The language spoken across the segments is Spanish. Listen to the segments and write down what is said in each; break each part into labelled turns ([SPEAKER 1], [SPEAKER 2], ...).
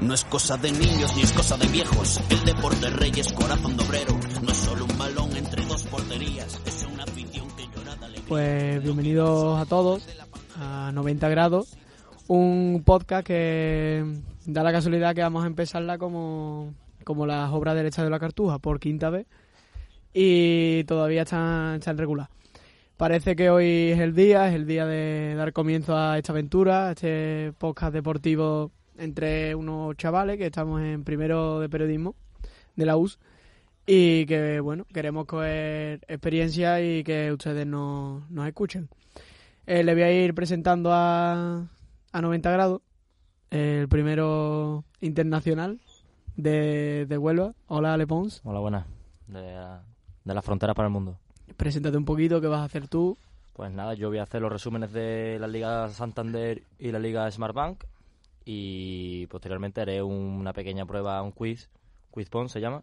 [SPEAKER 1] No es cosa de niños ni es cosa de viejos. El deporte rey es corazón de obrero. No es solo un balón entre dos porterías. Es una afición que llora de alegría.
[SPEAKER 2] Pues bienvenidos a todos a 90 grados, un podcast que da la casualidad que vamos a empezarla como, como las obras del Estadio de la Cartuja por quinta vez y todavía están, están regular. Parece que hoy es el día, es el día de dar comienzo a esta aventura, a este podcast deportivo entre unos chavales que estamos en primero de periodismo de la US y que, bueno, queremos coger experiencia y que ustedes nos, nos escuchen. Eh, le voy a ir presentando a, a 90 grados, el primero internacional de, de Huelva. Hola, Ale Pons.
[SPEAKER 3] Hola, buenas. De, la- de las fronteras para el mundo.
[SPEAKER 2] Preséntate un poquito, qué vas a hacer tú.
[SPEAKER 3] Pues nada, yo voy a hacer los resúmenes de la Liga Santander y la Liga Smartbank. Y posteriormente haré un- una pequeña prueba, un quiz, quiz pon se llama,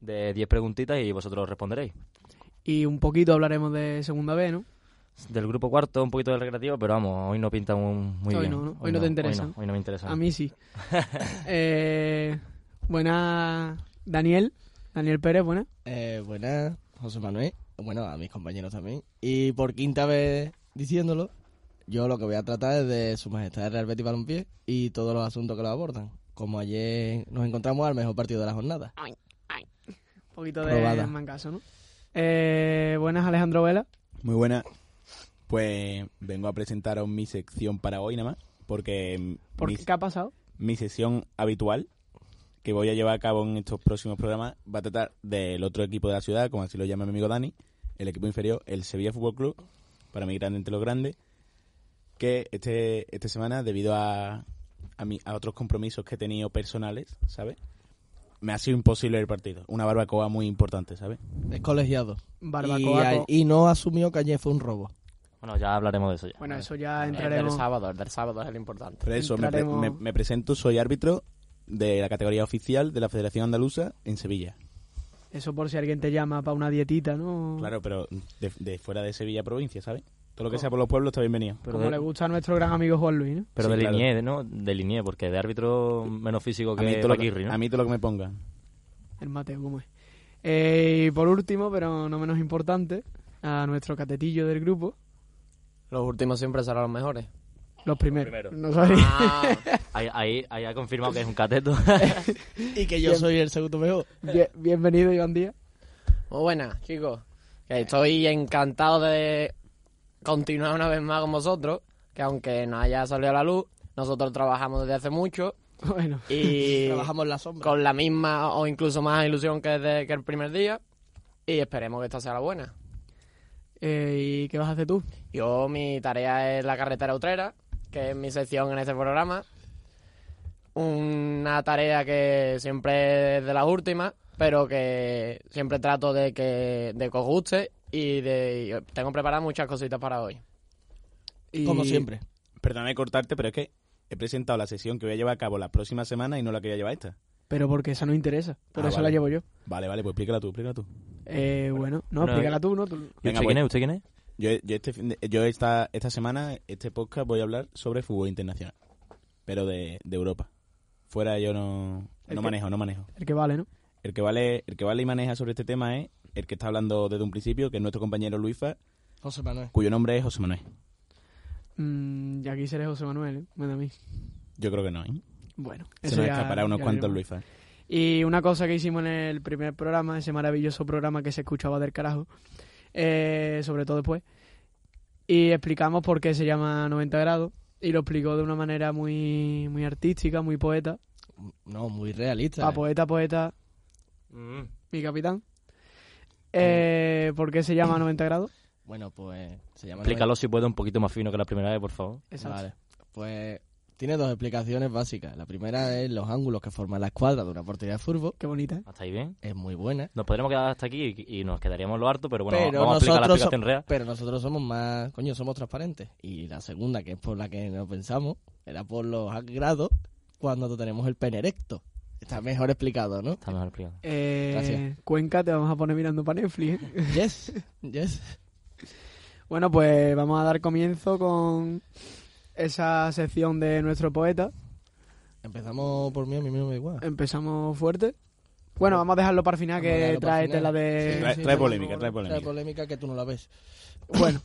[SPEAKER 3] de 10 preguntitas y vosotros responderéis.
[SPEAKER 2] Y un poquito hablaremos de segunda B, ¿no?
[SPEAKER 3] Del grupo cuarto, un poquito del recreativo, pero vamos, hoy no pinta muy, muy
[SPEAKER 2] Hoy
[SPEAKER 3] bien.
[SPEAKER 2] no, ¿no? Hoy no te interesa,
[SPEAKER 3] Hoy no, hoy no me interesa.
[SPEAKER 2] A mí sí. eh, buena, Daniel. Daniel Pérez, buena.
[SPEAKER 4] Eh, buenas, José Manuel. Bueno, a mis compañeros también. Y por quinta vez diciéndolo, yo lo que voy a tratar es de Su Majestad el Real Betis Balompié y todos los asuntos que lo abordan. Como ayer nos encontramos al mejor partido de la jornada.
[SPEAKER 2] Un poquito de
[SPEAKER 4] Probada.
[SPEAKER 2] mancaso, ¿no? Eh, buenas, Alejandro Vela.
[SPEAKER 5] Muy buena. Pues vengo a presentaros mi sección para hoy nada más, porque mm,
[SPEAKER 2] ¿Por
[SPEAKER 5] mi,
[SPEAKER 2] qué, ¿Qué ha pasado?
[SPEAKER 5] mi sección habitual que voy a llevar a cabo en estos próximos programas va a tratar del otro equipo de la ciudad, como así lo llama mi amigo Dani, el equipo inferior, el Sevilla Fútbol Club, para mí grande entre los grandes, que este esta semana, debido a, a, mi- a otros compromisos que he tenido personales, ¿sabes? Me ha sido imposible el partido. Una barbacoa muy importante, ¿sabes?
[SPEAKER 4] Es colegiado.
[SPEAKER 2] Barbacoa.
[SPEAKER 4] Y,
[SPEAKER 2] co-
[SPEAKER 4] y no asumió que ayer fue un robo.
[SPEAKER 3] Bueno, ya hablaremos de eso ya.
[SPEAKER 2] Bueno, eso ya
[SPEAKER 6] El del
[SPEAKER 2] entraremos.
[SPEAKER 6] sábado, el del sábado es el importante.
[SPEAKER 5] Por eso, me, pre-
[SPEAKER 2] Entraremos-
[SPEAKER 5] me- me presento, soy árbitro de la categoría oficial de la Federación Andaluza en Sevilla.
[SPEAKER 2] Eso por si alguien te llama para una dietita,
[SPEAKER 3] Mm.
[SPEAKER 2] ¿no?
[SPEAKER 5] Claro, pero de, de fuera de Sevilla provincia, ¿sabes? Todo lo que sea por los pueblos está bienvenido.
[SPEAKER 3] Oh. Pero
[SPEAKER 2] Como
[SPEAKER 3] de,
[SPEAKER 2] le gusta a nuestro gran amigo Juan Luis, ¿no?
[SPEAKER 3] pero
[SPEAKER 5] Sí,
[SPEAKER 3] de
[SPEAKER 5] claro.
[SPEAKER 3] Liniers, ¿no? De Liniers, porque de árbitro menos físico
[SPEAKER 5] A
[SPEAKER 3] que
[SPEAKER 5] mí, todo lo que,
[SPEAKER 3] Paquirri, ¿no?
[SPEAKER 5] a mí todo lo que me pongan.
[SPEAKER 2] El Mateo, ¿cómo es? Eh, y por último, pero no menos importante, a nuestro catetillo del grupo,
[SPEAKER 6] Los últimos siempre serán los mejores.
[SPEAKER 2] los primeros.
[SPEAKER 3] primeros.
[SPEAKER 2] No sabía.
[SPEAKER 6] Ah.
[SPEAKER 3] Ahí, ahí, ahí ha confirmado que es un cateto.
[SPEAKER 4] Y que yo soy el segundo mejor.
[SPEAKER 2] Bien- bienvenido, Iván Díaz.
[SPEAKER 6] Muy buenas, chicos. Que estoy encantado de continuar una vez más con vosotros. Que aunque no haya salido a la luz, nosotros trabajamos desde hace mucho
[SPEAKER 2] Bueno,
[SPEAKER 6] y
[SPEAKER 4] Trabajamos en la sombra.
[SPEAKER 6] con la misma o incluso más ilusión que desde que el primer día. Y esperemos que esta sea la buena.
[SPEAKER 2] eh, ¿y qué vas a hacer tú?
[SPEAKER 6] Yo, mi tarea es la carretera utrera, que es mi sección en este programa. Una tarea que siempre es de las últimas, pero que siempre trato de que, de que os guste y de, yo tengo preparadas muchas cositas para hoy.
[SPEAKER 2] Y-
[SPEAKER 4] Como siempre.
[SPEAKER 5] Perdóname cortarte, pero es que he presentado la sesión que voy a llevar a cabo la próxima semana y no la quería llevar esta.
[SPEAKER 2] Pero porque esa no interesa. Por
[SPEAKER 5] Ah,
[SPEAKER 2] eso
[SPEAKER 5] vale.
[SPEAKER 2] la llevo yo.
[SPEAKER 5] Vale, vale, pues explícala tú, explícala tú.
[SPEAKER 2] Eh, bueno, no,
[SPEAKER 3] Bueno,
[SPEAKER 2] explícala tú, ¿no? Tú-
[SPEAKER 3] ¿Y ¿Usted
[SPEAKER 5] Venga,
[SPEAKER 3] quién
[SPEAKER 5] pues.
[SPEAKER 3] es? ¿Usted quién es?
[SPEAKER 5] Yo, yo, este fin de- yo esta, esta semana, este podcast, voy a hablar sobre fútbol internacional, pero de, de Europa. Fuera yo no,
[SPEAKER 2] El
[SPEAKER 5] no
[SPEAKER 2] que-
[SPEAKER 5] manejo, no manejo.
[SPEAKER 2] El que vale, ¿no?
[SPEAKER 5] El que vale, el que vale y maneja sobre este tema es el que está hablando desde un principio, que es nuestro compañero Luifa,
[SPEAKER 4] José Manuel.
[SPEAKER 5] cuyo nombre es José Manuel.
[SPEAKER 2] Mm, y aquí seré José Manuel, ¿eh? Bueno, a mí.
[SPEAKER 5] Yo creo que no, ¿eh?
[SPEAKER 2] Bueno,
[SPEAKER 5] Se
[SPEAKER 2] eso
[SPEAKER 5] nos
[SPEAKER 2] ya-
[SPEAKER 5] escapará unos
[SPEAKER 2] ya
[SPEAKER 5] cuantos
[SPEAKER 2] veremos.
[SPEAKER 5] Luifa.
[SPEAKER 2] Y una cosa que hicimos en el primer programa, ese maravilloso programa que se escuchaba del carajo, eh, sobre todo después, y explicamos por qué se llama 90 grados, y lo explicó de una manera muy, muy artística, muy poeta.
[SPEAKER 4] No, muy realista.
[SPEAKER 2] Pa' poeta, poeta,
[SPEAKER 3] Mm.
[SPEAKER 2] mi capitán. Eh, ¿Por qué se llama 90 grados?
[SPEAKER 4] Bueno, pues se llama...
[SPEAKER 3] Explícalo si puede un poquito más fino que la primera vez, por favor.
[SPEAKER 2] Exacto.
[SPEAKER 4] Vale. Pues tiene dos explicaciones básicas. La primera es los ángulos que forman la escuadra de una portería de fútbol.
[SPEAKER 2] Qué bonita. ¿eh?
[SPEAKER 3] ¿Hasta ahí bien?
[SPEAKER 4] Es muy buena.
[SPEAKER 3] Nos podríamos quedar hasta aquí y, y nos quedaríamos lo harto, pero bueno,
[SPEAKER 4] Pero
[SPEAKER 3] vamos a aplicar la
[SPEAKER 4] nosotros so-
[SPEAKER 3] explicación real.
[SPEAKER 4] Pero nosotros somos más, coño, somos transparentes. Y la segunda, que es por la que no pensamos, era por los grados cuando tenemos el pene erecto. Está mejor explicado, ¿no?
[SPEAKER 3] Está mejor explicado.
[SPEAKER 2] Eh,
[SPEAKER 4] Gracias.
[SPEAKER 2] Cuenca, te vamos a poner mirando para Netflix. ¿eh?
[SPEAKER 4] Yes, yes.
[SPEAKER 2] Bueno, pues vamos a dar comienzo con esa sección de nuestro poeta,
[SPEAKER 4] Empezamos por mí, a mí mismo me da igual.
[SPEAKER 2] Empezamos fuerte. Bueno, vamos a dejarlo para el final,
[SPEAKER 4] Vamos
[SPEAKER 2] Ah,
[SPEAKER 4] a
[SPEAKER 2] que
[SPEAKER 4] dejarlo para
[SPEAKER 2] trae
[SPEAKER 4] el final.
[SPEAKER 2] tela de...
[SPEAKER 4] Sí,
[SPEAKER 5] Trae,
[SPEAKER 4] sí,
[SPEAKER 5] trae
[SPEAKER 4] sí,
[SPEAKER 5] polémica, trae
[SPEAKER 4] La
[SPEAKER 5] polémica.
[SPEAKER 4] polémica que tú no la ves.
[SPEAKER 2] Bueno,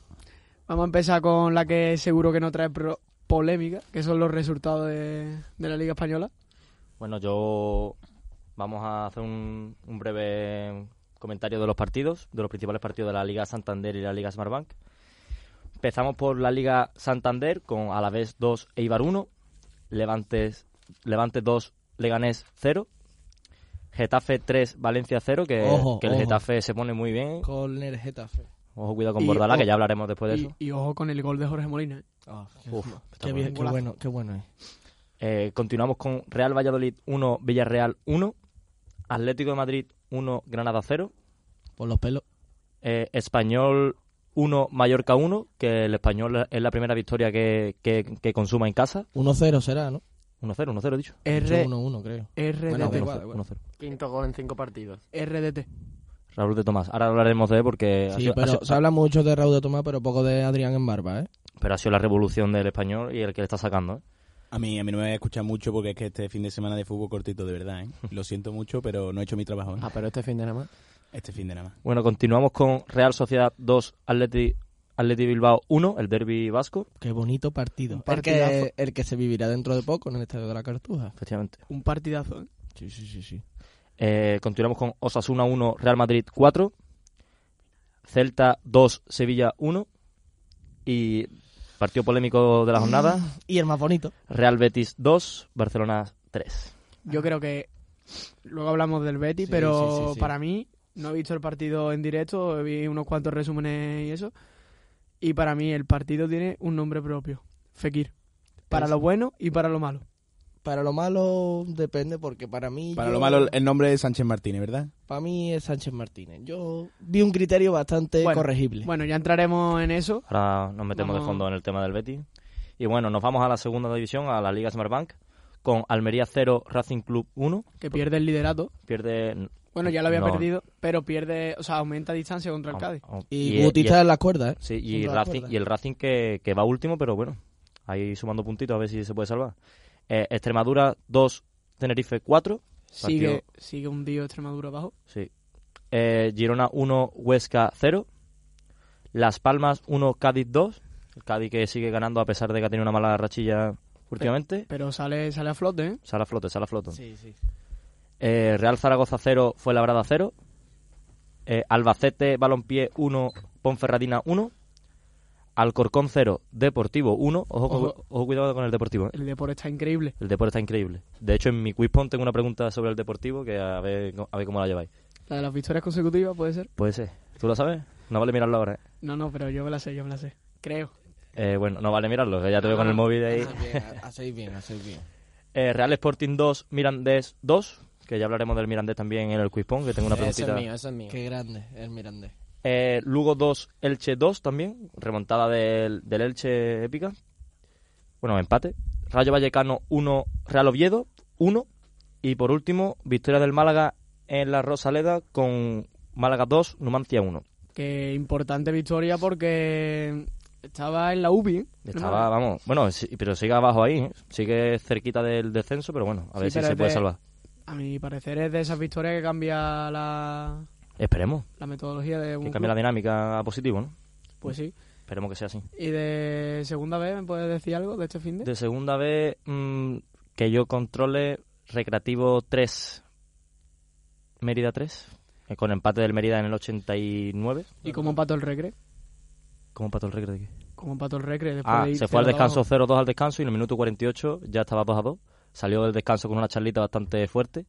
[SPEAKER 2] vamos a empezar con la que seguro que no trae pro- polémica, que son los resultados de, de la Liga Española.
[SPEAKER 3] Bueno, yo vamos a hacer un, un breve comentario de los partidos, de los principales partidos de la Liga Santander y la Liga Smartbank. Empezamos por la Liga Santander con Alavés 2, Eibar 1, Levantes, Levantes 2, Leganés 0, Getafe 3, Valencia 0, que,
[SPEAKER 4] Ojo,
[SPEAKER 3] que el
[SPEAKER 4] ojo.
[SPEAKER 3] Getafe se pone muy bien.
[SPEAKER 4] Con el Getafe.
[SPEAKER 3] Ojo, cuidado con
[SPEAKER 2] Y-
[SPEAKER 3] Bordalá, que
[SPEAKER 2] ojo.
[SPEAKER 3] ya hablaremos después
[SPEAKER 4] Pues
[SPEAKER 3] de
[SPEAKER 2] Y,
[SPEAKER 3] eso.
[SPEAKER 2] y ojo con el gol de Jorge Molina. ¿eh?
[SPEAKER 4] Ah, qué,
[SPEAKER 3] Uf,
[SPEAKER 4] qué
[SPEAKER 3] está
[SPEAKER 4] bien, qué
[SPEAKER 2] bueno.
[SPEAKER 4] bueno, qué bueno es.
[SPEAKER 3] Eh, continuamos con Real Valladolid 1, Villarreal 1, Atlético de Madrid 1, Granada 0,
[SPEAKER 4] Por los pelos.
[SPEAKER 3] eh, Español 1, Mallorca 1, que el español es la primera victoria que, que, que consuma en casa.
[SPEAKER 4] 1-0 será, ¿no?
[SPEAKER 3] 1-0, 1-0 he dicho.
[SPEAKER 2] R,
[SPEAKER 4] 1-1, creo.
[SPEAKER 2] RDT.
[SPEAKER 4] Bueno,
[SPEAKER 3] No, 1-0,
[SPEAKER 4] da igual, da igual.
[SPEAKER 3] 1-0.
[SPEAKER 6] Quinto gol en cinco partidos.
[SPEAKER 2] RDT.
[SPEAKER 3] Raúl de Tomás. Ahora hablaremos de él porque ha
[SPEAKER 4] Sí,
[SPEAKER 3] sido- ha
[SPEAKER 4] pero
[SPEAKER 3] sido-
[SPEAKER 4] se habla mucho de Raúl de Tomás, pero poco de Adrián en barba, ¿eh?
[SPEAKER 3] pero ha sido la revolución del español y el que le está sacando. ¿eh?
[SPEAKER 5] A mí, a mí no me voy a escuchar mucho porque es que este fin de semana de fútbol cortito, de verdad, ¿eh? Lo siento mucho, pero no he hecho mi trabajo, ¿eh?
[SPEAKER 6] Ah, pero este fin de nada más.
[SPEAKER 5] Este fin de nada más.
[SPEAKER 3] Bueno, continuamos con Real Sociedad 2, Atleti, Atleti Bilbao 1, el derby vasco.
[SPEAKER 4] Qué bonito partido.
[SPEAKER 2] Un
[SPEAKER 4] El que, el que se vivirá dentro de poco en el Estadio de la Cartuja.
[SPEAKER 3] Efectivamente.
[SPEAKER 2] Un partidazo. ¿eh?
[SPEAKER 4] Sí, sí, sí, sí.
[SPEAKER 3] Eh, continuamos con Osasuna 1, Real Madrid 4, Celta 2, Sevilla 1 y partido polémico de la jornada,
[SPEAKER 4] Y el más bonito.
[SPEAKER 3] Real Betis 2, Barcelona 3.
[SPEAKER 2] Yo creo que luego hablamos del Betty,
[SPEAKER 4] Ah. Sí,
[SPEAKER 2] pero
[SPEAKER 4] sí, sí, sí.
[SPEAKER 2] para mí, no he visto el partido en directo, vi unos cuantos resúmenes y eso. Y para mí el partido tiene un nombre propio, Fekir. Para
[SPEAKER 4] Es-
[SPEAKER 2] lo bueno y para lo malo.
[SPEAKER 4] Para lo malo depende, porque para mí...
[SPEAKER 5] Para
[SPEAKER 4] yo-
[SPEAKER 5] lo malo,
[SPEAKER 3] eh.
[SPEAKER 5] el nombre es Sánchez Martínez, ¿verdad?
[SPEAKER 4] Para mí es Sánchez Martínez. Yo vi un criterio bastante
[SPEAKER 2] Bueno,
[SPEAKER 4] corregible.
[SPEAKER 2] Bueno, ya entraremos en eso.
[SPEAKER 3] Ahora nos metemos
[SPEAKER 2] Vamos.
[SPEAKER 3] de fondo en el tema del Betis. Y bueno, nos vamos a la segunda división, a la Liga Smartbank, con Almería 0, Racing Club 1.
[SPEAKER 2] que pierde el liderato.
[SPEAKER 3] Pierde.
[SPEAKER 2] Bueno, ya lo había
[SPEAKER 3] No.
[SPEAKER 2] perdido, pero pierde, o sea, aumenta distancia contra el Cádiz.
[SPEAKER 4] y,
[SPEAKER 3] y-
[SPEAKER 4] Guti
[SPEAKER 3] y-
[SPEAKER 4] está en las cuerdas, ¿eh?
[SPEAKER 3] Sí, y,
[SPEAKER 4] Son dos
[SPEAKER 3] Racing,
[SPEAKER 4] cuerdas.
[SPEAKER 3] y el Racing que, que va último, pero bueno, ahí sumando puntitos a ver si se puede salvar. Eh, Extremadura 2, Tenerife 4.
[SPEAKER 2] Sigue, sigue hundido Extremadura abajo.
[SPEAKER 3] Sí. Eh, Girona 1, Huesca 0. Las Palmas 1, Cádiz 2. El Cádiz que sigue ganando a pesar de que ha tenido una mala rachilla últimamente.
[SPEAKER 2] Pero sale, sale a flote, ¿eh?
[SPEAKER 3] Sala flote, sala flote.
[SPEAKER 4] Sí, sí.
[SPEAKER 3] Eh, Real Zaragoza 0, Fuenlabrada 0. Eh, Albacete, Balompié 1, Ponferradina 1. Alcorcón 0, Deportivo 1. Ojo, con-
[SPEAKER 2] Ojo.
[SPEAKER 3] ojo, cuidado con el Deportivo. ¿eh?
[SPEAKER 2] El deporte está increíble.
[SPEAKER 3] El Deportivo está increíble. De hecho, en mi quizpon tengo una pregunta sobre el Deportivo que a ver, a ver cómo la lleváis.
[SPEAKER 2] La de las victorias consecutivas puede ser.
[SPEAKER 3] Puede ser. ¿Tú lo sabes? No vale mirarlo ahora. ¿eh?
[SPEAKER 2] No, no, pero yo me la sé, yo me la sé. Creo.
[SPEAKER 3] Eh, bueno, no vale mirarlo, que ya te veo con el móvil ahí.
[SPEAKER 4] ¿eh? Hacéis bien, hacéis bien.
[SPEAKER 3] Eh, Real Sporting 2, Mirandés 2, que ya hablaremos del Mirandés también en el Quizpón, que tengo una
[SPEAKER 6] Eso es
[SPEAKER 3] preguntita.
[SPEAKER 6] mío, eso es mío.
[SPEAKER 4] Qué grande el Mirandés.
[SPEAKER 3] Eh, Lugo 2, Elche 2 también, remontada del, del Elche épica. Bueno, empate. Rayo Vallecano 1, Real Oviedo 1. Y por último, victoria del Málaga en la Rosaleda con Málaga 2, Numancia 1.
[SPEAKER 2] Que importante victoria porque estaba en la UBI, ¿eh?
[SPEAKER 3] Estaba, vamos, bueno, sí- pero sigue abajo ahí, ¿eh? sigue cerquita del descenso, pero bueno,
[SPEAKER 2] Sí,
[SPEAKER 3] a ver si
[SPEAKER 2] pero
[SPEAKER 3] se
[SPEAKER 2] es
[SPEAKER 3] puede
[SPEAKER 2] de-
[SPEAKER 3] salvar.
[SPEAKER 2] A mi parecer es de esas victorias que cambia la,
[SPEAKER 3] Esperemos,
[SPEAKER 2] la metodología de un
[SPEAKER 3] que cambie la
[SPEAKER 2] club.
[SPEAKER 3] dinámica a positivo, ¿no?
[SPEAKER 2] Pues sí.
[SPEAKER 3] Esperemos que sea así.
[SPEAKER 2] ¿Y de segunda vez me puedes decir algo de este fin de?
[SPEAKER 3] De segunda vez, mm, que yo controle Recreativo 3, Mérida 3, eh, con empate del Mérida en el 89.
[SPEAKER 2] ¿Y cómo empató el Recre?
[SPEAKER 3] ¿Cómo empató el Recre de qué?
[SPEAKER 2] ¿Cómo empató el Recre? Después
[SPEAKER 3] Ah,
[SPEAKER 2] de ir
[SPEAKER 3] se fue al
[SPEAKER 2] cero de abajo?
[SPEAKER 3] descanso 0-2 al descanso y en el minuto 48 ya estaba 2-2. Salió del descanso con una charlita bastante fuerte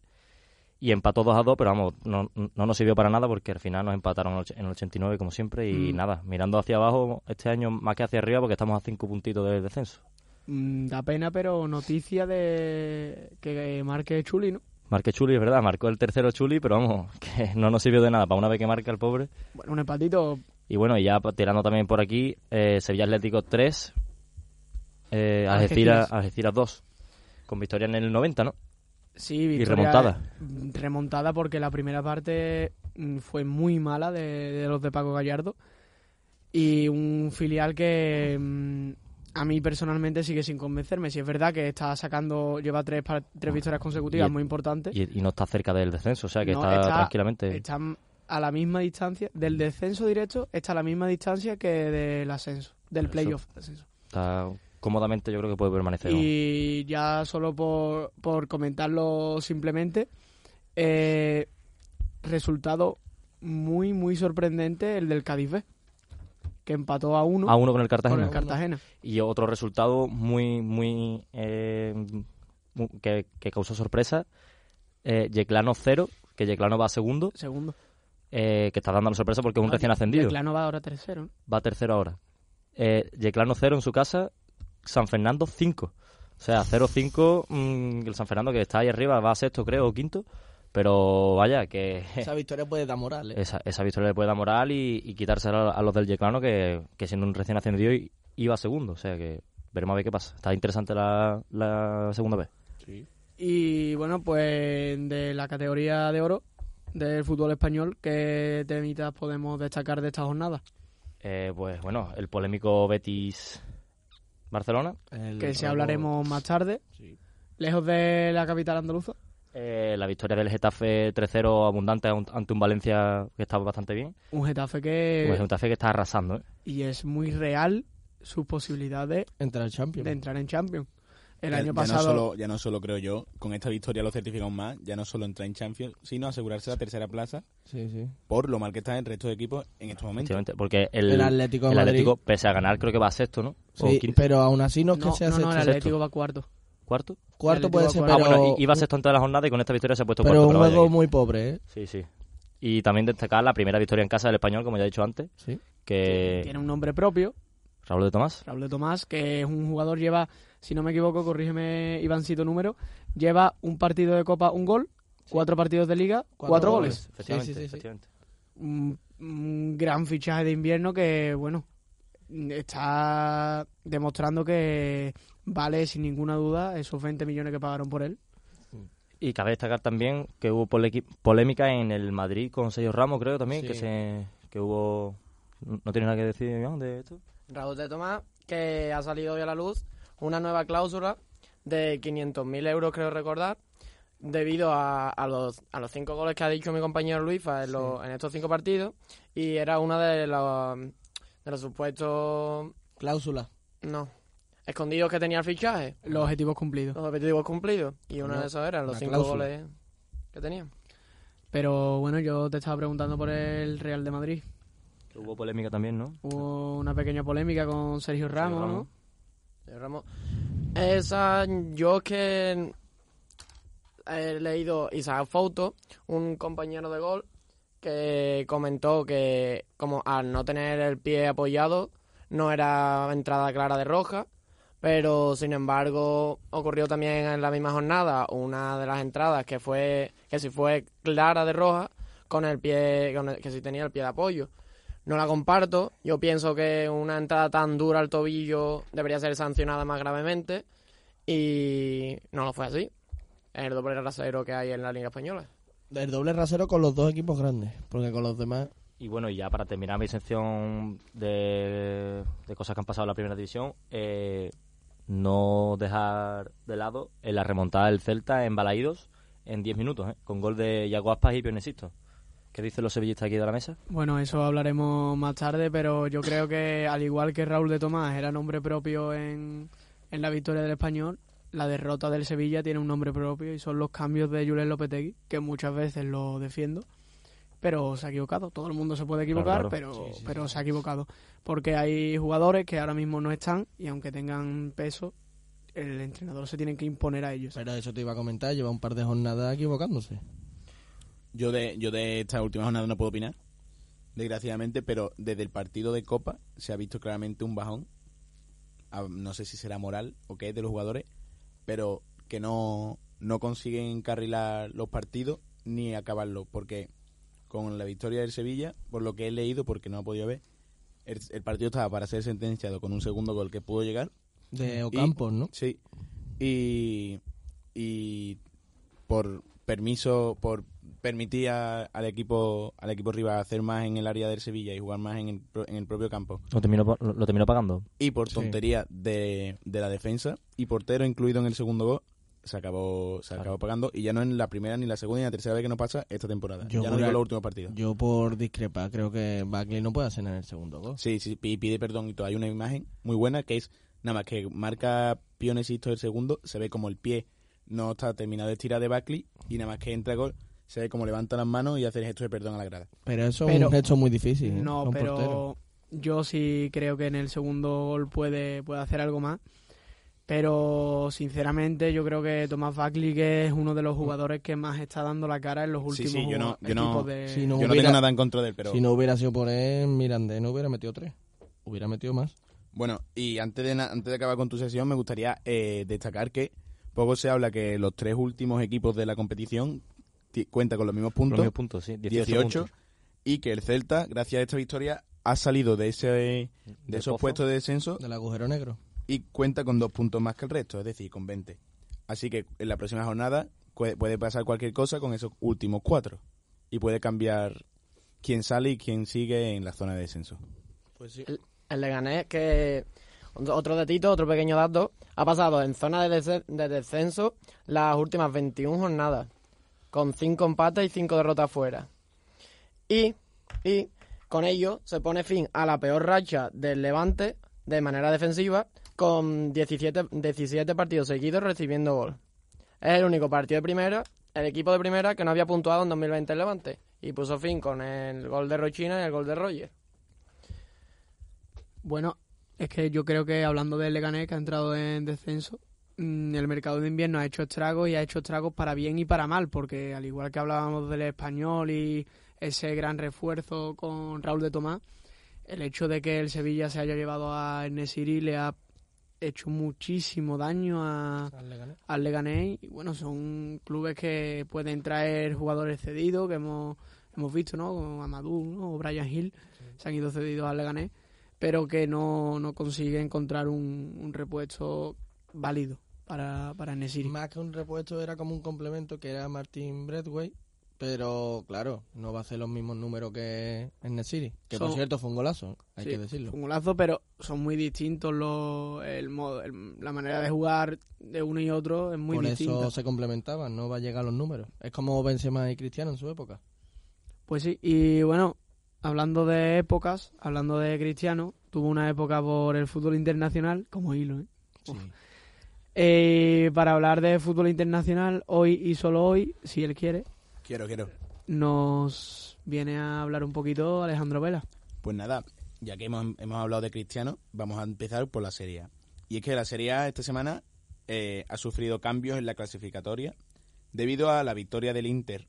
[SPEAKER 3] y empató 2-2, pero vamos, no, no nos sirvió para nada porque al final nos empataron en el och- en el 89 como siempre y
[SPEAKER 2] Mm.
[SPEAKER 3] nada, mirando hacia abajo este año más que hacia arriba porque estamos a 5 puntitos del descenso.
[SPEAKER 2] Mm, da pena, pero noticia de que marque Chuli, ¿no?
[SPEAKER 3] Marque Chuli, es verdad, marcó el tercero Chuli, pero vamos, que no nos sirvió de nada para una vez que marca el pobre.
[SPEAKER 2] Bueno, un empatito.
[SPEAKER 3] Y bueno, y ya pa- tirando también por aquí, eh, Sevilla Atlético 3, eh, Algeciras,
[SPEAKER 2] Algeciras.
[SPEAKER 3] Algeciras 2, con victoria en el 90, ¿no?
[SPEAKER 2] Sí, victoria,
[SPEAKER 3] Y remontada.
[SPEAKER 2] mm, Remontada porque la primera parte mm, fue muy mala de, de los de Paco Gallardo. Y un filial que mm, a mí personalmente sigue sin convencerme. Si es verdad que está sacando, lleva tres, par- tres victorias consecutivas,
[SPEAKER 3] Y-
[SPEAKER 2] muy importante.
[SPEAKER 3] Y, y no está cerca del descenso, o sea que
[SPEAKER 2] No,
[SPEAKER 3] está,
[SPEAKER 2] está-
[SPEAKER 3] tranquilamente.
[SPEAKER 2] Están a la misma distancia, del descenso directo, está a la misma distancia que del ascenso, del
[SPEAKER 3] Eso.
[SPEAKER 2] playoff. de ascenso.
[SPEAKER 3] está cómodamente, yo creo que puede permanecer.
[SPEAKER 2] Y ya solo por, por comentarlo simplemente, eh, resultado muy, muy sorprendente el del Cádiz B, que empató a uno
[SPEAKER 3] a uno con el
[SPEAKER 2] con
[SPEAKER 3] Cartagena.
[SPEAKER 2] el Cartagena.
[SPEAKER 3] Y otro resultado muy, muy. eh, mu- que, que causó sorpresa: eh, Yeclano 0, que Yeclano va segundo,
[SPEAKER 2] Segundo.
[SPEAKER 3] eh, que está dando la sorpresa porque es un
[SPEAKER 2] Ah,
[SPEAKER 3] recién ascendido.
[SPEAKER 2] El Clano va ahora tercero. ¿no?
[SPEAKER 3] Va tercero ahora. Eh, Yeclano 0 en su casa, San Fernando 5. O sea, 0-5, mm, el San Fernando que está ahí arriba va a sexto, creo, o quinto. Pero vaya, que.
[SPEAKER 4] Esa victoria puede dar moral, ¿eh?
[SPEAKER 3] esa, esa victoria le puede dar moral y, y quitársela a los del Yeclano que, que siendo un recién ascendido i- iba segundo. O sea que veremos a ver qué pasa. Está interesante la, la segunda vez.
[SPEAKER 2] Y bueno, pues de la categoría de oro del fútbol español, ¿qué temitas podemos destacar de esta jornada?
[SPEAKER 3] Eh, pues bueno, el polémico Betis Barcelona.
[SPEAKER 5] Mm,
[SPEAKER 4] El
[SPEAKER 2] Que si
[SPEAKER 4] ramo-
[SPEAKER 2] hablaremos más tarde,
[SPEAKER 4] Sí.
[SPEAKER 2] lejos de la capital andaluza.
[SPEAKER 3] Eh, la victoria del Getafe 3-0 abundante an- ante un Valencia que está bastante bien.
[SPEAKER 2] Un Getafe que...
[SPEAKER 4] Eh,
[SPEAKER 3] Un Getafe que está arrasando. ¿eh?
[SPEAKER 2] y es muy real sus posibilidades
[SPEAKER 4] Entrar al Champions.
[SPEAKER 2] de entrar en Champions. El
[SPEAKER 5] Ya-
[SPEAKER 2] año
[SPEAKER 5] Ya no,
[SPEAKER 2] pasado
[SPEAKER 5] solo, ya no solo creo yo, con esta victoria lo certificamos más, ya no solo entrar en Champions, sino asegurarse la tercera plaza
[SPEAKER 4] Sí, sí.
[SPEAKER 5] por lo mal que está el resto de equipos en estos momentos.
[SPEAKER 3] Efectivamente, Porque el,
[SPEAKER 4] El Atlético de
[SPEAKER 3] el
[SPEAKER 4] Madrid.
[SPEAKER 3] Atlético, pese a ganar, creo que va sexto, ¿no? O
[SPEAKER 4] Sí,
[SPEAKER 3] quinto,
[SPEAKER 4] pero aún así no
[SPEAKER 2] no,
[SPEAKER 4] es que sea
[SPEAKER 2] no, no, el
[SPEAKER 4] sexto.
[SPEAKER 3] sexto.
[SPEAKER 2] Atlético va cuarto.
[SPEAKER 3] ¿Cuarto?
[SPEAKER 4] Cuarto
[SPEAKER 2] el
[SPEAKER 4] puede ser,
[SPEAKER 2] Atlético
[SPEAKER 4] pero,
[SPEAKER 2] va
[SPEAKER 3] ah, bueno, i- iba sexto en toda la jornada y con esta victoria se ha puesto
[SPEAKER 4] pero
[SPEAKER 3] cuarto.
[SPEAKER 4] un
[SPEAKER 3] pero vaya
[SPEAKER 4] juego
[SPEAKER 3] que-
[SPEAKER 4] muy pobre, ¿eh?
[SPEAKER 3] Sí, sí. Y también destacar la primera victoria en casa del español, como ya he dicho antes,
[SPEAKER 4] Sí.
[SPEAKER 5] Eh.
[SPEAKER 3] que
[SPEAKER 2] Tiene un nombre propio,
[SPEAKER 3] Raúl de Tomás.
[SPEAKER 2] Raúl de Tomás, que es un jugador lleva, si no me equivoco, corrígeme Ivancito número, lleva un partido de copa, un gol, cuatro partidos de liga, cuatro, goles.
[SPEAKER 4] goles.
[SPEAKER 3] Efectivamente,
[SPEAKER 4] Sí, sí, sí, sí.
[SPEAKER 3] efectivamente.
[SPEAKER 2] Un, un gran fichaje de invierno que, bueno, está demostrando que vale sin ninguna duda esos 20 millones que pagaron por él.
[SPEAKER 3] Y cabe destacar también que hubo polequi- polémica en el Madrid con Sergio Ramos, creo también,
[SPEAKER 4] Sí.
[SPEAKER 3] que se que hubo... ¿No tiene nada que decir Iván, de esto?
[SPEAKER 6] Raúl de Tomás, que ha salido hoy a la luz una nueva cláusula de 500.000 euros, creo recordar, debido a, a los, a los cinco goles que ha dicho mi compañero Luifa en, los- en estos cinco partidos, y era una de los, de los supuestos,
[SPEAKER 4] Cláusula.
[SPEAKER 6] no, escondidos que tenía el fichaje,
[SPEAKER 2] Los objetivos cumplidos.
[SPEAKER 6] los objetivos cumplidos, y uno
[SPEAKER 4] Una-
[SPEAKER 6] de esos eran los
[SPEAKER 4] una
[SPEAKER 6] cinco
[SPEAKER 4] cláusula.
[SPEAKER 6] goles que tenía.
[SPEAKER 2] Pero bueno, yo te estaba preguntando por el Real de Madrid.
[SPEAKER 3] Que hubo polémica también, ¿no?
[SPEAKER 2] Hubo una pequeña polémica con Sergio Ramos,
[SPEAKER 3] Ramos.
[SPEAKER 2] ¿no?
[SPEAKER 6] Sergio Ramos. Esa, yo que eh, he leído Isaac Fouto, un compañero de gol, que comentó que como al no tener el pie apoyado no era entrada clara de roja, pero sin embargo ocurrió también en la misma jornada una de las entradas que fue que si fue clara de roja con el pie con el- que si tenía el pie de apoyo. No la comparto. Yo pienso que una entrada tan dura al tobillo debería ser sancionada más gravemente. Y no lo fue así. El doble rasero que hay en la Liga Española.
[SPEAKER 4] El doble rasero con los dos equipos grandes. Porque con los demás.
[SPEAKER 3] Y bueno, y ya para terminar mi sección de, de cosas que han pasado en la primera división, eh, no dejar de lado en la remontada del Celta en Balaídos en 10 minutos, ¿eh? con gol de Iago Aspas y Pionesisto. ¿Qué dicen los sevillistas aquí de la mesa?
[SPEAKER 2] Bueno, eso hablaremos más tarde, pero yo creo que al igual que Raúl de Tomás era nombre propio en, en la victoria del español, la derrota del Sevilla tiene un nombre propio y son los cambios de Julen Lopetegui, que muchas veces lo defiendo, pero se ha equivocado. Todo el mundo se puede equivocar,
[SPEAKER 3] Claro, claro.
[SPEAKER 2] pero, pero se ha equivocado. Porque hay jugadores que ahora mismo no están y aunque tengan peso, el entrenador se tiene que imponer a ellos.
[SPEAKER 4] Pero eso te iba a comentar, lleva un par de jornadas equivocándose.
[SPEAKER 5] Yo de, yo de esta última jornada no puedo opinar, desgraciadamente, pero desde el partido de Copa se ha visto claramente un bajón, a- no sé si será moral o qué, de los jugadores, pero que no, no consiguen encarrilar los partidos ni acabarlos, porque con la victoria del Sevilla, por lo que he leído, porque no ha podido ver, el, el partido estaba para ser sentenciado con un segundo gol que pudo llegar,
[SPEAKER 4] De Ocampos, ¿no?
[SPEAKER 5] Sí. Y, y por permiso, por permitía al equipo al equipo rival hacer más en el área del Sevilla y jugar más en el, pro- en el propio campo.
[SPEAKER 3] Lo terminó, pa- lo, lo terminó pagando.
[SPEAKER 5] Y por
[SPEAKER 4] Sí.
[SPEAKER 5] tontería de, de la defensa y portero incluido en el segundo gol, se acabó se
[SPEAKER 3] Claro.
[SPEAKER 5] acabó pagando y ya no en la primera ni la segunda ni la tercera vez que nos pasa esta temporada.
[SPEAKER 4] Yo
[SPEAKER 5] ya no
[SPEAKER 4] jura-
[SPEAKER 5] digo los últimos partidos.
[SPEAKER 4] Yo por discrepar creo que Bagley no puede hacer en el segundo gol.
[SPEAKER 5] Sí, sí, pi- pide perdón y todo. Hay una imagen muy buena que es nada más que marca Pionesisto el segundo, se ve como el pie no está terminado de tirar de Buckley y nada más que entra gol, se ve como levanta las manos y hace el gesto de perdón a la grada.
[SPEAKER 4] Pero eso es
[SPEAKER 2] Pero-
[SPEAKER 4] un gesto muy difícil. ¿eh?
[SPEAKER 2] no,
[SPEAKER 4] Para un
[SPEAKER 2] pero
[SPEAKER 4] portero.
[SPEAKER 2] yo sí creo que en el segundo gol puede, puede hacer algo más. Pero sinceramente yo creo que Tomás Buckley que es uno de los jugadores que más está dando la cara en los
[SPEAKER 5] Mm. Sí,
[SPEAKER 2] últimos
[SPEAKER 5] sí, yo no- yo no-
[SPEAKER 2] equipos de...
[SPEAKER 4] Sí, no,
[SPEAKER 5] Yo no
[SPEAKER 4] hubiera-
[SPEAKER 5] tengo nada en contra de él, pero
[SPEAKER 4] Si no hubiera sido por él, Mirandé no hubiera metido tres. Hubiera metido más.
[SPEAKER 5] bueno, y antes de, na- antes de acabar con tu sesión me gustaría eh, destacar que poco se habla que los tres últimos equipos de la competición ti- cuentan con los mismos puntos.
[SPEAKER 3] Los mismos puntos, sí. 18,
[SPEAKER 5] 18
[SPEAKER 3] puntos.
[SPEAKER 5] y que el Celta, gracias a esta victoria, ha salido de ese de
[SPEAKER 3] Del
[SPEAKER 5] esos
[SPEAKER 3] pozo.
[SPEAKER 5] puestos de descenso
[SPEAKER 4] Del agujero negro.
[SPEAKER 5] y cuenta con dos puntos más que el resto, es decir, con 20. Así que en la próxima jornada cue- puede pasar cualquier cosa con esos últimos cuatro y puede cambiar quién sale y quién sigue en la zona de descenso.
[SPEAKER 4] Pues sí.
[SPEAKER 6] El Leganés, que otro datito, otro pequeño dato, ha pasado en zona de, dece- de descenso las últimas 21 jornadas, con 5 empates y 5 derrotas fuera. Y, y con ello se pone fin a la peor racha del Levante de manera defensiva, con 17, 17 partidos seguidos recibiendo gol. Es el único partido de primera, el equipo de primera que no había puntuado en 2020 el Levante. Y puso fin con el gol de Rochina y el gol de Roger.
[SPEAKER 2] Bueno, es que yo creo que hablando del Leganés que ha entrado en descenso, mm, el mercado de invierno ha hecho estragos y ha hecho estragos para bien y para mal, porque al igual que hablábamos del español y ese gran refuerzo con Raúl de Tomás, el hecho de que el Sevilla se haya llevado a Enesiri le ha hecho muchísimo daño a, al Leganés. Y bueno, son clubes que pueden traer jugadores cedidos, que hemos, hemos visto, ¿no? Como Amadou ¿no? o Brian Hill se han ido cedidos al Leganés, pero que no, no consigue encontrar un, un repuesto válido para, para Nesiri.
[SPEAKER 4] Más que un repuesto era como un complemento que era Martin Bradway. Pero claro, no va a hacer los mismos números que en el City. Que por
[SPEAKER 2] Son-
[SPEAKER 4] cierto fue un golazo, hay
[SPEAKER 2] Sí,
[SPEAKER 4] que decirlo.
[SPEAKER 2] fue Un golazo, pero son muy distintos los, el modo, el- la manera de jugar de uno y otro es muy
[SPEAKER 4] por
[SPEAKER 2] distinta.
[SPEAKER 4] eso se complementaban, no va a llegar a los números. Es como Benzema y Cristiano en su época.
[SPEAKER 2] Pues sí, y bueno, hablando de épocas, hablando de Cristiano, tuvo una época por el fútbol internacional, como hilo, ¿eh?
[SPEAKER 4] Sí.
[SPEAKER 2] Eh, para hablar de fútbol internacional, hoy y solo hoy, si él quiere,
[SPEAKER 5] Quiero, quiero.
[SPEAKER 2] nos viene a hablar un poquito Alejandro Vela.
[SPEAKER 5] Pues nada, ya que hemos, hemos hablado de Cristiano, vamos a empezar por la Serie A. Y es que la Serie A esta semana eh, ha sufrido cambios en la clasificatoria debido a la victoria del Inter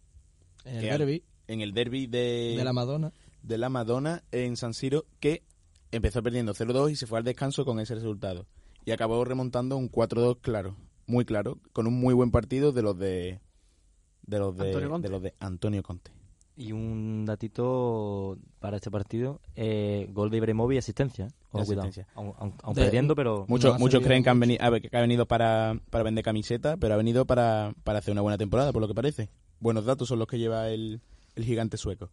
[SPEAKER 4] En el
[SPEAKER 5] Que al-
[SPEAKER 4] derby
[SPEAKER 5] en el derby de,
[SPEAKER 4] de la Madonna.
[SPEAKER 5] de la Madonna en San Siro que empezó perdiendo 0-2 y se fue al descanso con ese resultado. Y acabó remontando un 4-2 claro, muy claro, con un muy buen partido de los de de los de,
[SPEAKER 2] Antonio Conte.
[SPEAKER 5] de los de Antonio Conte.
[SPEAKER 3] Y un datito para este partido: eh, gol de Ibrahimovic y asistencia. Ojo,
[SPEAKER 5] Y
[SPEAKER 3] cuidado.
[SPEAKER 5] asistencia.
[SPEAKER 3] Aun, aun- aun
[SPEAKER 4] De-
[SPEAKER 3] perdiendo, pero.
[SPEAKER 5] Muchos
[SPEAKER 4] No ha
[SPEAKER 5] muchos
[SPEAKER 4] servido
[SPEAKER 5] creen que, han venido, a ver, que ha venido para, para vender camiseta, pero ha venido para, para hacer una buena temporada, por lo que parece. Buenos datos son los que lleva el, el gigante sueco.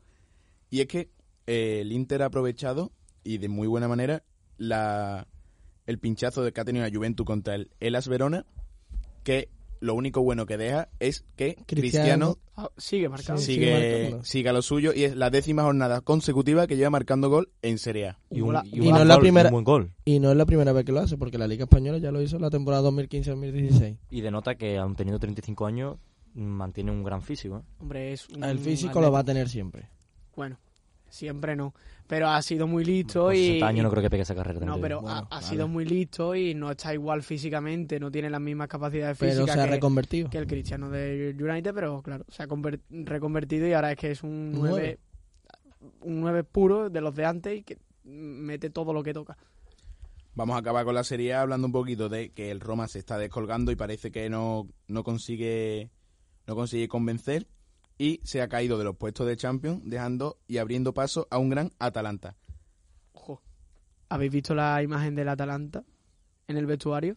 [SPEAKER 5] Y es que eh, el Inter ha aprovechado, y de muy buena manera, la, el pinchazo de que ha tenido la Juventus contra el Elas Verona, que lo único bueno que deja es que Cristiano,
[SPEAKER 4] Cristiano
[SPEAKER 2] Ah, sigue marcado.
[SPEAKER 4] Sí, sigue
[SPEAKER 5] sigue,
[SPEAKER 4] marcando.
[SPEAKER 5] sigue a lo suyo y es la décima jornada consecutiva que lleva marcando gol en Serie A.
[SPEAKER 3] Y, un,
[SPEAKER 2] Gola-
[SPEAKER 4] Y no es la
[SPEAKER 3] gol,
[SPEAKER 4] primera-
[SPEAKER 3] un buen gol.
[SPEAKER 4] Y no es la primera vez que lo hace, porque la Liga Española ya lo hizo en la temporada 2015-2016.
[SPEAKER 3] Y denota que, aun teniendo 35 años, mantiene un gran físico. ¿eh?
[SPEAKER 2] Hombre, es un
[SPEAKER 4] El físico
[SPEAKER 2] atleta.
[SPEAKER 4] lo va a tener siempre.
[SPEAKER 2] Bueno, siempre no, pero ha sido muy listo
[SPEAKER 3] Con
[SPEAKER 2] y...
[SPEAKER 3] 60 años no creo que pegue esa carrera.
[SPEAKER 2] No,
[SPEAKER 3] también.
[SPEAKER 2] pero ha,
[SPEAKER 4] Bueno,
[SPEAKER 2] ha
[SPEAKER 4] vale.
[SPEAKER 2] sido muy listo y no está igual físicamente, no tiene las mismas capacidades
[SPEAKER 4] Pero
[SPEAKER 2] físicas
[SPEAKER 4] se ha
[SPEAKER 2] que,
[SPEAKER 4] reconvertido.
[SPEAKER 2] que el Cristiano de United, pero claro, se ha conver- reconvertido y ahora es que es un
[SPEAKER 4] Un
[SPEAKER 2] 9, un 9 puro de los de antes y que mete todo lo que toca.
[SPEAKER 5] Vamos a acabar con la Serie A hablando un poquito de que el Roma se está descolgando y parece que no, no consigue no consigue convencer y se ha caído de los puestos de Champions dejando y abriendo paso a un gran Atalanta.
[SPEAKER 2] Ojo. ¿Habéis visto la imagen del Atalanta en el vestuario?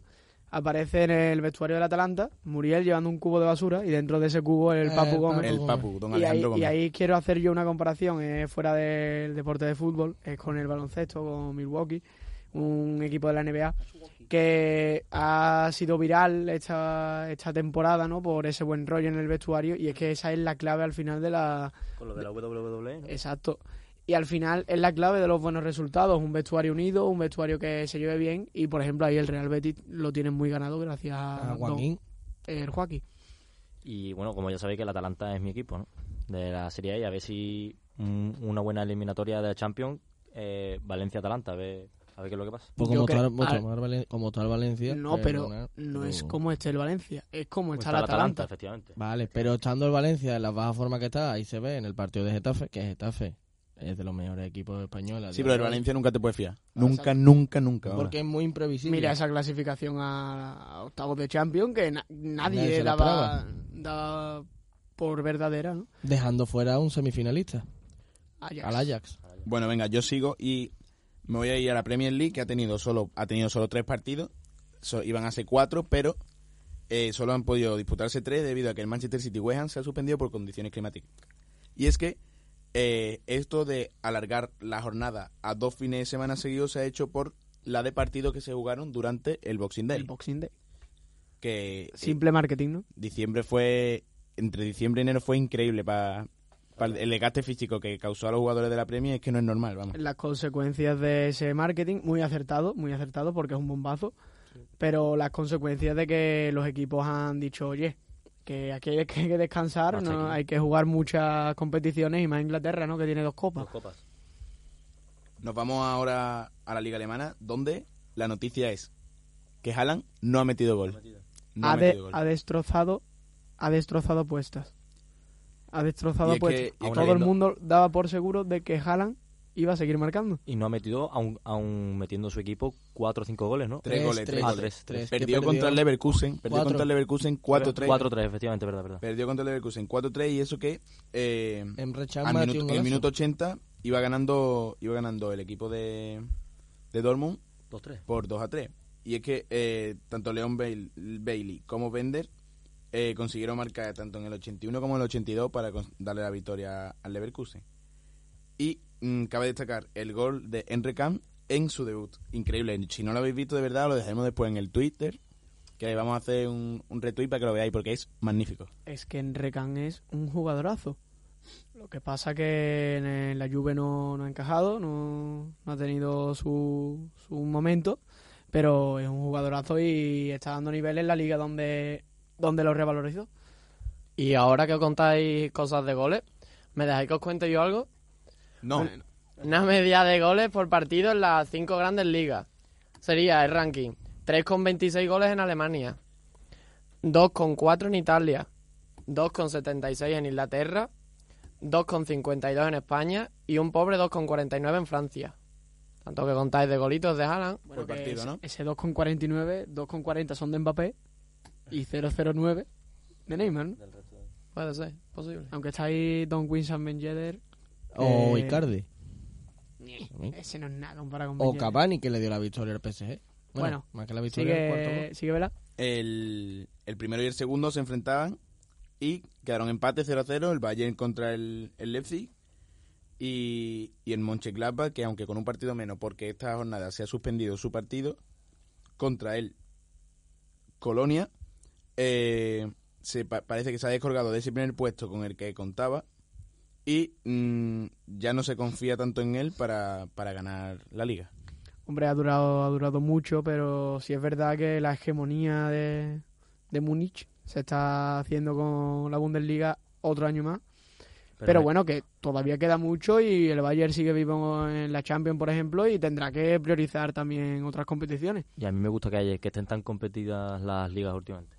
[SPEAKER 2] aparece en el vestuario del Atalanta Muriel llevando un cubo de basura y dentro de ese cubo el
[SPEAKER 4] Eh,
[SPEAKER 2] Papu
[SPEAKER 4] el
[SPEAKER 2] Gómez.
[SPEAKER 5] El Papu, don
[SPEAKER 2] Y ahí,
[SPEAKER 5] Alejandro
[SPEAKER 2] y
[SPEAKER 5] Gómez.
[SPEAKER 2] ahí quiero hacer yo una comparación eh, fuera del deporte de fútbol, es con el baloncesto, con Milwaukee, un equipo de la NBA que ha sido viral esta, esta temporada ¿no? por ese buen rollo en el vestuario y es que esa es la clave al final de la...
[SPEAKER 3] Con lo de la WWE, ¿no?
[SPEAKER 2] Exacto. Y al final es la clave de los buenos resultados, un vestuario unido, un vestuario que se lleve bien y por ejemplo ahí el Real Betis lo tiene muy ganado gracias a,
[SPEAKER 4] A
[SPEAKER 2] don-
[SPEAKER 4] Joaquín.
[SPEAKER 2] el Joaquín.
[SPEAKER 3] Y bueno, como ya sabéis que el Atalanta es mi equipo, ¿no? De la Serie A y a ver si un- una buena eliminatoria de la Champions, eh, Valencia-Atalanta, a ver, a ver qué es lo que pasa.
[SPEAKER 4] Pues
[SPEAKER 2] Yo
[SPEAKER 4] como,
[SPEAKER 2] que-
[SPEAKER 4] está,
[SPEAKER 2] al-
[SPEAKER 4] como está el Valencia.
[SPEAKER 2] No, pero
[SPEAKER 4] ganar,
[SPEAKER 2] no es
[SPEAKER 4] pero-
[SPEAKER 2] como esté el Valencia, es como
[SPEAKER 3] Pues
[SPEAKER 2] está, el Atalanta.
[SPEAKER 3] efectivamente.
[SPEAKER 4] Vale, pero estando el Valencia en la baja forma que está, ahí se ve en el partido de Getafe, que Getafe es de los mejores equipos españoles.
[SPEAKER 5] Sí, pero el Valencia nunca te puedes fiar.
[SPEAKER 2] Ah, exacto.
[SPEAKER 5] Nunca, nunca, nunca. vamos.
[SPEAKER 4] Porque es muy imprevisible.
[SPEAKER 2] Mira esa clasificación a, a octavos de Champions que na- nadie,
[SPEAKER 4] Nadie se la
[SPEAKER 2] daba, daba por verdadera, ¿no?
[SPEAKER 4] Dejando fuera a un semifinalista,
[SPEAKER 2] Ajax.
[SPEAKER 4] al Ajax.
[SPEAKER 5] Bueno, venga, yo sigo y me voy a ir a la Premier League, que ha tenido solo, ha tenido solo tres partidos. So- iban a ser cuatro, pero eh, solo han podido disputarse tres debido a que el Manchester City West Ham se ha suspendido por condiciones climáticas. Y es que eh, esto de alargar la jornada a dos fines de semana seguidos se ha hecho por la de partidos que se jugaron durante el Boxing Day.
[SPEAKER 2] El Boxing Day.
[SPEAKER 5] que eh,
[SPEAKER 2] Simple marketing, ¿no?
[SPEAKER 5] diciembre fue entre diciembre y enero fue increíble para el desgaste físico que causó a los jugadores de la Premier es que no es normal, vamos.
[SPEAKER 2] Las consecuencias de ese marketing, muy acertado, muy acertado porque es un bombazo, pero las consecuencias de que los equipos han dicho, oye, que aquí hay que descansar,
[SPEAKER 3] Hasta
[SPEAKER 2] ¿no?
[SPEAKER 3] aquí.
[SPEAKER 2] hay que jugar muchas competiciones y más Inglaterra, ¿no? Que tiene dos copas.
[SPEAKER 3] Dos copas.
[SPEAKER 5] Nos vamos ahora a la liga alemana donde la noticia es que Haaland no ha metido gol. No ha
[SPEAKER 2] ha, de-
[SPEAKER 5] metido gol.
[SPEAKER 2] ha destrozado ha destrozado apuestas ha
[SPEAKER 5] Y
[SPEAKER 2] destrozado
[SPEAKER 5] es que-
[SPEAKER 2] apuestas
[SPEAKER 5] y es que
[SPEAKER 2] todo el
[SPEAKER 3] viendo-
[SPEAKER 2] mundo daba por seguro de que Haaland iba a seguir marcando
[SPEAKER 3] Y no ha metido, aún, aún metiendo su equipo, cuatro o cinco goles, ¿no?
[SPEAKER 5] Tres goles, tres
[SPEAKER 3] Ah,
[SPEAKER 5] goles.
[SPEAKER 3] tres, tres.
[SPEAKER 4] que
[SPEAKER 5] Perdió contra el Leverkusen, perdió
[SPEAKER 4] Cuatro.
[SPEAKER 5] contra el Leverkusen 4-3.
[SPEAKER 3] 4-3, efectivamente, verdad, verdad.
[SPEAKER 5] Perdió contra el Leverkusen 4-3 y eso que eh,
[SPEAKER 4] Emre Can
[SPEAKER 5] al
[SPEAKER 4] metió
[SPEAKER 5] minuto,
[SPEAKER 4] un
[SPEAKER 5] en el
[SPEAKER 4] golazo.
[SPEAKER 5] minuto 80 iba ganando iba ganando el equipo de de Dortmund
[SPEAKER 3] 2-3.
[SPEAKER 5] por 2 a 3. Y es que eh, tanto Leon Bail- Bailey como Bender eh, consiguieron marcar tanto en el 81 como en el 82 para cons- darle la victoria al Leverkusen. Y mm, cabe destacar el gol de Enre Can en su debut. Increíble. Si no lo habéis visto de verdad, lo dejaremos después en el Twitter. Que vamos a hacer un, un retweet para que lo veáis porque es magnífico.
[SPEAKER 2] es que Enrecan es un jugadorazo lo que pasa que en el- la Juve no, no ha encajado no, no ha tenido su, su momento pero es un jugadorazo y está dando nivel en la liga donde donde lo revalorizó
[SPEAKER 6] Y ahora que contáis cosas de goles, ¿me dejáis que os cuente yo algo?
[SPEAKER 5] No,
[SPEAKER 6] Una media de goles por partido en las cinco grandes ligas. Sería el ranking 3,26 goles en Alemania, 2,4 en Italia, 2,76 en Inglaterra, 2,52 en España y un pobre 2,49 en Francia. Tanto que contáis de golitos de Haaland.
[SPEAKER 2] Bueno,
[SPEAKER 5] Por
[SPEAKER 2] que
[SPEAKER 5] partido,
[SPEAKER 2] ese,
[SPEAKER 5] ¿no?
[SPEAKER 2] Ese 2,49, 2,40 son de Mbappé y 0,09 de Neymar, ¿no?
[SPEAKER 6] Puede ser, posible.
[SPEAKER 2] Aunque está ahí Don Winston Ben Yedder,
[SPEAKER 4] O
[SPEAKER 2] Eh,
[SPEAKER 4] Icardi.
[SPEAKER 2] ese no es nada comparado con Ben
[SPEAKER 4] O
[SPEAKER 2] Yedder.
[SPEAKER 4] Cavani, que le dio la victoria al PSG. Bueno,
[SPEAKER 2] Bueno,
[SPEAKER 4] más que la victoria, el cuarto gol.
[SPEAKER 2] Sigue, sigue ¿verdad?
[SPEAKER 5] el, el primero y el segundo se enfrentaban y quedaron empate 0-0, el Bayern contra el, el Leipzig y, y el Mönchengladbach, que aunque con un partido menos, porque esta jornada se ha suspendido su partido, contra el Colonia, eh, se pa- parece que se ha descolgado de ese primer puesto con el que contaba y mm, ya no se confía tanto en él para, para ganar la liga.
[SPEAKER 2] Hombre, ha durado, ha durado mucho, pero sí es verdad que la hegemonía de, de Múnich se está haciendo con la Bundesliga otro año más. Pero bueno, que todavía queda mucho y el Bayern sigue vivo en la Champions, por ejemplo, y tendrá que priorizar también otras competiciones.
[SPEAKER 3] Y a mí me gusta que, haya- que estén tan competidas las ligas últimamente.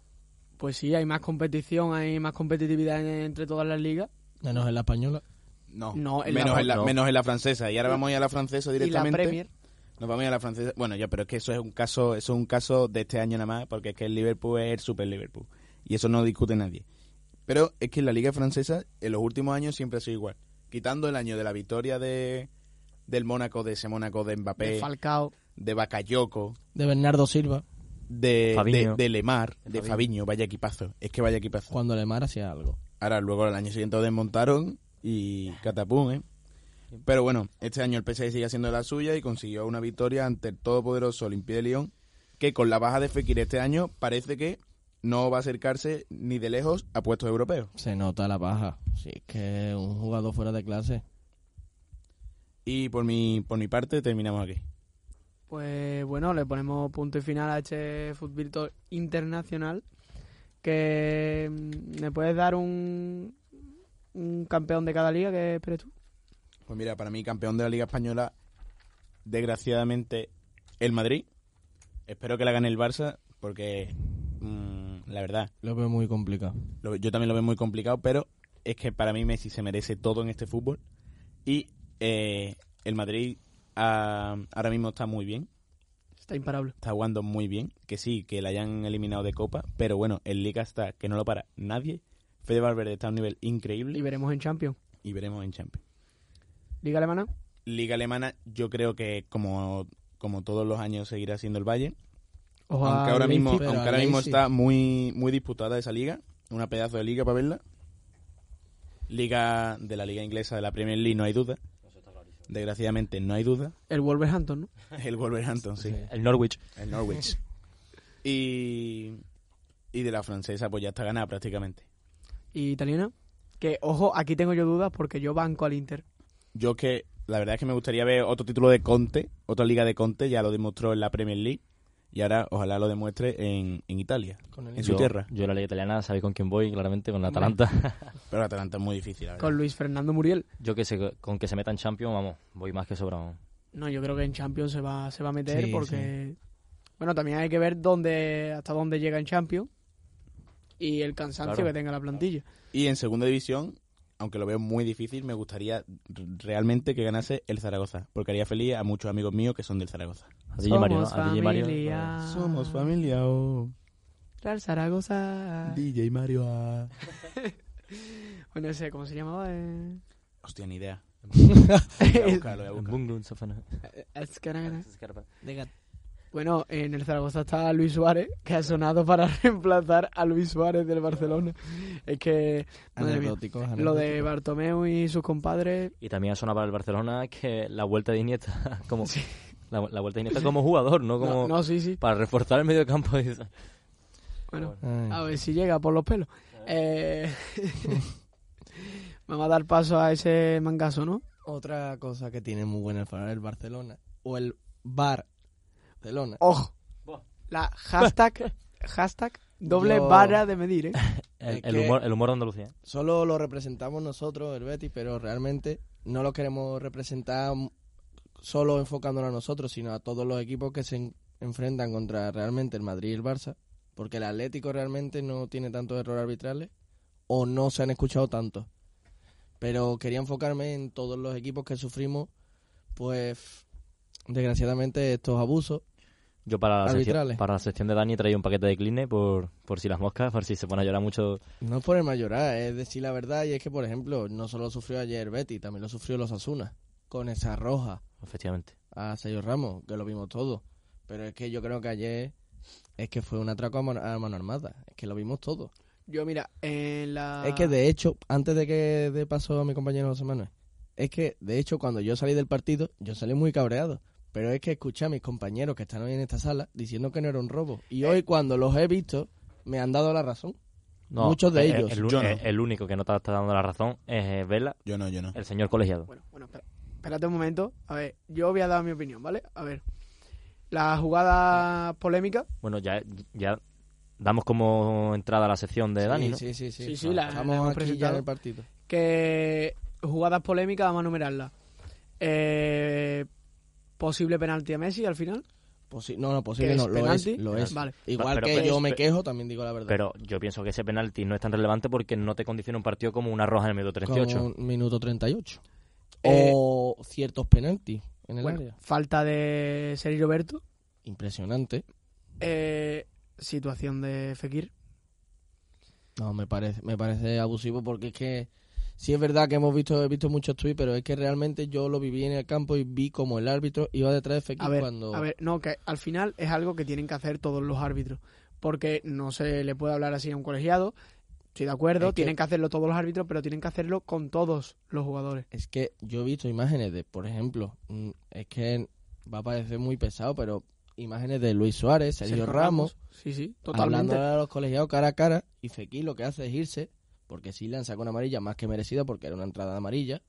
[SPEAKER 2] Pues sí, hay más competición, hay más competitividad en- entre todas las ligas.
[SPEAKER 4] Menos en la española.
[SPEAKER 5] No,
[SPEAKER 2] No, en la
[SPEAKER 5] menos,
[SPEAKER 2] fran-
[SPEAKER 5] en la,
[SPEAKER 3] no.
[SPEAKER 5] menos en la francesa. Y ahora vamos a ir a la francesa
[SPEAKER 2] Y la
[SPEAKER 5] directamente.
[SPEAKER 2] Premier.
[SPEAKER 5] Nos vamos a ir a la francesa. Bueno, ya, pero es que eso es un caso, eso es un caso de este año nada más, porque es que el Liverpool es el super Liverpool. Y eso no discute nadie. Pero es que la liga francesa en los últimos años siempre ha sido igual. Quitando el año de la victoria de del Mónaco, de ese Mónaco de Mbappé,
[SPEAKER 2] de
[SPEAKER 5] de,
[SPEAKER 2] Falcao.
[SPEAKER 5] Bakayoko,
[SPEAKER 4] De Bernardo Silva.
[SPEAKER 5] de, de,
[SPEAKER 3] Fabinho.
[SPEAKER 5] de Lemar, de
[SPEAKER 3] Fabinho.
[SPEAKER 5] Fabiño, vaya equipazo. Es que vaya equipazo.
[SPEAKER 4] Cuando Lemar hacía algo.
[SPEAKER 5] Ahora, luego el año siguiente lo desmontaron y catapum, ¿eh? Pero bueno, este año el PSG sigue haciendo la suya y consiguió una victoria ante el todopoderoso Olympique de Lyon, que con la baja de Fekir este año parece que no va a acercarse ni de lejos a puestos europeos.
[SPEAKER 4] Se nota la baja. Sí, es que un jugador fuera de clase.
[SPEAKER 5] Y por mi, por mi parte terminamos aquí.
[SPEAKER 2] Pues bueno, le ponemos punto y final a este fútbol to- internacional. Que mm, me puedes dar un, un campeón de cada liga que esperes tú.
[SPEAKER 5] Pues mira, para mí campeón de la Liga Española, desgraciadamente, el Madrid. Espero que la gane el Barça, porque mm, la verdad,
[SPEAKER 4] Lo veo muy complicado.
[SPEAKER 5] Lo- yo también lo veo muy complicado, pero es que para mí Messi se merece todo en este fútbol. Y eh, el Madrid ah, ahora mismo está muy bien,
[SPEAKER 2] Está imparable.
[SPEAKER 5] está jugando muy bien. Que sí, que la hayan eliminado de Copa, pero bueno, el Liga está que no lo para nadie. Fede Valverde está a un nivel
[SPEAKER 2] Y
[SPEAKER 5] increíble
[SPEAKER 2] veremos en Champions.
[SPEAKER 5] y veremos en Champions.
[SPEAKER 2] Liga Alemana.
[SPEAKER 5] Liga Alemana, yo creo que como, como todos los años seguirá siendo el Bayern.
[SPEAKER 2] Ojo
[SPEAKER 5] aunque
[SPEAKER 2] al
[SPEAKER 5] ahora mismo,
[SPEAKER 2] Leipzig.
[SPEAKER 4] Pero al
[SPEAKER 5] aunque ahora mismo
[SPEAKER 4] Leipzig.
[SPEAKER 5] está muy, muy disputada esa liga, una pedazo de liga para verla. Liga de la liga inglesa de la Premier League no hay duda. Desgraciadamente no hay duda.
[SPEAKER 2] El Wolverhampton, ¿no?
[SPEAKER 5] El Wolverhampton, sí.
[SPEAKER 3] El Norwich.
[SPEAKER 5] El Norwich. Y, y de la francesa pues ya está ganada prácticamente.
[SPEAKER 2] Y italiana. Que ojo, aquí tengo yo dudas porque yo banco al Inter.
[SPEAKER 5] Yo es que la verdad es que me gustaría ver otro título de Conte, otra liga de Conte, ya lo demostró en la Premier League y ahora ojalá lo demuestre en, en Italia,
[SPEAKER 4] Con el
[SPEAKER 5] en su
[SPEAKER 3] Yo-
[SPEAKER 5] tierra.
[SPEAKER 3] Yo en la liga italiana, sabéis con quién voy, claramente, con la Atalanta.
[SPEAKER 5] Pero Atalanta es muy difícil, la verdad.
[SPEAKER 2] Con Luis Fernando Muriel.
[SPEAKER 3] Yo que sé, con que se metan Champions, vamos, voy más que sobrado.
[SPEAKER 2] No, yo creo que en Champions se va, se va a meter
[SPEAKER 4] Sí,
[SPEAKER 2] porque. Bueno, también hay que ver dónde hasta dónde llega en Champions y el cansancio
[SPEAKER 3] Claro.
[SPEAKER 2] que tenga la plantilla.
[SPEAKER 5] Y en segunda división, aunque lo veo muy difícil, me gustaría r- realmente que ganase el Zaragoza, porque haría feliz a muchos amigos míos que son del Zaragoza.
[SPEAKER 3] A DJ Mario, ¿no?
[SPEAKER 2] Somos
[SPEAKER 3] A DJ Mario.
[SPEAKER 2] familia.
[SPEAKER 5] familia,
[SPEAKER 2] Real Zaragoza.
[SPEAKER 5] DJ Mario.
[SPEAKER 2] Bueno, ese, ¿cómo se llamaba? Eh,
[SPEAKER 5] Hostia, ni idea. Lo voy a
[SPEAKER 2] es-
[SPEAKER 5] buscar, lo
[SPEAKER 3] pues,
[SPEAKER 5] voy a buscar.
[SPEAKER 3] Bunglun, Safana.
[SPEAKER 2] es que era- era-
[SPEAKER 4] De
[SPEAKER 2] Bueno, en el Zaragoza está Luis Suárez, que ha sonado para reemplazar a Luis Suárez del Barcelona. Es que, madre mía,
[SPEAKER 4] Anecdótico,
[SPEAKER 2] lo de
[SPEAKER 4] anecdótico.
[SPEAKER 2] Bartomeu y sus compadres,
[SPEAKER 3] Y también suena para el Barcelona que la vuelta de Iniesta como la, la vuelta de Iniesta como jugador, no
[SPEAKER 2] no,
[SPEAKER 3] como
[SPEAKER 2] no, sí, sí,
[SPEAKER 3] para reforzar el medio campo.
[SPEAKER 2] bueno,
[SPEAKER 4] Ay.
[SPEAKER 2] A ver si llega por los pelos. Eh, Vamos a dar paso a ese mangazo, ¿no?
[SPEAKER 4] Otra cosa que tiene muy buena el Far- el Barcelona o el Barcelona.
[SPEAKER 2] Ojo. La hashtag, hashtag doble
[SPEAKER 4] Yo-
[SPEAKER 2] vara de medir, ¿eh?
[SPEAKER 3] El,
[SPEAKER 4] Es
[SPEAKER 3] el
[SPEAKER 4] que-
[SPEAKER 3] humor, el humor de Andalucía.
[SPEAKER 4] Solo lo representamos nosotros, el Betis, pero realmente no lo queremos representar solo enfocándolo a nosotros, sino a todos los equipos que se en- enfrentan contra realmente el Madrid y el Barça, porque el Atlético realmente no tiene tantos errores arbitrales o no se han escuchado tantos. Pero quería enfocarme en todos los equipos que sufrimos, pues desgraciadamente estos abusos.
[SPEAKER 3] Yo para la, sección,
[SPEAKER 4] Arbitrales.
[SPEAKER 3] para la sección de Dani traía un paquete de Kline por, por si las moscas, por si se pone a llorar mucho.
[SPEAKER 4] No es ponerme a llorar, es decir la verdad, y es que, por ejemplo, no solo sufrió ayer el Betis, también lo sufrió los Asuna, con esa roja.
[SPEAKER 3] Efectivamente.
[SPEAKER 4] a Sergio Ramos, que lo vimos todo. Pero es que yo creo que ayer es que fue un atraco a mano, a mano armada. Es que lo vimos todo.
[SPEAKER 2] Yo, mira, en la...
[SPEAKER 4] Es que de hecho, antes de que dé paso a mi compañero José Manuel, es que de hecho cuando yo salí del partido, yo salí muy cabreado. Pero es que escuché a mis compañeros que están hoy en esta sala diciendo que no era un robo.
[SPEAKER 2] Eh.
[SPEAKER 4] Y hoy cuando los he visto, me han dado la razón.
[SPEAKER 3] No,
[SPEAKER 4] Muchos de
[SPEAKER 3] el-
[SPEAKER 4] ellos.
[SPEAKER 3] El, el-
[SPEAKER 5] Yo no.
[SPEAKER 3] el- el único que no te está dando la razón es eh, Vela,
[SPEAKER 5] Yo no, yo no.
[SPEAKER 3] el señor colegiado.
[SPEAKER 2] Bueno, bueno, espera- espérate un momento. A ver, yo voy a dar mi opinión, ¿vale? A ver. La jugada polémica.
[SPEAKER 3] Bueno, ya, ya damos como entrada a la sección de Dani,
[SPEAKER 4] sí,
[SPEAKER 3] ¿no?
[SPEAKER 4] sí, sí, sí.
[SPEAKER 2] Sí, sí, la-
[SPEAKER 4] Estamos
[SPEAKER 2] la hemos
[SPEAKER 4] aquí
[SPEAKER 2] presentado.
[SPEAKER 4] ya en el partido.
[SPEAKER 2] que jugadas polémicas, vamos a numerarlas. Eh, posible penalti a Messi al final.
[SPEAKER 4] Posi- no, no,
[SPEAKER 2] ¿Que
[SPEAKER 4] posible
[SPEAKER 2] es
[SPEAKER 4] no, lo es,
[SPEAKER 2] penalti? Ah,
[SPEAKER 4] lo es.
[SPEAKER 2] Vale.
[SPEAKER 4] Igual
[SPEAKER 3] Pero-
[SPEAKER 4] que
[SPEAKER 3] pero-
[SPEAKER 4] yo
[SPEAKER 3] pero-
[SPEAKER 4] me quejo, también digo la verdad.
[SPEAKER 3] Pero yo pienso que ese penalti no es tan relevante porque no te condiciona un partido como una roja en el medio 38.
[SPEAKER 4] Como un minuto 38.
[SPEAKER 2] Eh,
[SPEAKER 4] o ciertos penaltis en el
[SPEAKER 2] Bueno,
[SPEAKER 4] área.
[SPEAKER 2] falta de Sergio Roberto.
[SPEAKER 4] Impresionante.
[SPEAKER 2] Eh, situación de Fekir.
[SPEAKER 4] No, me parece, me parece abusivo porque es que Sí es verdad que hemos visto, he visto muchos tweets, pero es que realmente yo lo viví en el campo y vi como el árbitro iba detrás de Fekir
[SPEAKER 2] A ver,
[SPEAKER 4] cuando...
[SPEAKER 2] a ver, no, que al final es algo que tienen que hacer todos los árbitros, porque no se le puede hablar así a un colegiado. Estoy de acuerdo,
[SPEAKER 4] Es que-
[SPEAKER 2] tienen que hacerlo todos los árbitros, pero tienen que hacerlo con todos los jugadores.
[SPEAKER 4] Es que yo he visto imágenes de, por ejemplo, mm, es que va a parecer muy pesado, pero imágenes de Luis Suárez, Sergio,
[SPEAKER 2] Sergio
[SPEAKER 4] Ramos,
[SPEAKER 2] Sí, sí,
[SPEAKER 4] hablando
[SPEAKER 2] totalmente.
[SPEAKER 4] a los colegiados cara a cara, y Fekir lo que hace es irse, porque sí le han sacado una amarilla más que merecida, porque era una entrada amarilla,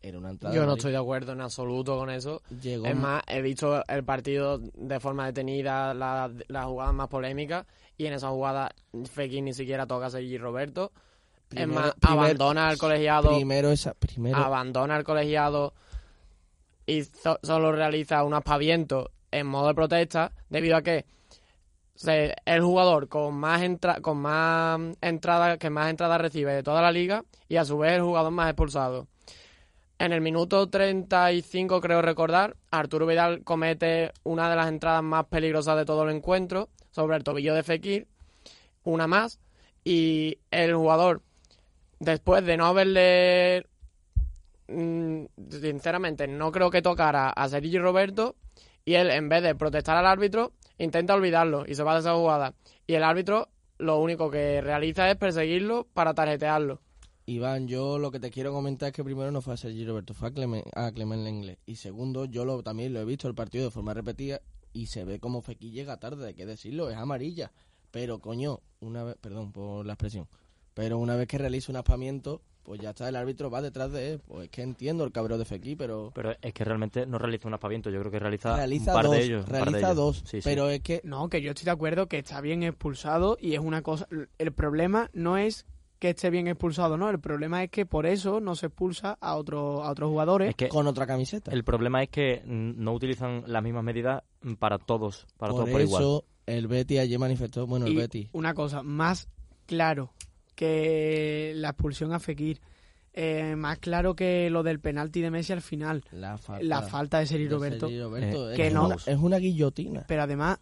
[SPEAKER 4] era una entrada
[SPEAKER 6] Yo no
[SPEAKER 4] amarilla.
[SPEAKER 6] estoy de acuerdo en absoluto con eso.
[SPEAKER 4] Llegó
[SPEAKER 6] Es más, he visto el partido de forma detenida, la- las jugadas más polémicas, y en esa jugada Fekir ni siquiera toca a Sergi Roberto.
[SPEAKER 4] primero-
[SPEAKER 6] es más,
[SPEAKER 4] primer-
[SPEAKER 6] abandona al colegiado,
[SPEAKER 4] Primero esa, primero...
[SPEAKER 6] abandona al colegiado y zo- solo realiza un aspaviento en modo de protesta, debido a que se- el jugador con más entra con más entradas que más entradas recibe de toda la liga y a su vez el jugador más expulsado. En el minuto 35, creo recordar, Arturo Vidal comete una de las entradas más peligrosas de todo el encuentro sobre el tobillo de Fekir, una más, y el jugador, después de no haberle... mm, Sinceramente, no creo que tocara a Sergio Roberto, y él, en vez de protestar al árbitro, intenta olvidarlo y se va de esa jugada. Y el árbitro lo único que realiza es perseguirlo para tarjetearlo.
[SPEAKER 4] Iván, yo lo que te quiero comentar es que primero no fue a Sergi Roberto, fue a Clemen, a Clement Lenglet. Y segundo, yo lo, también lo he visto el partido de forma repetida y se ve como Fekir llega tarde, hay que decirlo, es amarilla. Pero coño, una vez, perdón por la expresión, pero una vez que realiza un aspamiento, pues ya está, el árbitro va detrás de él. Pues es que entiendo el cabrón de Fekir, pero
[SPEAKER 3] Pero es que realmente no realiza un aspaviento, yo creo que realiza,
[SPEAKER 4] realiza
[SPEAKER 3] un par
[SPEAKER 4] dos,
[SPEAKER 3] de ellos. un par de
[SPEAKER 4] realiza
[SPEAKER 3] ellos.
[SPEAKER 4] dos.
[SPEAKER 3] Sí, sí.
[SPEAKER 4] pero es que
[SPEAKER 2] No, que yo estoy de acuerdo que está bien expulsado y es una cosa. El problema no es que esté bien expulsado, no. El problema es que por eso no se expulsa a, otro, a otros jugadores.
[SPEAKER 3] es que
[SPEAKER 4] con otra camiseta.
[SPEAKER 3] Eh, el problema es que mm, no utilizan las mismas medidas mm, para todos, para
[SPEAKER 4] por
[SPEAKER 3] todos por igual.
[SPEAKER 4] eso el Betty ayer manifestó, bueno, el
[SPEAKER 2] Y
[SPEAKER 4] Betty,
[SPEAKER 2] Una cosa, más claro que la expulsión a Fekir, eh, más claro que lo del penalti de Messi al final,
[SPEAKER 4] la falta,
[SPEAKER 2] la falta de Seri
[SPEAKER 4] de
[SPEAKER 2] Roberto.
[SPEAKER 4] Sergi Roberto,
[SPEAKER 3] Eh,
[SPEAKER 4] es
[SPEAKER 2] que no-
[SPEAKER 4] una- es una guillotina.
[SPEAKER 2] Pero además,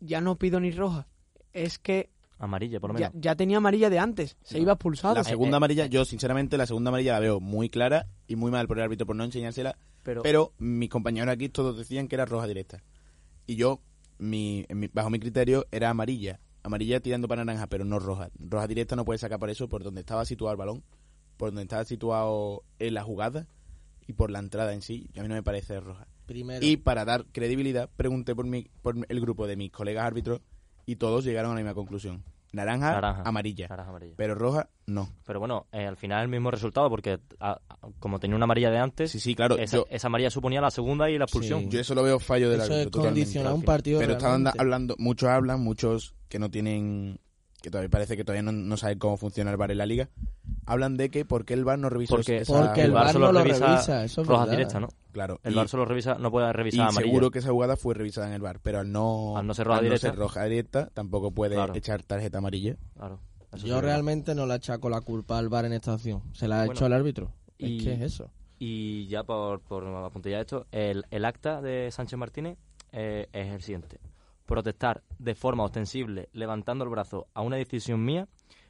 [SPEAKER 2] ya no pido ni roja. Es que
[SPEAKER 3] Amarilla, por lo
[SPEAKER 2] ya,
[SPEAKER 3] menos.
[SPEAKER 2] ya tenía amarilla de antes, se iba expulsado.
[SPEAKER 5] La
[SPEAKER 3] Eh,
[SPEAKER 5] segunda amarilla, yo sinceramente la segunda amarilla la veo muy clara y muy mal por el árbitro por no enseñársela,
[SPEAKER 3] Pero,
[SPEAKER 5] pero mis compañeros aquí todos decían que era roja directa. Y yo, mi, en mi- bajo mi criterio, era amarilla. Amarilla tirando para naranja, pero no roja. Roja directa no puede sacar por eso, por donde estaba situado el balón, por donde estaba situado en la jugada y por la entrada en sí. A mí no me parece roja.
[SPEAKER 4] Primero,
[SPEAKER 5] Y para dar credibilidad, pregunté por, mi, por el grupo de mis colegas árbitros y todos llegaron a la misma conclusión. Naranja,
[SPEAKER 3] Naranja.
[SPEAKER 5] amarilla.
[SPEAKER 3] naranja amarilla.
[SPEAKER 5] Pero roja, no.
[SPEAKER 3] Pero bueno, eh, al final el mismo resultado, porque a- a- como tenía una amarilla de antes,
[SPEAKER 5] Sí, sí, claro.
[SPEAKER 3] esa,
[SPEAKER 5] yo,
[SPEAKER 3] esa amarilla suponía la segunda y la expulsión.
[SPEAKER 4] Sí.
[SPEAKER 5] yo eso lo veo fallo del
[SPEAKER 4] eso es
[SPEAKER 5] árbitro. totalmente.
[SPEAKER 4] condicionar un
[SPEAKER 3] al final.
[SPEAKER 4] partido
[SPEAKER 5] Pero estaban da-
[SPEAKER 4] realmente.
[SPEAKER 5] hablando, muchos hablan, muchos que no tienen, que todavía parece que todavía no, no saben cómo funciona el VAR en la liga, hablan de que por qué el VAR no revisa
[SPEAKER 3] Porque-
[SPEAKER 5] esa-
[SPEAKER 4] Porque el
[SPEAKER 3] VAR
[SPEAKER 4] VAR
[SPEAKER 3] solo
[SPEAKER 4] no lo
[SPEAKER 3] revisa
[SPEAKER 4] revisa, eso es
[SPEAKER 3] Roja
[SPEAKER 4] verdad.
[SPEAKER 3] directa, ¿no?
[SPEAKER 5] Claro,
[SPEAKER 3] El
[SPEAKER 5] y-
[SPEAKER 3] VAR solo revisa, no puede
[SPEAKER 5] y
[SPEAKER 3] revisar amarilla.
[SPEAKER 5] seguro que esa jugada fue revisada en el VAR, pero al no,
[SPEAKER 3] Al no ser roja directa.
[SPEAKER 5] ser roja directa, tampoco puede
[SPEAKER 3] Claro.
[SPEAKER 5] echar tarjeta amarilla.
[SPEAKER 3] Claro, eso sí
[SPEAKER 4] Yo
[SPEAKER 3] es verdad.
[SPEAKER 4] realmente no le achaco la culpa al VAR en esta acción. Se la ha
[SPEAKER 3] Bueno,
[SPEAKER 4] hecho al árbitro.
[SPEAKER 3] y-
[SPEAKER 4] Es que es eso.
[SPEAKER 3] Y ya por, por apuntar ya esto, el, el acta de Sánchez Martínez eh, es el siguiente. Protestar de forma ostensible, levantando el brazo a una decisión mía,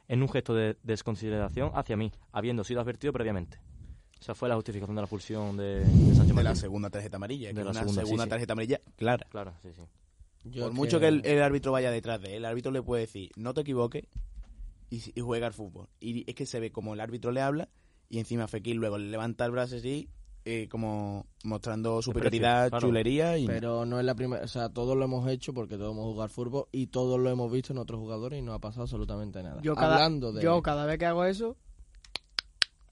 [SPEAKER 3] en un gesto de desconsideración hacia mí, habiendo sido advertido previamente. Esa fue la justificación de la expulsión de, de Sánchez
[SPEAKER 5] De la
[SPEAKER 3] Martínez.
[SPEAKER 5] segunda tarjeta amarilla.
[SPEAKER 3] De
[SPEAKER 5] que
[SPEAKER 3] la
[SPEAKER 5] una
[SPEAKER 3] segunda,
[SPEAKER 5] segunda,
[SPEAKER 3] sí, sí.
[SPEAKER 5] tarjeta amarilla clara.
[SPEAKER 3] Claro, sí, sí.
[SPEAKER 4] Yo
[SPEAKER 5] Por
[SPEAKER 4] es
[SPEAKER 5] mucho que el, el árbitro vaya detrás de él, el árbitro le puede decir, no te equivoques, y, si- y juega al fútbol. Y es que se ve como el árbitro le habla, y encima Fekir luego le levanta el brazo así, eh, como mostrando superioridad,
[SPEAKER 3] claro.
[SPEAKER 5] chulería. Y
[SPEAKER 4] Pero no es la primera... O sea, todos lo hemos hecho porque todos hemos jugado al fútbol y todos lo hemos visto en otros jugadores y no ha pasado absolutamente nada.
[SPEAKER 2] Yo cada,
[SPEAKER 4] Hablando de...
[SPEAKER 2] yo cada vez que hago eso,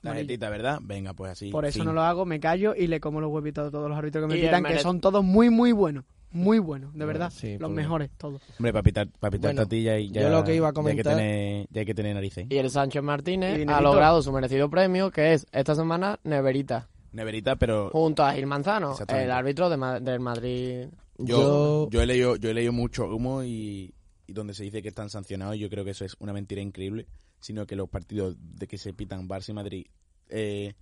[SPEAKER 5] tarjetita, ¿verdad? Venga, pues así.
[SPEAKER 2] por eso
[SPEAKER 5] fin.
[SPEAKER 2] no lo hago, me callo y le como los huevitos a todos los árbitros que me
[SPEAKER 6] Y el
[SPEAKER 2] pitan, que
[SPEAKER 6] mere-
[SPEAKER 2] son todos muy, muy buenos. Muy buenos, de
[SPEAKER 4] Bueno,
[SPEAKER 2] verdad.
[SPEAKER 4] sí, pues. por
[SPEAKER 2] los
[SPEAKER 4] lo-
[SPEAKER 2] mejores, todos.
[SPEAKER 5] Hombre, para pitar, para pitar
[SPEAKER 4] Bueno,
[SPEAKER 5] tatilla y ya,
[SPEAKER 4] yo lo que iba a
[SPEAKER 5] ya
[SPEAKER 4] comentar-
[SPEAKER 5] hay que tener, ya hay que tener narices.
[SPEAKER 6] Y el Sánchez
[SPEAKER 2] Y
[SPEAKER 6] Martínez ha
[SPEAKER 2] dinerito.
[SPEAKER 6] logrado su merecido premio, que es esta semana Neverita,
[SPEAKER 5] Neverita, pero
[SPEAKER 6] junto a Gil Manzano,
[SPEAKER 5] Exactamente.
[SPEAKER 6] el árbitro de Ma- del Madrid.
[SPEAKER 5] Yo, yo he leído, yo he leído mucho humo y, y donde se dice que están sancionados, yo creo que eso es una mentira increíble, sino que los partidos de que se pitan Barça y Madrid eh,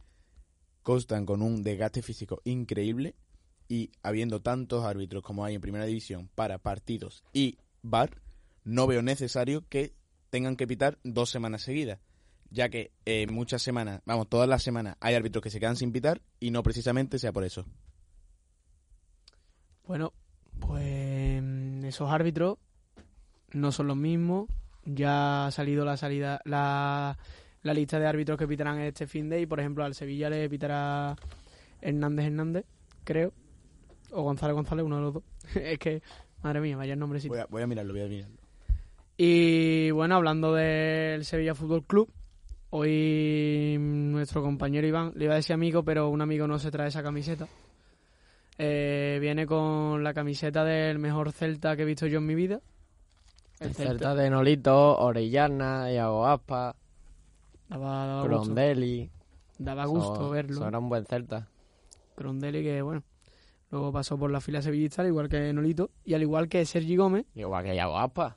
[SPEAKER 5] constan con un desgaste físico increíble y habiendo tantos árbitros como hay en primera división para partidos y VAR, no veo necesario que tengan que pitar dos semanas seguidas. ya que eh, muchas semanas, vamos, todas las semanas hay árbitros que se quedan sin pitar y no precisamente sea por eso.
[SPEAKER 2] Bueno, pues mm, esos árbitros no son los mismos. Ya ha salido la salida, la, la lista de árbitros que pitarán este fin de y por ejemplo al Sevilla le pitará Hernández Hernández, creo, o González González, uno de los dos. es que, madre mía, vaya nombrecito.
[SPEAKER 5] Voy a, voy a mirarlo, voy a mirarlo.
[SPEAKER 2] Y bueno, hablando del Sevilla Fútbol Club, hoy nuestro compañero Iván, le iba a decir amigo, pero un amigo no se trae esa camiseta. Eh, viene con la camiseta del mejor Celta que he visto yo en mi vida.
[SPEAKER 6] El Celta de Nolito, Orellana, Iago Aspa,
[SPEAKER 2] Daba, daba gusto,
[SPEAKER 6] Crondelli.
[SPEAKER 2] daba gusto
[SPEAKER 6] Eso-
[SPEAKER 2] verlo.
[SPEAKER 6] eso era un buen Celta.
[SPEAKER 2] Crondelli que, bueno, luego pasó por la fila sevillista, al igual que Nolito, y al igual que Sergi Gómez.
[SPEAKER 6] Igual que Iago Aspa.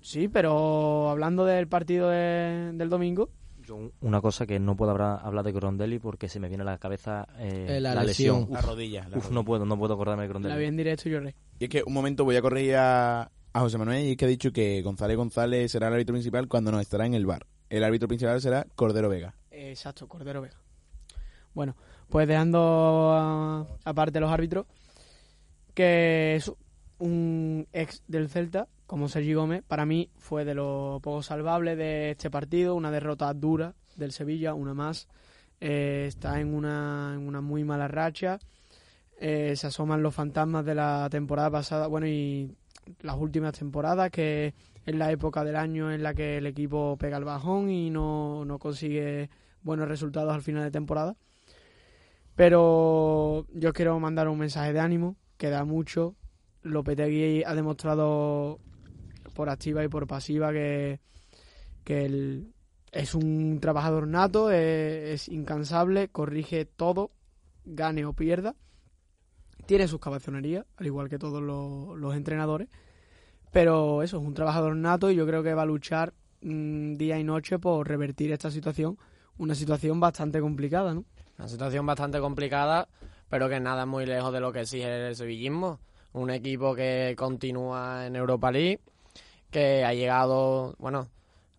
[SPEAKER 2] Sí, pero hablando del partido de- del domingo,
[SPEAKER 3] Yo un- una cosa que no puedo hablar, hablar de Grondelli porque se me viene a la cabeza eh,
[SPEAKER 4] Eh, la
[SPEAKER 3] la,
[SPEAKER 4] lesión.
[SPEAKER 3] lesión.
[SPEAKER 5] La rodilla. la
[SPEAKER 3] Uf,
[SPEAKER 5] rodilla.
[SPEAKER 3] no puedo, no puedo acordarme de Grondelli.
[SPEAKER 2] la vi en directo y lloré.
[SPEAKER 5] Y es que un momento voy a corregir a, a José Manuel y es que ha dicho que González González será el árbitro principal cuando no estará en el bar. El árbitro principal será Cordero Vega.
[SPEAKER 2] Exacto, Cordero Vega. Bueno, pues dejando a- aparte los árbitros, que es un ex del Celta, como Sergi Gómez, para mí fue de lo poco salvable de este partido, una derrota dura del Sevilla, una más. Eh, está en una, en una muy mala racha. Eh, se asoman los fantasmas de la temporada pasada, bueno, y las últimas temporadas, que es la época del año en la que el equipo pega el bajón y no, no consigue buenos resultados al final de temporada. Pero yo quiero mandar un mensaje de ánimo, que da mucho. Lopetegui ha demostrado por activa y por pasiva que, que él es un trabajador nato, eh, es, incansable, corrige todo, gane o pierda. Tiene sus cabezonerías, al igual que todos los, los entrenadores. Pero eso, es un trabajador nato y yo creo que va a luchar mm, día y noche por revertir esta situación una situación bastante complicada, ¿no?
[SPEAKER 6] Una situación bastante complicada, pero que nada muy lejos de lo que exige el sevillismo. Un equipo que continúa en Europa League, que ha llegado, bueno,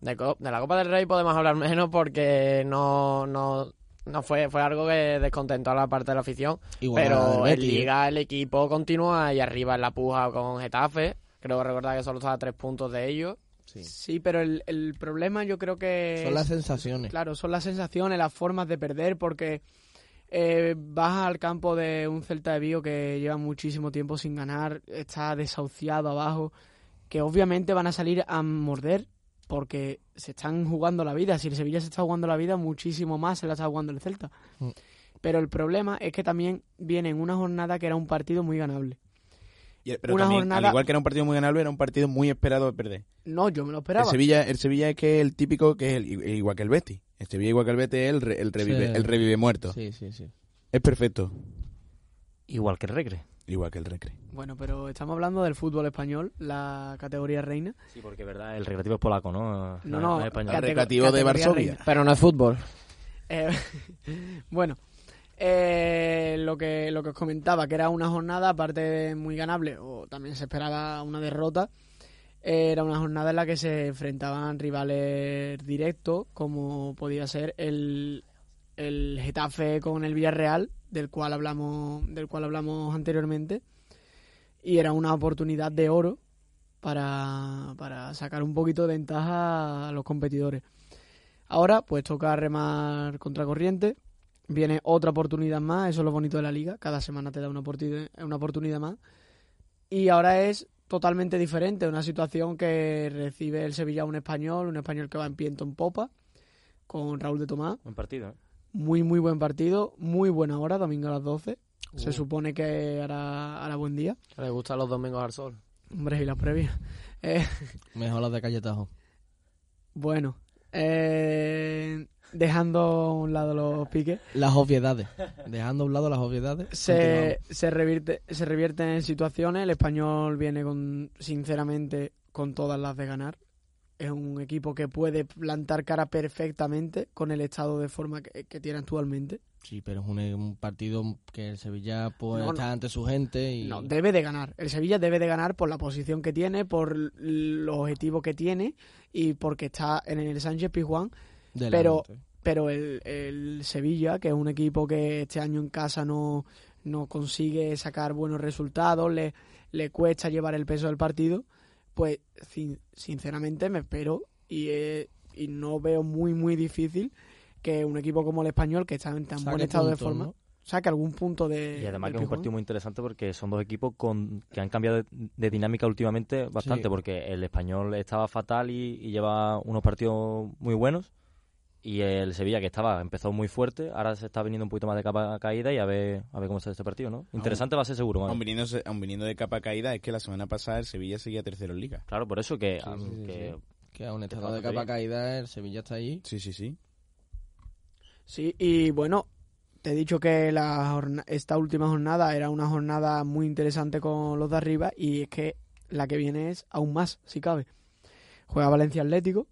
[SPEAKER 6] de, co- de la Copa del Rey podemos hablar menos porque no, no, no fue, fue algo que descontentó a la parte de la afición.
[SPEAKER 4] Igual la del
[SPEAKER 6] pero en
[SPEAKER 4] Betis, ¿eh?
[SPEAKER 6] Liga el equipo continúa y arriba en la puja con Getafe. Creo recordar que solo estaba a tres puntos de ellos.
[SPEAKER 4] Sí.
[SPEAKER 2] Sí, pero el, el problema yo creo que...
[SPEAKER 4] Son las
[SPEAKER 2] es-
[SPEAKER 4] sensaciones.
[SPEAKER 2] Claro, son las sensaciones, las formas de perder, porque eh, vas al campo de un Celta de Vigo que lleva muchísimo tiempo sin ganar, está desahuciado abajo, que obviamente van a salir a morder porque se están jugando la vida. Si el Sevilla se está jugando la vida, muchísimo más se la está jugando el Celta.
[SPEAKER 4] Mm.
[SPEAKER 2] Pero el problema es que también viene en una jornada que era un partido muy ganable.
[SPEAKER 5] Y- pero
[SPEAKER 2] Una
[SPEAKER 5] también,
[SPEAKER 2] jornada-
[SPEAKER 5] al igual que era un partido muy ganable, era un partido muy esperado de perder.
[SPEAKER 2] No, yo me lo
[SPEAKER 5] El
[SPEAKER 2] esperaba.
[SPEAKER 5] Sevilla, el Sevilla es que el típico que es el, e igual que el Betis. El Sevilla igual que el Betis es el, re- el revive,
[SPEAKER 4] Sí.
[SPEAKER 5] el revive muerto.
[SPEAKER 4] Sí, sí, sí.
[SPEAKER 5] Es perfecto.
[SPEAKER 3] Igual que el Regre.
[SPEAKER 5] Igual que el Recre.
[SPEAKER 2] Bueno, pero estamos hablando del fútbol español, la categoría reina.
[SPEAKER 3] Sí, porque verdad, el recreativo es polaco, ¿no?
[SPEAKER 2] No, no,
[SPEAKER 3] es
[SPEAKER 2] catego-
[SPEAKER 3] español.
[SPEAKER 5] El recreativo de
[SPEAKER 2] categoría
[SPEAKER 5] Varsovia.
[SPEAKER 2] reina.
[SPEAKER 6] Pero no es fútbol.
[SPEAKER 2] Eh, bueno, eh, lo, que, lo que os comentaba, que era una jornada, aparte de muy ganable, o también se esperaba una derrota, eh, era una jornada en la que se enfrentaban rivales directos, como podía ser el, el Getafe con el Villarreal, del cual hablamos, del cual hablamos anteriormente, y era una oportunidad de oro para, para sacar un poquito de ventaja a los competidores. Ahora, pues toca remar contracorriente. Viene otra oportunidad más, eso es lo bonito de la liga. Cada semana te da una, oportuni- una oportunidad más. Y ahora es totalmente diferente, una situación que recibe el Sevilla un español, un español que va en viento en popa, con Raúl de Tomás.
[SPEAKER 3] Buen partido, ¿eh?
[SPEAKER 2] Muy, muy buen partido, muy buena hora, domingo a las 12. Se supone que hará, hará buen día.
[SPEAKER 6] Le gustan los domingos al sol.
[SPEAKER 2] Hombre, y las previas. Eh,
[SPEAKER 4] Mejor las de Calle Tajo.
[SPEAKER 2] bueno, eh, dejando a un lado los piques.
[SPEAKER 4] Las obviedades. Dejando a un lado las obviedades.
[SPEAKER 2] se, se revierte se revierten en situaciones el español viene con sinceramente con todas las de ganar es un equipo que puede plantar cara perfectamente con el estado de forma que, que tiene actualmente
[SPEAKER 4] Sí, pero es un, un partido que el Sevilla pues,
[SPEAKER 2] No, no.
[SPEAKER 4] está ante su gente y
[SPEAKER 2] no debe de ganar el Sevilla debe de ganar por la posición que tiene por l- los objetivos que tiene y porque está en el Sánchez Pizjuán
[SPEAKER 4] Delante.
[SPEAKER 2] pero el, el Sevilla, que es un equipo que este año en casa no, no consigue sacar buenos resultados, le, le cuesta llevar el peso del partido, pues sin- sinceramente me espero y, eh, y no veo muy, muy difícil que un equipo como el español, que está en tan
[SPEAKER 4] Saque
[SPEAKER 2] buen estado de
[SPEAKER 4] puntos,
[SPEAKER 2] forma,
[SPEAKER 4] ¿no?
[SPEAKER 2] saque algún punto de...
[SPEAKER 3] Y además
[SPEAKER 2] del
[SPEAKER 3] que es un
[SPEAKER 2] Pijón.
[SPEAKER 3] partido muy interesante porque son dos equipos con, que han cambiado de, de dinámica últimamente bastante,
[SPEAKER 4] Sí.
[SPEAKER 3] porque el español estaba fatal y, y lleva unos partidos muy buenos, y el Sevilla que estaba, empezó muy fuerte, ahora se está viniendo un poquito más de capa caída y a ver, a ver cómo sale este partido, ¿no? Interesante va a ser seguro, vamos.
[SPEAKER 5] Aun viniendo, aun viniendo de capa caída, es que la semana pasada el Sevilla seguía tercero en liga.
[SPEAKER 3] Claro, por eso que,
[SPEAKER 4] Sí, sí, sí,
[SPEAKER 3] que-
[SPEAKER 4] Que a un estado
[SPEAKER 3] falta
[SPEAKER 4] de capa
[SPEAKER 3] todavía.
[SPEAKER 4] caída, el Sevilla está ahí.
[SPEAKER 5] Sí, sí, sí.
[SPEAKER 2] Sí, y bueno, te he dicho que la jorna- esta última jornada era una jornada muy interesante con los de arriba y es que la que viene es aún más, si cabe. Juega Valencia Atlético,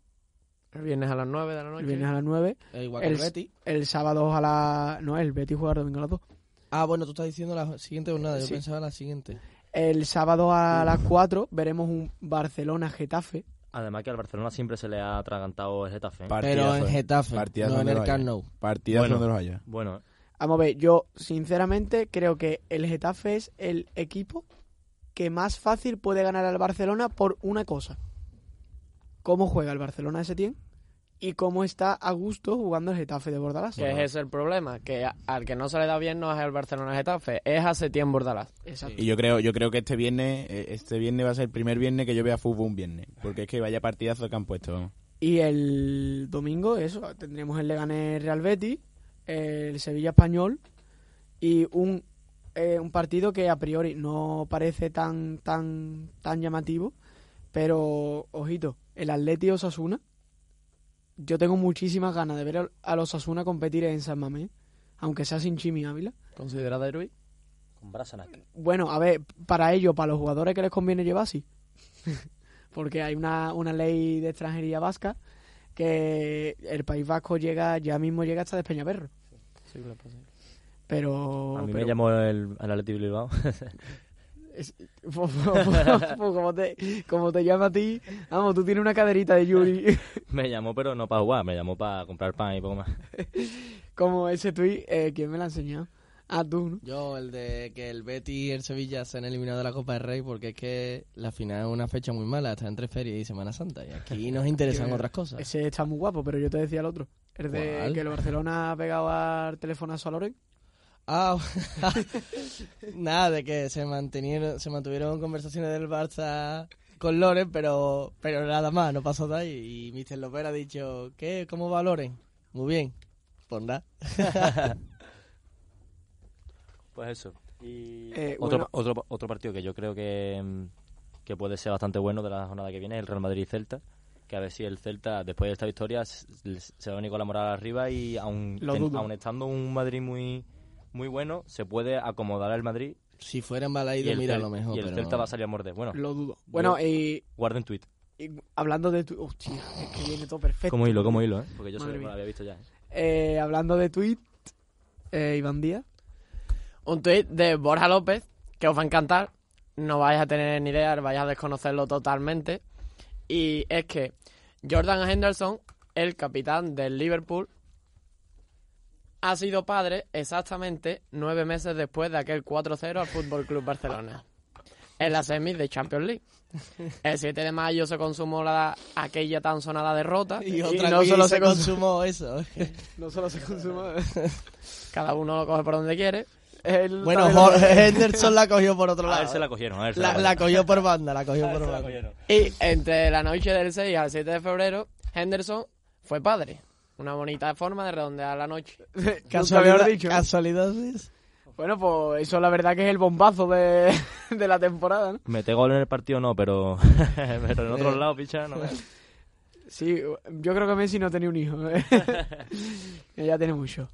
[SPEAKER 6] El viernes a las 9 de la
[SPEAKER 2] el
[SPEAKER 6] noche.
[SPEAKER 2] viernes a las 9,
[SPEAKER 4] Es igual que
[SPEAKER 2] El-
[SPEAKER 4] el Betis.
[SPEAKER 2] el sábado a la... No, el Betis juega el domingo a las 2.
[SPEAKER 4] Ah, bueno, tú estás diciendo la siguiente jornada. Yo
[SPEAKER 2] Sí.
[SPEAKER 4] pensaba la siguiente.
[SPEAKER 2] El sábado a las 4 veremos un Barcelona-Getafe.
[SPEAKER 3] además que al Barcelona siempre se le ha atragantado el Getafe. ¿eh?
[SPEAKER 4] Pero en Getafe,
[SPEAKER 5] Partidazo
[SPEAKER 4] no en
[SPEAKER 5] donde
[SPEAKER 4] el
[SPEAKER 5] lo
[SPEAKER 4] Camp
[SPEAKER 5] haya.
[SPEAKER 4] Nou.
[SPEAKER 5] Partidazo
[SPEAKER 3] Bueno.
[SPEAKER 5] donde los haya.
[SPEAKER 3] Bueno,
[SPEAKER 2] Vamos a ver, yo sinceramente creo que el Getafe es el equipo que más fácil puede ganar al Barcelona por una cosa. Cómo juega el Barcelona ese tiempo y cómo está a gusto jugando el Getafe de Bordalás.
[SPEAKER 6] Que es ese el problema, que a- al que no se le da bien no es el Barcelona Getafe, es a Setién Bordalás.
[SPEAKER 2] Exacto.
[SPEAKER 5] Y yo creo, yo creo que este viernes, eh, este viernes va a ser el primer viernes que yo vea fútbol un viernes. Porque es que vaya partidazo que han puesto, vamos.
[SPEAKER 2] Y el domingo, eso, tendremos el Leganés Real Betis, el Sevilla Español y un, eh, un partido que a priori no parece tan, tan, tan llamativo, pero ojito, el Atleti Osasuna. Yo tengo muchísimas ganas de ver al- al Osasuna competir en San Mamés, aunque sea sin Chimi Ávila.
[SPEAKER 6] ¿Considerada Derby?
[SPEAKER 3] con Brasanac.
[SPEAKER 2] Bueno, a ver, para ellos, para los jugadores que les conviene llevar, sí. Porque hay una, una ley de extranjería vasca que el País Vasco llega, ya mismo llega hasta Despeñaperro. Pero.
[SPEAKER 3] a mí
[SPEAKER 2] pero-
[SPEAKER 3] me llamó el, el Atleti Bilbao.
[SPEAKER 2] es- po- po- po- po- pues, como, te, como te llama a ti, vamos, tú tienes una caderita de Yuri.
[SPEAKER 3] me llamó, pero no para jugar, me llamó para comprar pan y poco más.
[SPEAKER 2] como ese tweet, eh, ¿quién me la ha enseñado? Ah, tú, ¿no?
[SPEAKER 4] Yo, el de que el Betis y el Sevilla se han eliminado de la Copa del Rey porque es que la final es una fecha muy mala, está entre ferias y Semana Santa. Y aquí nos interesan
[SPEAKER 2] Que-
[SPEAKER 4] otras
[SPEAKER 3] Ah.
[SPEAKER 4] cosas.
[SPEAKER 2] Ese está muy guapo, pero yo te decía el otro. El de
[SPEAKER 4] ¿Cuál?
[SPEAKER 2] que el Barcelona ha pegado al telefonazo a Loren.
[SPEAKER 4] Ah, nada, de que se mantenieron, se mantuvieron conversaciones del Barça con Loren, pero, pero nada más, no pasó nada. Y, y Mr. López ha dicho, ¿qué? ¿Cómo va Loren? Muy bien, pues nada.
[SPEAKER 3] Pues eso. Y
[SPEAKER 2] Eh,
[SPEAKER 3] otro,
[SPEAKER 2] bueno.
[SPEAKER 3] otro, otro partido que yo creo que, mm, que puede ser bastante bueno de la jornada que viene es el Real Madrid-Celta. Que a ver si el Celta, después de esta victoria, s- se va a venir con la moral arriba y aun,
[SPEAKER 2] Lo
[SPEAKER 3] ten-
[SPEAKER 2] dudo.
[SPEAKER 3] aun estando un Madrid muy, muy bueno, se puede acomodar al Madrid
[SPEAKER 4] Si fueran Balaído,
[SPEAKER 3] y el,
[SPEAKER 4] mira
[SPEAKER 3] Cel-
[SPEAKER 4] lo mejor.
[SPEAKER 3] y el
[SPEAKER 4] pero
[SPEAKER 3] Celta
[SPEAKER 4] no.
[SPEAKER 3] va a salir a morder. Bueno,
[SPEAKER 2] Lo dudo. Bueno, y
[SPEAKER 3] guarden tweet.
[SPEAKER 2] Y hablando de tu... Hostia, es que viene todo perfecto.
[SPEAKER 3] Como hilo, como hilo, ¿eh? Porque yo
[SPEAKER 2] Madre
[SPEAKER 3] solo
[SPEAKER 2] mía.
[SPEAKER 3] lo había visto ya. ¿eh?
[SPEAKER 2] Eh, hablando de tweet, eh, Iván Díaz.
[SPEAKER 6] Un tuit de Borja López, que os va a encantar, no vais a tener ni idea, vais a desconocerlo totalmente. Y es que Jordan Henderson, el capitán del Liverpool, ha sido padre exactamente nueve meses después de aquel 4-0 al Fútbol Club Barcelona. En la semis de Champions League. El 7 de mayo se consumó la, aquella tan sonada derrota.
[SPEAKER 4] Y otra
[SPEAKER 6] no
[SPEAKER 4] aquí
[SPEAKER 6] solo
[SPEAKER 4] se
[SPEAKER 6] se consumó.
[SPEAKER 4] consumó eso.
[SPEAKER 2] No solo se consuma...
[SPEAKER 6] Cada uno lo coge por donde quiere.
[SPEAKER 2] Él
[SPEAKER 4] Bueno,
[SPEAKER 2] también lo-
[SPEAKER 4] Jorge Henderson la cogió por otro
[SPEAKER 3] A ver,
[SPEAKER 4] lado.
[SPEAKER 3] se la cogieron, a ver. se
[SPEAKER 4] La, la cogió por banda, la
[SPEAKER 2] Ah,
[SPEAKER 4] cogió por banda.
[SPEAKER 6] Y entre la noche del 6 al 7 de febrero, Henderson fue padre. Una bonita forma de redondear la noche.
[SPEAKER 2] Nunca
[SPEAKER 4] Casualidad,
[SPEAKER 2] mejor dicho. ¿eh?
[SPEAKER 4] casualidades.
[SPEAKER 2] Bueno, pues eso la verdad que es el bombazo de, de la temporada, ¿no?
[SPEAKER 3] Mete gol en el partido no, pero, pero en otro
[SPEAKER 2] Eh.
[SPEAKER 3] lado, picha, no.
[SPEAKER 2] Sí, yo creo que Messi no tenía un hijo. ¿eh? ya tiene mucho.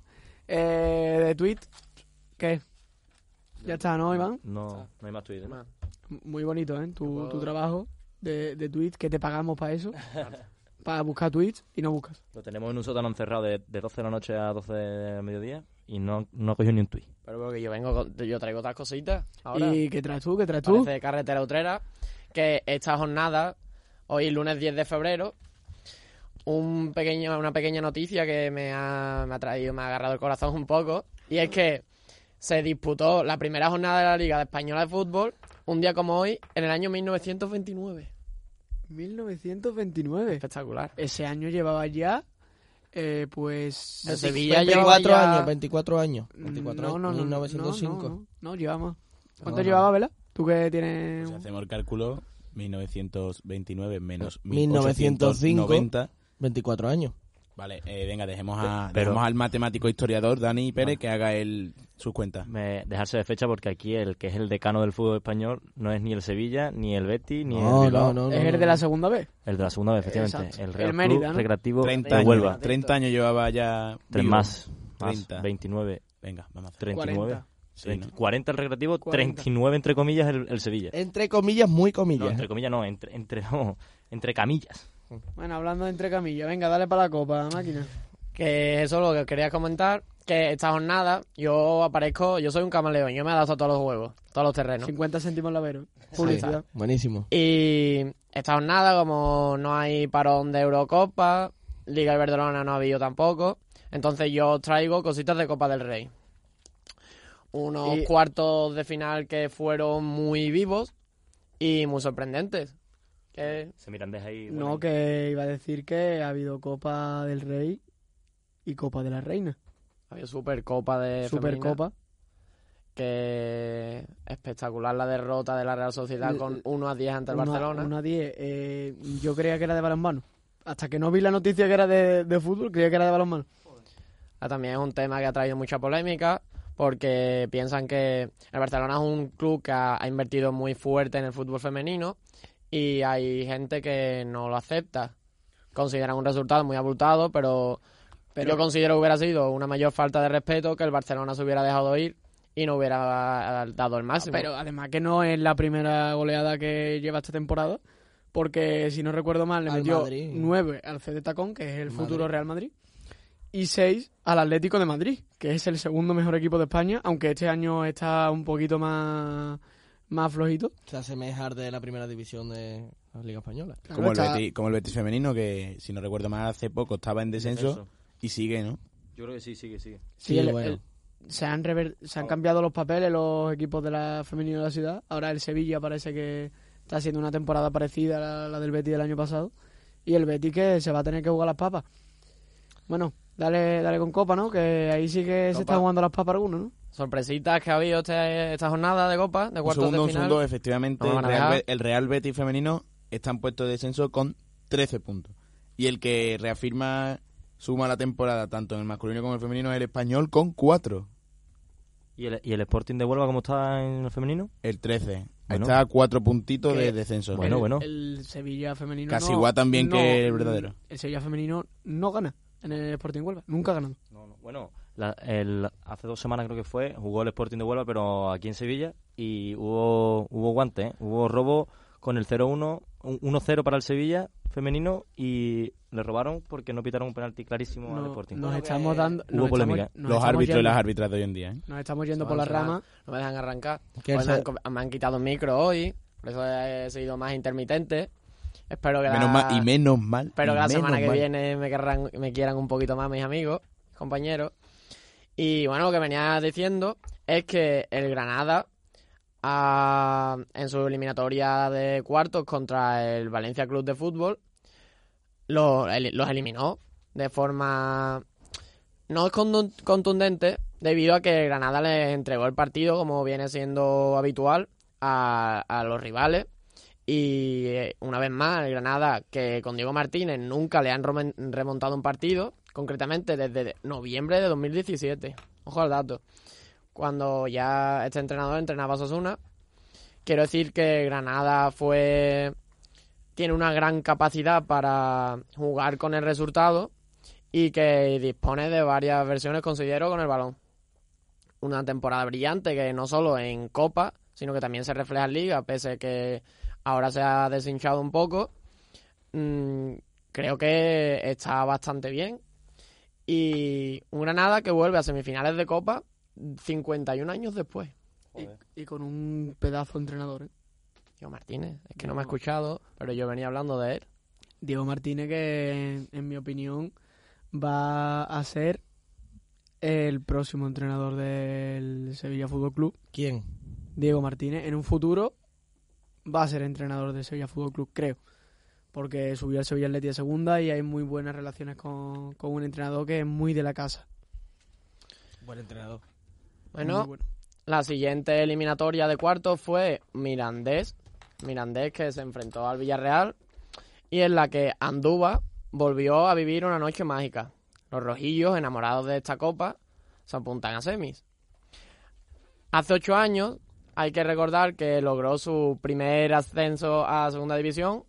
[SPEAKER 2] Eh, de tweet, ¿qué? Ya está, ¿no, Iván?
[SPEAKER 3] No, no hay más ¿eh? tweets. ¿no?
[SPEAKER 2] Muy bonito, ¿eh? Tu, tu trabajo de, de tweet, que te pagamos para eso. para buscar tweets y no buscas.
[SPEAKER 3] Lo tenemos en un sótano encerrado de, de 12 de la noche a 12 del mediodía y no, no ha cogido ni un tuit.
[SPEAKER 6] Pero porque yo vengo, con- yo traigo otras cositas. Ahora,
[SPEAKER 2] ¿Y qué traes tú? ¿Qué traes tú?
[SPEAKER 6] parece de carretera utrera, que esta jornada, hoy lunes 10 de febrero, un pequeño, una pequeña noticia que me ha, me ha traído, me ha agarrado el corazón un poco. Y es que se disputó la primera jornada de la Liga Española de Fútbol un día como hoy, en el año 1929.
[SPEAKER 2] 1929.
[SPEAKER 6] Espectacular.
[SPEAKER 2] Ese año llevaba ya, eh, pues...
[SPEAKER 6] El
[SPEAKER 2] sí,
[SPEAKER 6] Sevilla llevaba
[SPEAKER 4] 24
[SPEAKER 6] ya-
[SPEAKER 4] años, 24 años. 24
[SPEAKER 2] Mm, no, no, no,
[SPEAKER 4] años,
[SPEAKER 2] no,
[SPEAKER 4] 1905.
[SPEAKER 2] No, no, no, llevamos. ¿Cuánto
[SPEAKER 4] No, no.
[SPEAKER 2] llevaba, Vela? Tú que tienes...
[SPEAKER 5] Si hacemos el cálculo, 1929 menos
[SPEAKER 4] 1905.
[SPEAKER 5] 1990.
[SPEAKER 4] 24 años.
[SPEAKER 5] Vale, eh, venga, dejemos, a,
[SPEAKER 3] Pero-
[SPEAKER 5] dejemos al matemático historiador Dani Pérez que haga él sus cuentas.
[SPEAKER 3] Me- dejarse de fecha porque aquí el que es el decano del fútbol español no es ni el Sevilla, ni el Betis, ni el
[SPEAKER 4] No,
[SPEAKER 3] Bilbao.
[SPEAKER 4] no, no. no,
[SPEAKER 2] es el
[SPEAKER 4] no,
[SPEAKER 2] de la
[SPEAKER 4] no.
[SPEAKER 2] segunda vez.
[SPEAKER 3] El de la segunda, vez, efectivamente.
[SPEAKER 2] Eh, Exacto.
[SPEAKER 3] El Real
[SPEAKER 2] El Mérida,
[SPEAKER 3] Club
[SPEAKER 2] ¿no?
[SPEAKER 3] Recreativo
[SPEAKER 5] 30
[SPEAKER 3] de
[SPEAKER 5] años,
[SPEAKER 3] Huelva.
[SPEAKER 5] 30 años llevaba ya.
[SPEAKER 3] Tres
[SPEAKER 5] vivo.
[SPEAKER 3] más. más
[SPEAKER 5] 30.
[SPEAKER 3] 29,
[SPEAKER 5] Venga, vamos a hacer.
[SPEAKER 3] 39.
[SPEAKER 2] 40.
[SPEAKER 5] Sí,
[SPEAKER 3] 20,
[SPEAKER 5] ¿no?
[SPEAKER 3] 40 el Recreativo,
[SPEAKER 2] 40.
[SPEAKER 3] 39 entre comillas el, el Sevilla.
[SPEAKER 4] Entre comillas, muy
[SPEAKER 3] No,
[SPEAKER 4] comillas. ¿eh?
[SPEAKER 3] entre comillas no, entre, entre, no, entre camillas.
[SPEAKER 2] Bueno, hablando de entre camillas, venga, dale para la copa, máquina.
[SPEAKER 6] Que eso es lo que quería comentar. Que esta jornada yo aparezco, yo soy un camaleón, yo me adapto a todos los juegos, todos los terrenos.
[SPEAKER 2] 50 céntimos la vero.
[SPEAKER 4] Sí,
[SPEAKER 2] Publicidad.
[SPEAKER 4] Buenísimo.
[SPEAKER 6] Y esta jornada, como no hay parón de Eurocopa, Liga Iberdrola no ha habido tampoco, entonces yo os traigo cositas de Copa del Rey. Unos
[SPEAKER 2] Y-
[SPEAKER 6] cuartos de final que fueron muy vivos y muy sorprendentes. Que
[SPEAKER 3] Se miran desde ahí. bueno,
[SPEAKER 2] No, que iba a decir que ha habido Copa del Rey y Copa de la Reina.
[SPEAKER 6] había Supercopa de femenina.
[SPEAKER 2] Supercopa.
[SPEAKER 6] que espectacular la derrota de la Real Sociedad
[SPEAKER 2] L-
[SPEAKER 6] con 1 a 10 ante el
[SPEAKER 2] Una-
[SPEAKER 6] Barcelona.
[SPEAKER 2] Una 10. Eh, yo creía que era de balonmano. Hasta que no vi la noticia que era de, de fútbol, creía que era de balonmano.
[SPEAKER 6] Ah, También es un tema que ha traído mucha polémica porque piensan que el Barcelona es un club que ha, ha invertido muy fuerte en el fútbol femenino y hay gente que no lo acepta. Consideran un resultado muy abultado, pero,
[SPEAKER 2] Pero-
[SPEAKER 6] yo considero que hubiera sido una mayor falta de respeto que el Barcelona se hubiera dejado ir y no hubiera dado el
[SPEAKER 4] Ah,
[SPEAKER 6] máximo.
[SPEAKER 2] Pero además que no es la primera goleada que lleva esta temporada. Porque si no recuerdo mal, le
[SPEAKER 4] Al
[SPEAKER 2] metió
[SPEAKER 4] Madrid.
[SPEAKER 2] 9 al CD Tacón, que es el futuro
[SPEAKER 4] Madrid.
[SPEAKER 2] Real Madrid. Y 6 al Atlético de Madrid, que es el segundo mejor equipo de España. Aunque este año está un poquito más, más flojito.
[SPEAKER 4] Se asemeja al de la primera división de la Liga Española.
[SPEAKER 5] Como, el
[SPEAKER 2] Está-
[SPEAKER 5] Betis, como el Betis femenino, que si no recuerdo mal, hace poco estaba en descenso,
[SPEAKER 3] Descenso.
[SPEAKER 5] y sigue, ¿no?
[SPEAKER 3] Yo creo que sí, sigue, sigue.
[SPEAKER 2] Sí,
[SPEAKER 4] Sí,
[SPEAKER 2] el-
[SPEAKER 4] bueno.
[SPEAKER 2] el- se, han rever- se han cambiado los papeles los equipos de la femenina de la ciudad. Ahora el Sevilla parece que está haciendo una temporada parecida a la, la del Betis del año pasado. Y el Betis que se va a tener que jugar las papas. Bueno, dale, dale con copa, ¿no? Que ahí sí que se
[SPEAKER 6] Copa.
[SPEAKER 2] están jugando las papas algunos, ¿no?
[SPEAKER 6] Sorpresitas que ha habido este- esta jornada de Copa, de
[SPEAKER 5] Un
[SPEAKER 6] cuartos
[SPEAKER 5] segundo,
[SPEAKER 6] de
[SPEAKER 5] un
[SPEAKER 6] final.
[SPEAKER 5] segundo, efectivamente,
[SPEAKER 6] No
[SPEAKER 5] el
[SPEAKER 6] me van a
[SPEAKER 5] Real,
[SPEAKER 6] dejar.
[SPEAKER 5] Be- el Real Betis femenino está en puesto de descenso con 13 puntos. Y el que reafirma suma la temporada, tanto en el masculino como en el femenino, es el español con 4.
[SPEAKER 3] ¿Y el, ¿Y el Sporting de Huelva cómo está en el femenino?
[SPEAKER 5] El 13. Ahí
[SPEAKER 3] Bueno.
[SPEAKER 5] está a 4 puntitos
[SPEAKER 2] Que-
[SPEAKER 5] de descenso.
[SPEAKER 3] Bueno,
[SPEAKER 2] el,
[SPEAKER 3] bueno.
[SPEAKER 2] El Sevilla femenino.
[SPEAKER 5] Casi
[SPEAKER 2] no-
[SPEAKER 5] igual también
[SPEAKER 2] no-
[SPEAKER 5] que el verdadero.
[SPEAKER 2] El Sevilla femenino no gana en el Sporting Huelva. Nunca ha ganado.
[SPEAKER 3] No, no. Bueno, la- el- hace dos semanas creo que fue, jugó el Sporting de Huelva, pero aquí en Sevilla, y hubo, hubo guante, ¿eh? hubo robo con el 0-1, un- 1-0 para el Sevilla femenino, y le robaron porque no pitaron un penalti clarísimo al
[SPEAKER 2] No-
[SPEAKER 3] Sporting.
[SPEAKER 2] nos estamos dando.
[SPEAKER 3] Hubo
[SPEAKER 2] nos estamos-
[SPEAKER 3] polémica.
[SPEAKER 2] nos
[SPEAKER 5] Los
[SPEAKER 2] estamos
[SPEAKER 5] árbitros y
[SPEAKER 2] yendo-
[SPEAKER 5] las árbitras de hoy en día. ¿eh?
[SPEAKER 2] Nos estamos yendo
[SPEAKER 6] Se
[SPEAKER 2] por
[SPEAKER 6] van
[SPEAKER 2] las
[SPEAKER 6] a
[SPEAKER 2] ramas.
[SPEAKER 6] cerrar, No me dejan arrancar.
[SPEAKER 4] Que el
[SPEAKER 6] Hoy me, han,
[SPEAKER 4] se-
[SPEAKER 6] co- me han quitado el micro hoy, por eso he sido más intermitente. Espero que
[SPEAKER 5] Menos
[SPEAKER 6] la,
[SPEAKER 5] mal, y menos mal.
[SPEAKER 6] espero
[SPEAKER 5] y
[SPEAKER 6] que la semana
[SPEAKER 5] menos
[SPEAKER 6] que
[SPEAKER 5] mal.
[SPEAKER 6] viene me, querrán- me quieran un poquito más mis amigos, compañeros. Y bueno, lo que venía diciendo es que el Granada, ah, en su eliminatoria de cuartos contra el Valencia Club de Fútbol, lo- el- los eliminó de forma no es condu- contundente debido a que Granada les entregó el partido como viene siendo habitual a, a los rivales y eh, una vez más el Granada que con Diego Martínez nunca le han romen- remontado un partido concretamente desde de- noviembre de 2017 ojo al dato cuando ya este entrenador entrenaba a Osasuna quiero decir que Granada fue tiene una gran capacidad para jugar con el resultado y que dispone de varias versiones, considero, con el balón. Una temporada brillante que no solo en Copa, sino que también se refleja en Liga, pese que ahora se ha deshinchado un poco. Mm, creo que está bastante bien. Y un Granada que vuelve a semifinales de Copa 51 años después.
[SPEAKER 2] Y con un pedazo de entrenador. ¿eh?
[SPEAKER 6] Diego Martínez, es que no me ha escuchado, pero yo venía hablando de él.
[SPEAKER 2] Diego Martínez, que en mi opinión va a ser el próximo entrenador del Sevilla Fútbol Club.
[SPEAKER 4] ¿Quién?
[SPEAKER 2] Diego Martínez en un futuro va a ser entrenador del Sevilla Fútbol Club, creo. Porque subió al Sevilla Atleti a segunda y hay muy buenas relaciones con, con un entrenador que es muy de la casa.
[SPEAKER 4] Buen entrenador.
[SPEAKER 2] Muy
[SPEAKER 6] Bueno,
[SPEAKER 2] bueno.
[SPEAKER 6] la siguiente eliminatoria de cuartos fue Mirandés. Mirandés que se enfrentó al Villarreal y en la que Andúba volvió a vivir una noche mágica. Los rojillos, enamorados de esta copa, se apuntan a semis. Hace ocho años hay que recordar que logró su primer ascenso a segunda división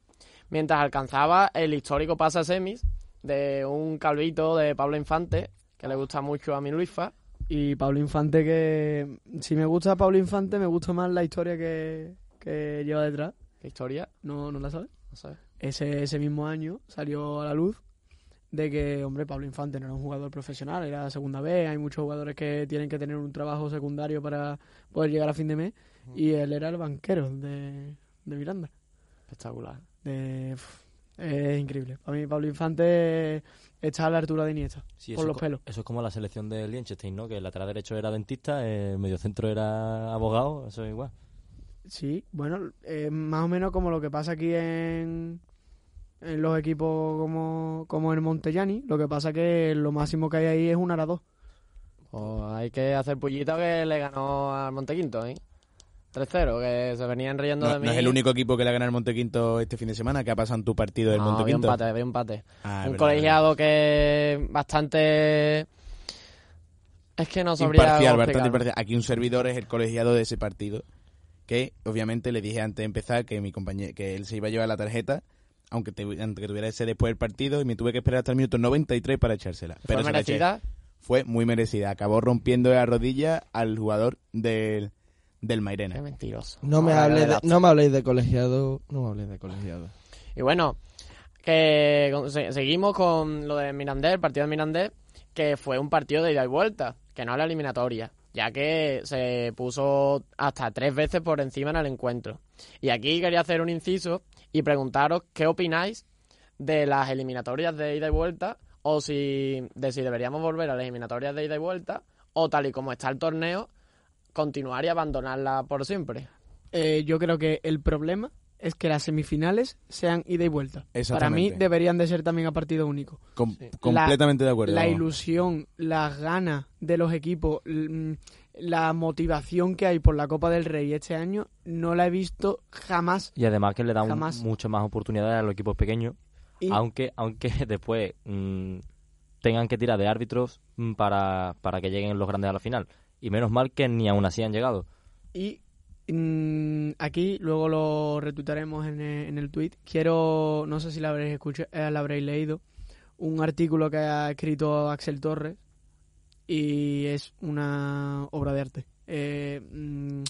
[SPEAKER 6] mientras alcanzaba el histórico pase a semis de un calvito de Pablo Infante que le gusta mucho a mi Luisfa.
[SPEAKER 2] Y Pablo Infante, que si me gusta Pablo Infante, me gusta más la historia que, que lleva detrás.
[SPEAKER 6] ¿Qué historia?
[SPEAKER 2] ¿No, no la sabes?
[SPEAKER 6] No sé.
[SPEAKER 2] Ese, ese mismo año salió a la luz de que, hombre, Pablo Infante no era un jugador profesional, era la segunda vez. Hay muchos jugadores que tienen que tener un trabajo secundario para poder llegar a fin de mes. Y él era el banquero de, de Miranda.
[SPEAKER 6] Espectacular.
[SPEAKER 2] De- pf, es increíble. Para mí, Pablo Infante está a la altura de Iniesta.
[SPEAKER 3] Sí,
[SPEAKER 2] Por
[SPEAKER 3] eso
[SPEAKER 2] los
[SPEAKER 3] es co-
[SPEAKER 2] pelos.
[SPEAKER 3] Eso es como la selección de Liechtenstein, ¿no? Que el lateral derecho era dentista, el mediocentro era abogado, eso es igual.
[SPEAKER 2] Sí, bueno, eh, más o menos como lo que pasa aquí en, en los equipos como, como el Montellani. Lo que pasa que lo máximo que hay ahí es un arado.
[SPEAKER 6] Pues hay que hacer pullita que le ganó al Montequinto, ¿eh? 3-0, que se venían riendo
[SPEAKER 5] No,
[SPEAKER 6] de mí.
[SPEAKER 5] no es el único equipo que le ha ganado el Montequinto este fin de semana. ¿Qué ha pasado en tu partido del
[SPEAKER 6] No, había
[SPEAKER 5] Montequinto?
[SPEAKER 6] empate, había empate.
[SPEAKER 5] Ah,
[SPEAKER 6] un
[SPEAKER 5] verdad,
[SPEAKER 6] colegiado que bastante... Es que no
[SPEAKER 5] verdad.
[SPEAKER 6] sabría
[SPEAKER 5] Imparcial,
[SPEAKER 6] cómo
[SPEAKER 5] bastante
[SPEAKER 6] explicarlo.
[SPEAKER 5] imparcial. Aquí un servidor es el colegiado de ese partido. Que obviamente le dije antes de empezar que mi compañero, que él se iba a llevar la tarjeta, aunque, te- aunque tuviera ese después del partido, y me tuve que esperar hasta el minuto 93 para echársela. Pero
[SPEAKER 6] ¿Fue
[SPEAKER 5] se la eché.
[SPEAKER 6] merecida?
[SPEAKER 5] fue muy merecida. Acabó rompiendo la rodilla al jugador del, del
[SPEAKER 6] Qué
[SPEAKER 5] Mairena.
[SPEAKER 6] mentiroso.
[SPEAKER 4] No me,
[SPEAKER 6] Ahora
[SPEAKER 4] hables
[SPEAKER 6] le
[SPEAKER 4] de,
[SPEAKER 6] das.
[SPEAKER 4] no me habléis de colegiado. No me habléis de colegiado.
[SPEAKER 6] Y bueno, que con- se- seguimos con lo de Mirandés, el partido de Mirandés, que fue un partido de ida y vuelta, que no la eliminatoria, ya que se puso hasta tres veces por encima en el encuentro. Y aquí quería hacer un inciso y preguntaros qué opináis de las eliminatorias de ida y vuelta, o si, de si deberíamos volver a las eliminatorias de ida y vuelta, o tal y como está el torneo, continuar y abandonarla por siempre.
[SPEAKER 2] Eh, yo creo que el problema es que las semifinales sean ida y vuelta. Para
[SPEAKER 5] Exactamente.
[SPEAKER 2] mí deberían de ser también a partido único.
[SPEAKER 5] Com- Completamente de acuerdo.
[SPEAKER 2] La
[SPEAKER 5] vamos.
[SPEAKER 2] ilusión, las ganas de los equipos, l- mm, la motivación que hay por la Copa del Rey este año, no la he visto jamás.
[SPEAKER 3] Y además que le da un-
[SPEAKER 2] Jamás.
[SPEAKER 3] mucho más oportunidades a los equipos pequeños,
[SPEAKER 2] Y
[SPEAKER 3] aunque aunque después mm, tengan que tirar de árbitros mm, para, para que lleguen los grandes a la final. Y menos mal que ni aún así han llegado.
[SPEAKER 2] Y mm, aquí luego lo retuitaremos en el, en el tweet. Quiero, no sé si la habréis escuchado, la habréis leído, un artículo que ha escrito Axel Torres y es una obra de arte. Eh, mm,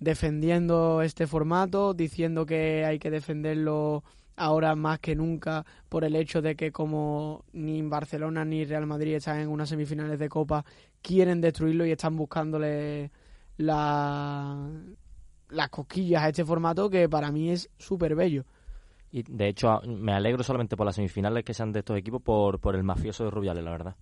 [SPEAKER 2] defendiendo este formato, diciendo que hay que defenderlo ahora más que nunca por el hecho de que como ni Barcelona ni Real Madrid están en unas semifinales de Copa, quieren destruirlo y están buscándole la- las cosquillas a este formato que para mí es súper bello.
[SPEAKER 3] Y de hecho a- me alegro solamente por las semifinales que sean de estos equipos por, por el mafioso de Rubiales, la verdad.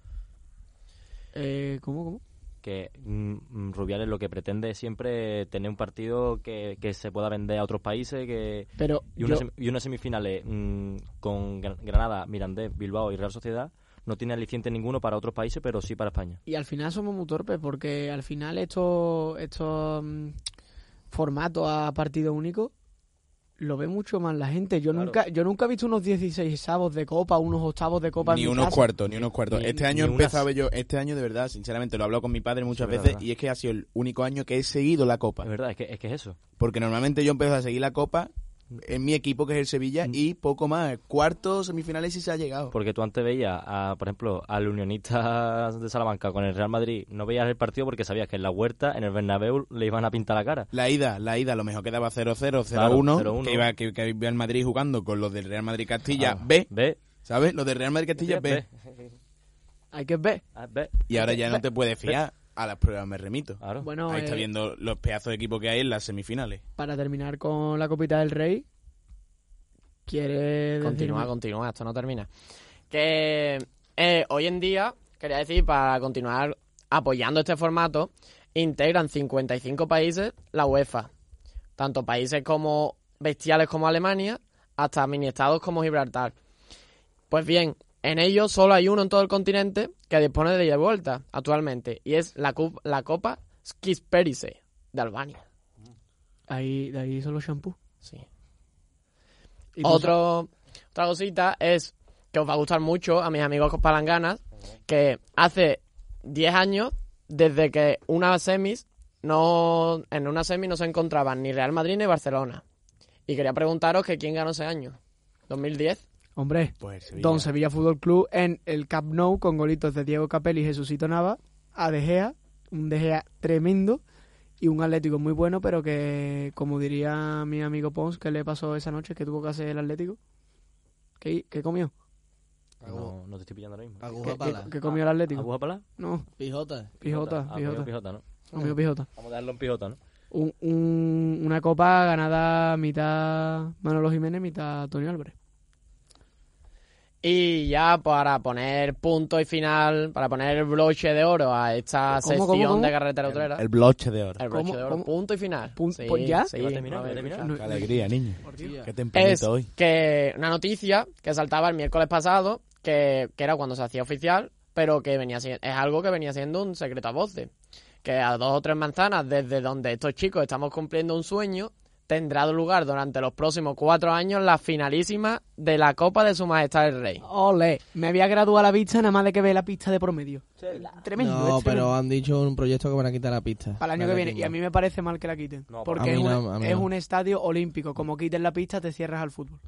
[SPEAKER 2] Eh, ¿Cómo, cómo?
[SPEAKER 3] que mm, mm, Rubiales lo que pretende es siempre tener un partido que, que se pueda vender a otros países que
[SPEAKER 2] Pero
[SPEAKER 3] y unas
[SPEAKER 2] yo-
[SPEAKER 3] sem- y unas semifinales mm, con Gran- Granada, Mirandés, Bilbao y Real Sociedad no tiene aliciente ninguno para otros países, pero sí para España.
[SPEAKER 2] y al final somos muy torpes porque al final estos estos mm, formatos a partido único lo ve mucho más la gente. Yo
[SPEAKER 3] Claro.
[SPEAKER 2] nunca yo nunca he visto unos 16 avos de copa, unos octavos de copa
[SPEAKER 5] ni
[SPEAKER 2] en mi
[SPEAKER 5] unos
[SPEAKER 2] casa.
[SPEAKER 5] cuartos, ni unos cuartos.
[SPEAKER 3] ni-
[SPEAKER 5] este año
[SPEAKER 3] ni
[SPEAKER 5] empezaba
[SPEAKER 3] unas-
[SPEAKER 5] yo, este año de verdad, sinceramente, lo he hablado con mi padre muchas
[SPEAKER 3] Sí, verdad,
[SPEAKER 5] veces
[SPEAKER 3] verdad.
[SPEAKER 5] y es que ha sido el único año que he seguido la Copa.
[SPEAKER 3] Es verdad, es que es, que es eso.
[SPEAKER 5] Porque normalmente yo empiezo a seguir la Copa en mi equipo, que es el Sevilla, y poco más. Cuartos, semifinales y se ha llegado.
[SPEAKER 3] Porque tú antes veías, a, por ejemplo, al Unionista de Salamanca con el Real Madrid, no veías el partido porque sabías que en la huerta, en el Bernabéu, le iban a pintar la cara.
[SPEAKER 5] La ida, la ida, a lo mejor quedaba 0-0, 0-1,
[SPEAKER 3] Claro, 0-1.
[SPEAKER 5] que iba que, que iba el Madrid jugando con los del Real Madrid Castilla
[SPEAKER 3] Ah,
[SPEAKER 5] B,
[SPEAKER 3] Ve,
[SPEAKER 5] ¿sabes? Los del Real Madrid Castilla B.
[SPEAKER 2] Hay que ver.
[SPEAKER 3] Ah, ve,
[SPEAKER 5] Y ahora ya no te puedes fiar. A las pruebas me remito.
[SPEAKER 3] claro.
[SPEAKER 2] Bueno,
[SPEAKER 5] Ahí está
[SPEAKER 2] eh,
[SPEAKER 5] viendo los pedazos de equipo que hay en las semifinales.
[SPEAKER 2] para terminar con la Copita del Rey, ¿Quiere
[SPEAKER 6] Continúa,
[SPEAKER 2] decirme?
[SPEAKER 6] continúa, esto no termina. Que eh, hoy en día, quería decir, para continuar apoyando este formato, integran 55 países la UEFA. Tanto países como bestiales como Alemania, hasta mini estados como Gibraltar. Pues bien, en ellos solo hay uno en todo el continente que dispone de ida y vuelta actualmente, y es la, cu- la Copa Skisperise de Albania.
[SPEAKER 2] Ahí, de ahí son los shampoos.
[SPEAKER 6] Sí.
[SPEAKER 2] Y tú
[SPEAKER 6] Otro, otra cosita es que os va a gustar mucho a mis amigos con palanganas, que hace 10 años, desde que una semis no, en una semis no se encontraban ni Real Madrid ni Barcelona. Y quería preguntaros que quién ganó ese año. 2010.
[SPEAKER 2] sa- Hombre,
[SPEAKER 5] Pues Sevilla.
[SPEAKER 2] Don Sevilla Fútbol Club en el Camp Nou con golitos de Diego Capelli y Jesucito Nava, a De Gea, un De Gea tremendo y un Atlético muy bueno, pero que, como diría mi amigo Pons, que le pasó esa noche que tuvo que hacer el Atlético? ¿Qué, qué comió?
[SPEAKER 3] No, no te estoy pillando ahora mismo.
[SPEAKER 4] Aguja
[SPEAKER 2] ¿Qué,
[SPEAKER 4] pala,
[SPEAKER 2] qué- qué comió el Atlético?
[SPEAKER 3] ¿Aguja pala?
[SPEAKER 2] No,
[SPEAKER 4] pijota.
[SPEAKER 2] pijota,
[SPEAKER 3] Ah,
[SPEAKER 2] pijota.
[SPEAKER 3] coño, pijota, ¿no?
[SPEAKER 2] Comió pijota.
[SPEAKER 3] Vamos a darle un pijota, ¿no?
[SPEAKER 2] Un- un- una copa ganada mitad Manolo Jiménez, mitad Antonio Álvarez.
[SPEAKER 6] Y ya para poner punto y final, para poner el broche de oro a esta
[SPEAKER 2] ¿Cómo,
[SPEAKER 6] sección
[SPEAKER 2] cómo, cómo?
[SPEAKER 6] de carretera utrera,
[SPEAKER 5] El
[SPEAKER 6] el,
[SPEAKER 5] bloche de oro.
[SPEAKER 6] broche
[SPEAKER 2] ¿Cómo,
[SPEAKER 6] de oro,
[SPEAKER 2] cómo?
[SPEAKER 6] punto y final.
[SPEAKER 2] Pun-
[SPEAKER 6] Sí,
[SPEAKER 2] pues ya.
[SPEAKER 6] sí,
[SPEAKER 3] ¿Va a terminar?
[SPEAKER 6] no
[SPEAKER 3] ¿Va a
[SPEAKER 6] me
[SPEAKER 3] terminar?
[SPEAKER 6] escucha.
[SPEAKER 5] Qué alegría, niño. Qué
[SPEAKER 6] es
[SPEAKER 5] tempranito hoy.
[SPEAKER 6] que una noticia que saltaba el miércoles pasado, que, que era cuando se hacía oficial, pero que venía si- es algo que venía siendo un secreto a voces. Que a dos o tres manzanas desde donde estos chicos estamos cumpliendo un sueño, tendrá lugar durante los próximos cuatro años la finalísima de la Copa de Su Majestad el Rey.
[SPEAKER 2] Ole, me había graduado a la pista nada más de que ve la pista de promedio. Tremendo,
[SPEAKER 4] No,
[SPEAKER 2] es tremendo.
[SPEAKER 4] pero han dicho en un proyecto que van a quitar la pista.
[SPEAKER 2] ¿eh? Para el año que viene. Y a mí me parece mal que la quiten.
[SPEAKER 3] No,
[SPEAKER 2] porque
[SPEAKER 4] a
[SPEAKER 2] es,
[SPEAKER 4] mí
[SPEAKER 2] un,
[SPEAKER 4] no, a mí
[SPEAKER 2] es
[SPEAKER 4] no.
[SPEAKER 2] un estadio olímpico. Como quiten la pista, te cierras al fútbol.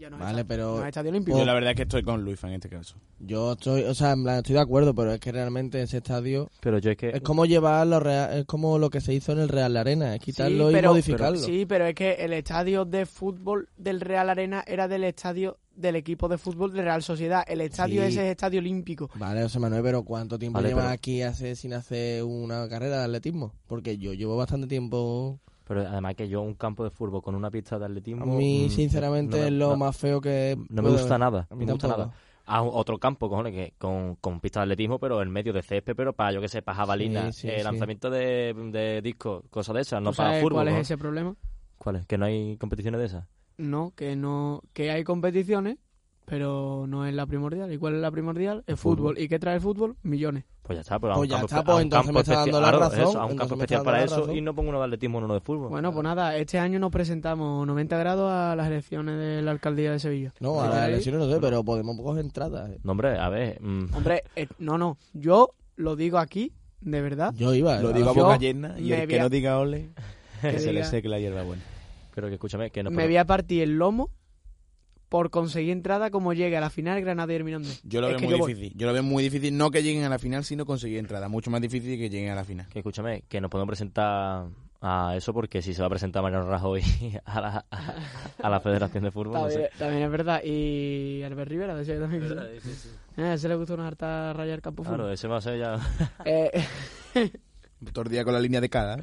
[SPEAKER 2] Ya no es
[SPEAKER 4] Vale,
[SPEAKER 2] estadio,
[SPEAKER 4] pero-
[SPEAKER 2] no es estadio olímpico.
[SPEAKER 5] Yo la verdad es que estoy con Luis en este caso.
[SPEAKER 4] Yo estoy, o sea, en plan, estoy de acuerdo, pero es que realmente ese estadio
[SPEAKER 3] Pero yo es que...
[SPEAKER 4] es como llevar lo real, es como lo que se hizo en el Real Arena, es quitarlo
[SPEAKER 2] Sí,
[SPEAKER 4] y
[SPEAKER 2] pero-
[SPEAKER 4] modificarlo.
[SPEAKER 2] Sí, pero es que el estadio de fútbol del Real Arena era del estadio del equipo de fútbol de Real Sociedad. El estadio
[SPEAKER 4] Sí.
[SPEAKER 2] ese es estadio olímpico.
[SPEAKER 4] Vale, José Manuel, pero ¿cuánto tiempo
[SPEAKER 3] Vale,
[SPEAKER 4] llevas
[SPEAKER 3] pero-
[SPEAKER 4] aquí hace, sin hacer una carrera de atletismo? Porque yo llevo bastante tiempo.
[SPEAKER 3] Pero además que yo un campo de fútbol con una pista de
[SPEAKER 4] A
[SPEAKER 3] atletismo...
[SPEAKER 4] mí,
[SPEAKER 3] mm,
[SPEAKER 4] sinceramente,
[SPEAKER 3] no me-
[SPEAKER 4] es lo
[SPEAKER 3] no-
[SPEAKER 4] más feo que.
[SPEAKER 3] No me
[SPEAKER 4] puedo
[SPEAKER 3] gusta
[SPEAKER 4] ver.
[SPEAKER 3] nada,
[SPEAKER 4] A
[SPEAKER 3] no
[SPEAKER 4] mí
[SPEAKER 3] me gusta
[SPEAKER 4] tampoco.
[SPEAKER 3] nada. A un- otro campo, cojones, que con, con pista de atletismo, pero en medio de césped, pero para, yo que sé, para jabalina,
[SPEAKER 4] Sí, sí,
[SPEAKER 3] eh,
[SPEAKER 4] sí.
[SPEAKER 3] lanzamiento de, de discos, cosas de esas, no
[SPEAKER 2] ¿Tú
[SPEAKER 3] para
[SPEAKER 2] sabes
[SPEAKER 3] fútbol.
[SPEAKER 2] ¿Cuál es
[SPEAKER 3] cojones.
[SPEAKER 2] ese problema?
[SPEAKER 3] ¿Cuál es? ¿Que no hay competiciones de esas?
[SPEAKER 2] No, que no, que hay competiciones, pero no es la primordial. ¿Y cuál es la primordial? El fútbol.
[SPEAKER 3] Fútbol.
[SPEAKER 2] ¿Y qué trae el fútbol? Millones.
[SPEAKER 3] Pues ya está, pero a
[SPEAKER 4] Pues ya
[SPEAKER 3] un campo,
[SPEAKER 4] está, pues
[SPEAKER 3] a un
[SPEAKER 4] entonces
[SPEAKER 3] campo
[SPEAKER 4] me está
[SPEAKER 3] especial-
[SPEAKER 4] dando la
[SPEAKER 3] claro,
[SPEAKER 4] razón,
[SPEAKER 3] eso, a un
[SPEAKER 4] entonces
[SPEAKER 3] campo
[SPEAKER 4] me está
[SPEAKER 3] especial
[SPEAKER 4] dando
[SPEAKER 3] para
[SPEAKER 4] la
[SPEAKER 3] eso
[SPEAKER 4] razón.
[SPEAKER 3] y no pongo uno de atletismo en uno de fútbol.
[SPEAKER 2] Bueno, pues nada, este año nos presentamos 90 grados a las elecciones de la alcaldía de Sevilla.
[SPEAKER 4] No, a
[SPEAKER 2] ¿Queréis?
[SPEAKER 4] las elecciones no sé, pero podemos coger entradas. eh.
[SPEAKER 3] No, hombre, a ver, mm,
[SPEAKER 2] Hombre, eh, no, no, yo lo digo aquí, de verdad.
[SPEAKER 4] Yo iba.
[SPEAKER 5] Lo
[SPEAKER 4] a-
[SPEAKER 5] digo a
[SPEAKER 2] yo
[SPEAKER 5] boca llena y
[SPEAKER 2] me
[SPEAKER 5] el
[SPEAKER 2] voy
[SPEAKER 5] que
[SPEAKER 2] a-
[SPEAKER 5] no diga ole, que
[SPEAKER 2] Que
[SPEAKER 5] se le
[SPEAKER 2] diga-
[SPEAKER 5] seque la hierba buena.
[SPEAKER 3] pero que escúchame, que no...
[SPEAKER 2] Me voy a partir el lomo por conseguir entrada como llegue a la final Granada y Hernández.
[SPEAKER 5] Yo lo
[SPEAKER 2] Es
[SPEAKER 5] veo
[SPEAKER 2] que
[SPEAKER 5] muy
[SPEAKER 2] yo voy.
[SPEAKER 5] difícil. Yo lo veo muy difícil, no que lleguen a la final, sino conseguir entrada. Mucho más difícil que lleguen a la final.
[SPEAKER 3] Que escúchame, que nos podemos presentar a eso porque si se va a presentar Mariano Rajoy a la, a, a la Federación de Fútbol, no
[SPEAKER 2] También,
[SPEAKER 3] sé.
[SPEAKER 2] también es verdad. Y Albert Rivera, de Sevilla también. que se- Eh, a ese le gusta una harta raya el campo de
[SPEAKER 3] Claro,
[SPEAKER 2] fútbol.
[SPEAKER 3] ese va a ser ya
[SPEAKER 2] Eh,
[SPEAKER 5] Todo el día con la línea de cada.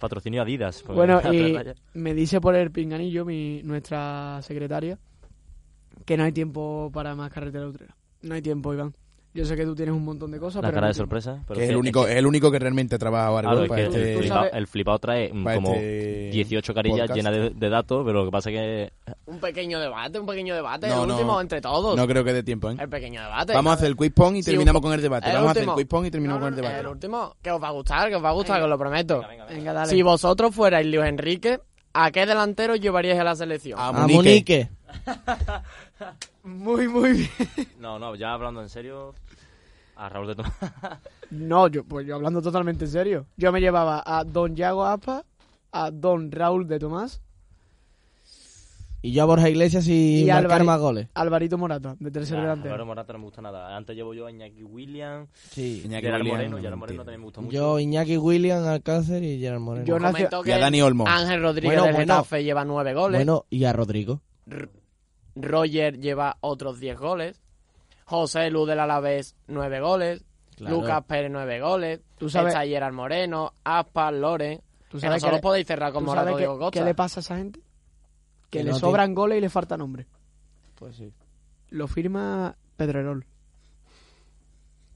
[SPEAKER 3] patrocinio Adidas. pues, porque-
[SPEAKER 2] Bueno,
[SPEAKER 3] Tres
[SPEAKER 2] y
[SPEAKER 3] rayas.
[SPEAKER 2] me dice por el pinganillo mi, nuestra secretaria que no hay tiempo para más carretera utrera. No hay tiempo, Iván. Yo sé que tú tienes un montón de cosas,
[SPEAKER 3] La
[SPEAKER 2] pero
[SPEAKER 3] cara
[SPEAKER 2] no
[SPEAKER 3] de
[SPEAKER 2] hay tiempo.
[SPEAKER 3] sorpresa. Pero
[SPEAKER 5] que es
[SPEAKER 3] que-
[SPEAKER 5] el único, es el único que realmente trabaja
[SPEAKER 3] claro,
[SPEAKER 5] Barbón
[SPEAKER 3] es
[SPEAKER 5] para
[SPEAKER 3] que
[SPEAKER 5] este-
[SPEAKER 3] el,
[SPEAKER 2] Tú
[SPEAKER 3] flipado,
[SPEAKER 2] sabes-
[SPEAKER 3] el flipado trae mm,
[SPEAKER 5] para
[SPEAKER 3] como
[SPEAKER 5] este
[SPEAKER 3] 18 carillas
[SPEAKER 5] podcast.
[SPEAKER 3] llenas de, de datos, pero lo que pasa que
[SPEAKER 6] Un pequeño debate, un pequeño debate,
[SPEAKER 5] No,
[SPEAKER 6] el
[SPEAKER 5] no.
[SPEAKER 6] último entre todos.
[SPEAKER 5] No creo que dé tiempo, ¿eh?
[SPEAKER 6] El pequeño debate.
[SPEAKER 5] Vamos a hacer el quiz pong y
[SPEAKER 6] Sí,
[SPEAKER 5] terminamos
[SPEAKER 6] un-
[SPEAKER 5] con el debate.
[SPEAKER 6] el
[SPEAKER 5] Vamos a hacer
[SPEAKER 6] último.
[SPEAKER 5] el quiz pong y terminamos
[SPEAKER 6] No, no,
[SPEAKER 5] con el
[SPEAKER 6] no,
[SPEAKER 5] debate.
[SPEAKER 6] último, que os va a gustar, que os va a gustar, que os lo prometo.
[SPEAKER 2] Venga, dale.
[SPEAKER 6] Si vosotros fuerais Luis Enrique, ¿a qué delantero llevaríais a la selección?
[SPEAKER 2] Ah,
[SPEAKER 5] A
[SPEAKER 4] A
[SPEAKER 5] Munique.
[SPEAKER 4] Munique.
[SPEAKER 2] Muy, muy bien.
[SPEAKER 3] No, no, ya hablando en serio, a Raúl de Tomás.
[SPEAKER 2] No, yo, pues yo hablando totalmente en serio. Yo me llevaba a Don Yago Apa, a Don Raúl de Tomás,
[SPEAKER 4] Y yo a Borja Iglesias y,
[SPEAKER 2] Y
[SPEAKER 4] marcar
[SPEAKER 2] Álvarez.
[SPEAKER 4] más goles.
[SPEAKER 2] Alvarito Morata, de tercer delantero.
[SPEAKER 3] Álvaro Morata no me gusta nada. Antes llevo yo a Iñaki Williams,
[SPEAKER 4] Sí.
[SPEAKER 5] Iñaki
[SPEAKER 3] Gerard
[SPEAKER 5] Williams,
[SPEAKER 3] Moreno.
[SPEAKER 5] no,
[SPEAKER 3] Gerard Moreno
[SPEAKER 5] mentira.
[SPEAKER 3] también me gusta mucho.
[SPEAKER 4] Yo, Iñaki William, Alcácer y Gerard Moreno.
[SPEAKER 2] Yo-
[SPEAKER 6] Comentó
[SPEAKER 2] nació-
[SPEAKER 6] que
[SPEAKER 5] Y a Dani Olmo.
[SPEAKER 6] Ángel Rodríguez
[SPEAKER 4] Bueno,
[SPEAKER 6] del
[SPEAKER 4] bueno.
[SPEAKER 6] Getafe lleva nueve goles.
[SPEAKER 4] Bueno, y a Rodrigo.
[SPEAKER 6] Roger lleva otros 10 goles. José Luz del Alavés, 9 goles.
[SPEAKER 4] Claro.
[SPEAKER 6] Lucas Pérez, 9 goles.
[SPEAKER 2] Tú sabes-
[SPEAKER 6] Está Gerard Moreno, Aspas, Loren.
[SPEAKER 2] ¿Tú
[SPEAKER 6] Que
[SPEAKER 2] sabes,
[SPEAKER 6] nosotros
[SPEAKER 2] qué,
[SPEAKER 6] podéis cerrar con
[SPEAKER 2] tú
[SPEAKER 6] Morata
[SPEAKER 2] sabes
[SPEAKER 6] Diego
[SPEAKER 2] qué-
[SPEAKER 6] Costa.
[SPEAKER 2] qué le pasa a esa gente? que
[SPEAKER 4] Que
[SPEAKER 2] le
[SPEAKER 4] no, tío.
[SPEAKER 2] sobran goles y le falta nombre.
[SPEAKER 4] Pues sí.
[SPEAKER 2] Lo firma Pedrerol.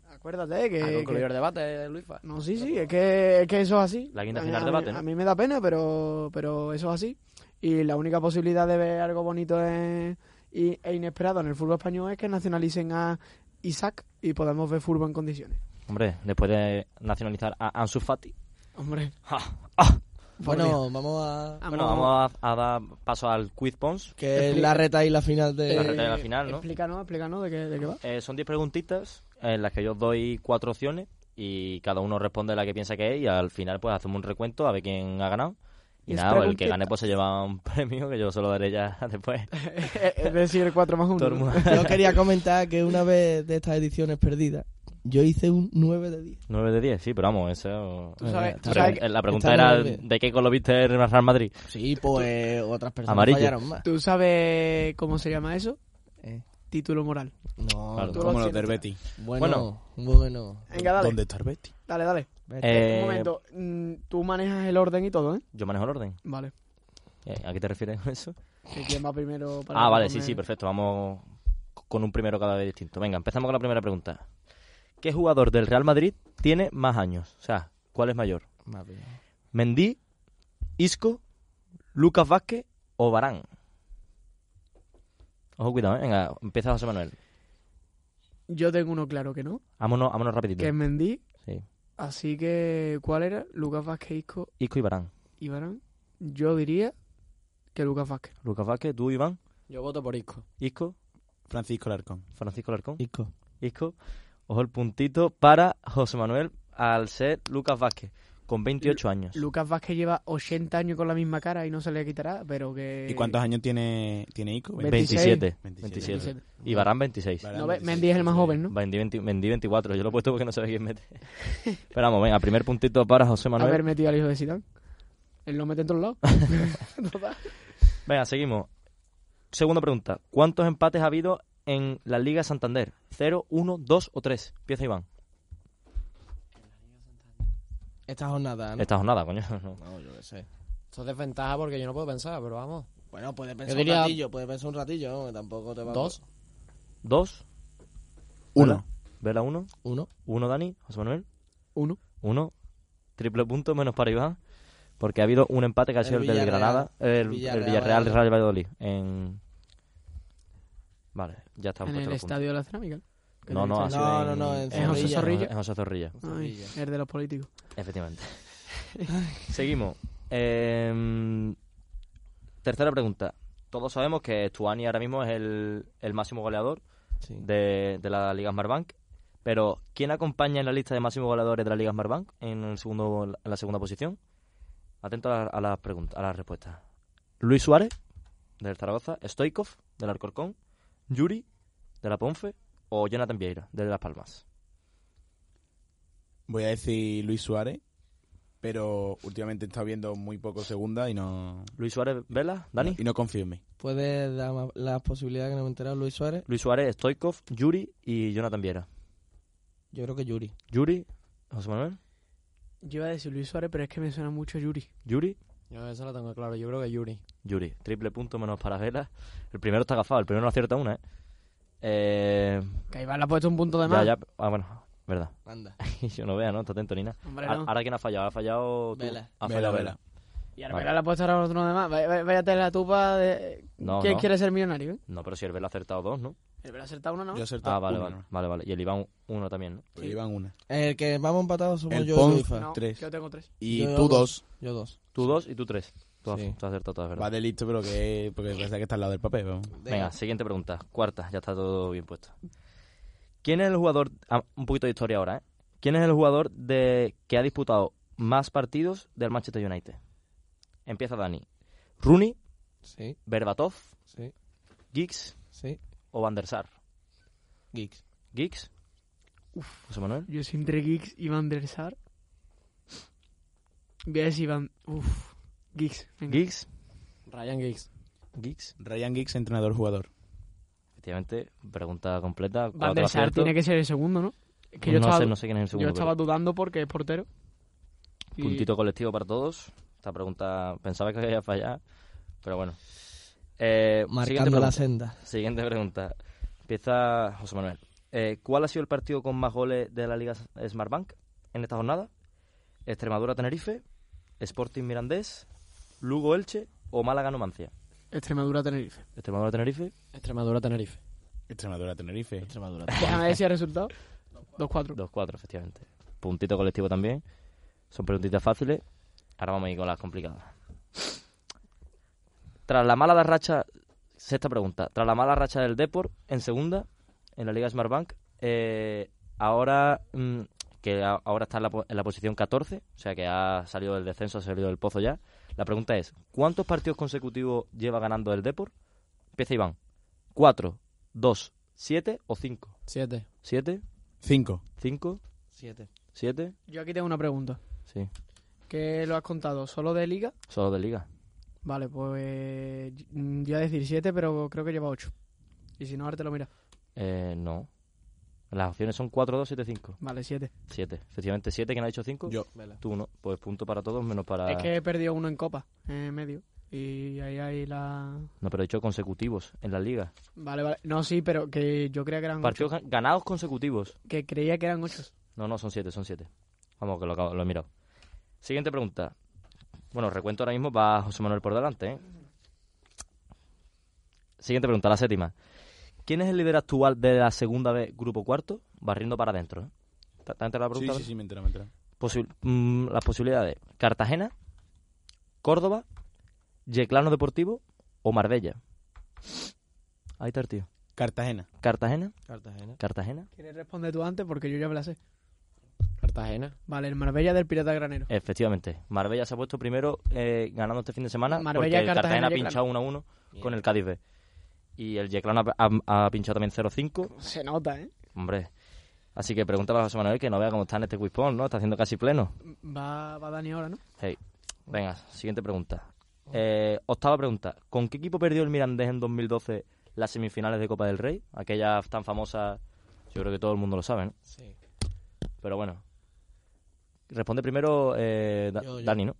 [SPEAKER 3] Ah,
[SPEAKER 2] Acuérdate que...
[SPEAKER 6] Ha concluido
[SPEAKER 2] eh, que-
[SPEAKER 6] el debate, Luisfa.
[SPEAKER 2] No, sí, sí, es que, es que eso es así.
[SPEAKER 3] La guinda
[SPEAKER 2] A mí-
[SPEAKER 3] final
[SPEAKER 2] a
[SPEAKER 3] debate,
[SPEAKER 2] mí-
[SPEAKER 3] ¿no?
[SPEAKER 2] A mí me da pena, pero, pero eso es así. Y la única posibilidad de ver algo bonito en- y- e inesperado en el fútbol español es que nacionalicen a Isaac y podamos ver fútbol en condiciones.
[SPEAKER 3] Hombre, después de nacionalizar a Ansu Fati.
[SPEAKER 2] Hombre,
[SPEAKER 3] ¡Ja! ¡Ah!
[SPEAKER 4] Bueno, vamos a...
[SPEAKER 3] Bueno, vamos a, a dar paso al quiz Pons.
[SPEAKER 4] Que es la reta y la final de...
[SPEAKER 3] La reta de la final, ¿no?
[SPEAKER 2] Explícanos, explícanos de qué, de qué va.
[SPEAKER 3] Eh, son 10 preguntitas en las que yo os doy cuatro opciones y cada uno responde la que piensa que es y al final pues hacemos un recuento a ver quién ha ganado. Y
[SPEAKER 2] Diez
[SPEAKER 3] nada, pues, el que
[SPEAKER 2] preguntitas.
[SPEAKER 3] gane pues se lleva un premio que yo se lo daré ya después.
[SPEAKER 2] es decir, el 4 más 1.
[SPEAKER 3] Todo el mundo.
[SPEAKER 4] Yo quería comentar que una vez de estas ediciones perdidas, yo hice un 9 de 10.
[SPEAKER 3] 9 de 10, sí, pero vamos, eso...
[SPEAKER 2] Tú sabes, tú
[SPEAKER 4] Pregun-
[SPEAKER 2] sabes que-
[SPEAKER 3] Pregun- la pregunta
[SPEAKER 4] está
[SPEAKER 3] era
[SPEAKER 4] nueve.
[SPEAKER 3] de qué color viste el Real Madrid.
[SPEAKER 4] Sí, pues otras personas
[SPEAKER 3] Amarillo.
[SPEAKER 4] fallaron más.
[SPEAKER 2] ¿Tú sabes cómo se llama eso?
[SPEAKER 4] Eh,
[SPEAKER 2] Título moral.
[SPEAKER 4] No,
[SPEAKER 3] Claro.
[SPEAKER 4] tú-
[SPEAKER 5] Como
[SPEAKER 2] lo
[SPEAKER 5] los
[SPEAKER 2] tienes.
[SPEAKER 5] del Betty.
[SPEAKER 4] bueno, bueno.
[SPEAKER 2] Venga, dale,
[SPEAKER 5] ¿Dónde está el Betty?
[SPEAKER 2] dale, dale.
[SPEAKER 4] Vete.
[SPEAKER 3] Eh,
[SPEAKER 2] Un momento, mm, tú manejas el orden y todo, ¿eh?
[SPEAKER 3] Yo manejo el orden.
[SPEAKER 2] Vale.
[SPEAKER 3] Eh, ¿A qué te refieres con eso?
[SPEAKER 2] ¿Que ¿Quién va primero? para
[SPEAKER 3] Ah,
[SPEAKER 2] que
[SPEAKER 3] vale, sí,
[SPEAKER 2] tome-
[SPEAKER 3] sí, perfecto. Vamos con un primero cada vez distinto. Venga, empezamos con la primera pregunta. ¿Qué jugador del Real Madrid tiene más años? O sea, ¿cuál es mayor?
[SPEAKER 4] Más bien.
[SPEAKER 3] ¿Mendí, Isco, Lucas Vázquez o Barán? Ojo, cuidado, ¿eh? Venga, empieza José Manuel.
[SPEAKER 2] Yo tengo uno claro que no,
[SPEAKER 3] Vámonos, vámonos rapidito.
[SPEAKER 2] que es Mendy.
[SPEAKER 3] Sí.
[SPEAKER 2] Así que, ¿cuál era? Lucas Vázquez, Isco
[SPEAKER 3] Isco y Barán.
[SPEAKER 2] y Barán. Yo diría que Lucas Vázquez.
[SPEAKER 3] Lucas Vázquez, tú, Iván,
[SPEAKER 6] Yo voto por Isco.
[SPEAKER 3] Isco,
[SPEAKER 5] Francisco Larcón.
[SPEAKER 3] Francisco Larcón,
[SPEAKER 4] Isco.
[SPEAKER 3] Isco. Ojo el puntito para José Manuel al ser Lucas Vázquez, con 28 años.
[SPEAKER 2] Lucas Vázquez lleva 80 años con la misma cara y no se le quitará, pero que...
[SPEAKER 5] ¿Y cuántos años tiene, tiene Ico?
[SPEAKER 3] 27.
[SPEAKER 5] 27.
[SPEAKER 3] 27. Y Barán 26.
[SPEAKER 5] Varane,
[SPEAKER 2] No, ve-
[SPEAKER 5] 26.
[SPEAKER 2] Mendy es el más joven, ¿no?
[SPEAKER 3] Vendí, 20 vendí 24, yo lo he puesto porque no sabía quién mete. Pero vamos, venga, primer puntito para José Manuel.
[SPEAKER 2] Haber metido al hijo de Zidane. Él lo mete en todos lados. Total.
[SPEAKER 3] Venga, seguimos. Segunda pregunta. ¿Cuántos empates ha habido en la Liga Santander? ¿0, 1, 2 o 3? Empieza Iván.
[SPEAKER 4] Esta jornada, ¿no?
[SPEAKER 3] Esta jornada, coño. no.
[SPEAKER 4] No, yo qué sé.
[SPEAKER 6] Esto es desventaja porque yo no puedo pensar, pero vamos.
[SPEAKER 4] Bueno, puedes pensar
[SPEAKER 6] diría-
[SPEAKER 4] un ratillo, puedes pensar un ratillo, ¿no? que tampoco te va a-
[SPEAKER 6] Dos.
[SPEAKER 3] ¿Dos?
[SPEAKER 5] Uno.
[SPEAKER 3] ¿Vela 1?
[SPEAKER 4] Uno.
[SPEAKER 3] ¿1 Dani? ¿José Manuel?
[SPEAKER 2] Uno.
[SPEAKER 3] 1. Triple punto menos para Iván. Porque ha habido un empate que ha
[SPEAKER 4] El
[SPEAKER 3] sido el del
[SPEAKER 4] Villarreal.
[SPEAKER 3] Granada. El, el
[SPEAKER 4] Villarreal.
[SPEAKER 3] Villarreal Real Valladolid. En... Vale, ya están
[SPEAKER 2] En
[SPEAKER 3] puestos
[SPEAKER 2] el
[SPEAKER 3] los puntos.
[SPEAKER 2] estadio de la cerámica. Que
[SPEAKER 3] No,
[SPEAKER 2] te
[SPEAKER 3] no,
[SPEAKER 2] dicen-
[SPEAKER 3] ha
[SPEAKER 4] No,
[SPEAKER 3] sido en,
[SPEAKER 4] no, no, en
[SPEAKER 3] en José
[SPEAKER 2] Zorrilla.
[SPEAKER 3] Zorrilla. En José Zorrilla,
[SPEAKER 2] Ay, el de los políticos.
[SPEAKER 3] efectivamente. Seguimos. Em, tercera pregunta. Todos sabemos que Stuani ahora mismo es el, el máximo goleador
[SPEAKER 4] Sí.
[SPEAKER 3] de, de la Liga Smartbank. Pero, ¿quién acompaña en la lista de máximos goleadores de la Liga Smartbank en, el segundo, en la segunda posición? Atento a, la- a las preguntas, a las respuestas. Luis Suárez, del Zaragoza, Stoikov, del Alcorcón, Yuri, de la Ponfe, o Jonathan Vieira, de Las Palmas.
[SPEAKER 5] Voy a decir Luis Suárez, pero últimamente he estado viendo muy poco segunda y no.
[SPEAKER 3] Luis Suárez, Vela, Dani.
[SPEAKER 5] Y no confío en mí.
[SPEAKER 4] Puedes dar más- las posibilidades que no me he enterado, Luis Suárez.
[SPEAKER 3] Luis Suárez, Stoikov, Yuri y Jonathan Viera.
[SPEAKER 4] Yo creo que Yuri.
[SPEAKER 3] Yuri, José Manuel,
[SPEAKER 2] Yo iba a decir Luis Suárez, pero es que me suena mucho Yuri.
[SPEAKER 3] Yuri,
[SPEAKER 6] Yo eso lo tengo claro. Yo creo que Yuri.
[SPEAKER 3] Yuri. Triple punto menos para Vela. El primero está agafado, el primero no acierta una, ¿eh? eh
[SPEAKER 2] Que Iván le ha puesto un punto de
[SPEAKER 3] ya,
[SPEAKER 2] más.
[SPEAKER 3] ya. Ah, bueno, verdad.
[SPEAKER 4] Anda.
[SPEAKER 3] Yo no vea, ¿no? Está atento ni nada.
[SPEAKER 2] Hombre,
[SPEAKER 3] A-
[SPEAKER 2] no.
[SPEAKER 3] Ahora quién ha fallado, ha fallado tú.
[SPEAKER 4] Vela.
[SPEAKER 3] Ha fallado
[SPEAKER 5] Vela,
[SPEAKER 3] Vela.
[SPEAKER 2] Y ahora
[SPEAKER 3] Vale.
[SPEAKER 2] me la ha puesto ahora otro demás. Vaya- vaya- Váyate la tupa de...
[SPEAKER 3] No,
[SPEAKER 2] ¿Quién
[SPEAKER 3] no.
[SPEAKER 2] quiere ser millonario? eh?
[SPEAKER 3] No, pero si el Vela ha acertado dos, ¿no?
[SPEAKER 2] El haber acertado uno, ¿no?
[SPEAKER 5] Yo acerté
[SPEAKER 3] Ah, vale,
[SPEAKER 5] una,
[SPEAKER 3] vale, vale, vale. Y el Iván uno también, ¿no?
[SPEAKER 5] pero iban una.
[SPEAKER 4] El que vamos empatados somos
[SPEAKER 5] El
[SPEAKER 4] yo
[SPEAKER 5] Pons-
[SPEAKER 4] y Luisfa.
[SPEAKER 2] No,
[SPEAKER 5] tres.
[SPEAKER 2] yo tengo tres.
[SPEAKER 5] Y
[SPEAKER 4] Yo
[SPEAKER 5] tú
[SPEAKER 4] dos.
[SPEAKER 5] dos.
[SPEAKER 4] Yo dos.
[SPEAKER 3] Tú dos y tú tres. Tú, has-
[SPEAKER 4] Sí.
[SPEAKER 3] tú has acertado todas, ¿verdad?
[SPEAKER 5] Va de listo, pero que. Porque parece que está al lado del papel, vamos.
[SPEAKER 3] Venga, siguiente pregunta. Cuarta, ya está todo bien puesto. ¿Quién es el jugador, ah, un poquito de historia ahora, ¿eh? ¿Quién es el jugador de que ha disputado más partidos del Manchester United? Empieza Dani. Rooney,
[SPEAKER 4] Sí,
[SPEAKER 3] Berbatov,
[SPEAKER 4] sí,
[SPEAKER 3] Giggs
[SPEAKER 4] sí.
[SPEAKER 3] o Van der Sar.
[SPEAKER 4] Geeks.
[SPEAKER 3] Giggs. José Manuel.
[SPEAKER 2] Yo soy entre Geeks y Van der Sar. Voy a decir Van... Uf. Geeks. venga.
[SPEAKER 3] Giggs.
[SPEAKER 6] Ryan Giggs.
[SPEAKER 3] Giggs.
[SPEAKER 5] Ryan Giggs, entrenador, jugador.
[SPEAKER 3] Efectivamente, pregunta completa.
[SPEAKER 2] Van
[SPEAKER 3] cuatro
[SPEAKER 2] der Sar
[SPEAKER 3] aciertos.
[SPEAKER 2] tiene que ser el segundo, ¿no? Es que yo
[SPEAKER 3] no,
[SPEAKER 2] estaba,
[SPEAKER 3] sé, no sé quién es el segundo.
[SPEAKER 2] yo estaba dudando porque es portero.
[SPEAKER 3] pero Puntito colectivo para todos. Esta pregunta pensaba que había fallado, pero bueno. Eh, siguiente
[SPEAKER 4] Marcando
[SPEAKER 3] pregunta.
[SPEAKER 4] la senda.
[SPEAKER 3] Siguiente pregunta. Empieza José Manuel. Eh, ¿Cuál ha sido el partido con más goles de la Liga Smartbank en esta jornada? ¿Extremadura-Tenerife? ¿Sporting Mirandés? ¿Lugo-Elche? ¿O Málaga-Numancia?
[SPEAKER 2] Extremadura-Tenerife.
[SPEAKER 3] ¿Extremadura-Tenerife?
[SPEAKER 6] Extremadura-Tenerife.
[SPEAKER 5] Extremadura-Tenerife.
[SPEAKER 4] Extremadura.
[SPEAKER 2] Déjame ver si el resultado. 2-4.
[SPEAKER 3] 2-4, efectivamente. Puntito colectivo también. Son preguntitas fáciles. Ahora vamos a ir con las complicadas. Tras la mala racha, sexta pregunta. Tras la mala racha del Deport en segunda, en la Liga Smartbank, eh, ahora mm, que a- ahora está en la, po- en la posición 14, o sea que ha salido del descenso, ha salido del pozo ya. La pregunta es, ¿cuántos partidos consecutivos lleva ganando el Deport? Empieza Iván. ¿Cuatro, dos, siete o cinco?
[SPEAKER 6] Siete.
[SPEAKER 3] ¿Siete?
[SPEAKER 5] Cinco.
[SPEAKER 3] ¿Cinco?
[SPEAKER 4] Siete.
[SPEAKER 3] ¿Siete?
[SPEAKER 2] Yo aquí tengo una pregunta.
[SPEAKER 3] Sí,
[SPEAKER 2] ¿Qué lo has contado? ¿Solo de liga?
[SPEAKER 3] solo de liga.
[SPEAKER 2] Vale, pues mm, yo iba a decir 7, pero creo que lleva 8. Y si no, ahora te lo miras.
[SPEAKER 3] Eh, no. Las opciones son 4, 2, 7, 5.
[SPEAKER 2] Vale, 7.
[SPEAKER 3] 7. Efectivamente, 7. ¿Quién ha dicho 5?
[SPEAKER 5] Yo.
[SPEAKER 3] Tú no. Pues punto para todos menos para...
[SPEAKER 2] Es que he perdido uno en copa, en medio. Y ahí hay la...
[SPEAKER 3] No, pero he dicho consecutivos en la liga.
[SPEAKER 2] Vale, vale. No, sí, pero que yo creía que eran ocho.
[SPEAKER 3] Partidos gan- ganados consecutivos.
[SPEAKER 2] Que creía que eran 8.
[SPEAKER 3] No, no, son 7, son 7. Vamos, que lo, acabo- lo he mirado. Siguiente pregunta. Bueno, recuento ahora mismo, va José Manuel por delante. ¿eh? Siguiente pregunta, la séptima. ¿Quién es el líder actual de la segunda B, grupo cuarto? Barriendo para adentro. ¿eh? ¿Te, te ha enterado la
[SPEAKER 5] Sí,
[SPEAKER 3] pregunta?
[SPEAKER 5] sí, sí, me entera, me entera.
[SPEAKER 3] posi- mm, las posibilidades. Cartagena, Córdoba, Yeclano Deportivo o Marbella. Ahí está el tío.
[SPEAKER 5] Cartagena.
[SPEAKER 3] Cartagena,
[SPEAKER 4] Cartagena.
[SPEAKER 3] Cartagena.
[SPEAKER 2] ¿Quieres responder tú antes? Porque yo ya me la sé.
[SPEAKER 6] Cartagena.
[SPEAKER 2] Vale, el Marbella del Pirata Granero.
[SPEAKER 3] Efectivamente. Marbella se ha puesto primero eh, ganando este fin de semana.
[SPEAKER 2] Marbella,
[SPEAKER 3] porque el
[SPEAKER 2] Cartagena,
[SPEAKER 3] Cartagena, ha
[SPEAKER 2] Yeclano.
[SPEAKER 3] pinchado 1-1 con el Cádiz B. Y el Yeclano ha, ha- ha pinchado también 0-5.
[SPEAKER 2] Se nota, ¿eh?
[SPEAKER 3] Hombre. Así que pregúntale a José Manuel que no vea cómo está en este quizpón, ¿no? Está haciendo casi pleno.
[SPEAKER 2] Va, va Dani ahora, ¿no?
[SPEAKER 3] Hey. Venga, siguiente pregunta. Eh, octava pregunta. ¿Con qué equipo perdió el Mirandés en 2012 las semifinales de Copa del Rey? Aquella tan famosa, yo creo que todo el mundo lo sabe, ¿no?
[SPEAKER 4] Sí.
[SPEAKER 3] Pero bueno. Responde primero eh, Da-
[SPEAKER 4] Yo, yo.
[SPEAKER 3] Dani, ¿no?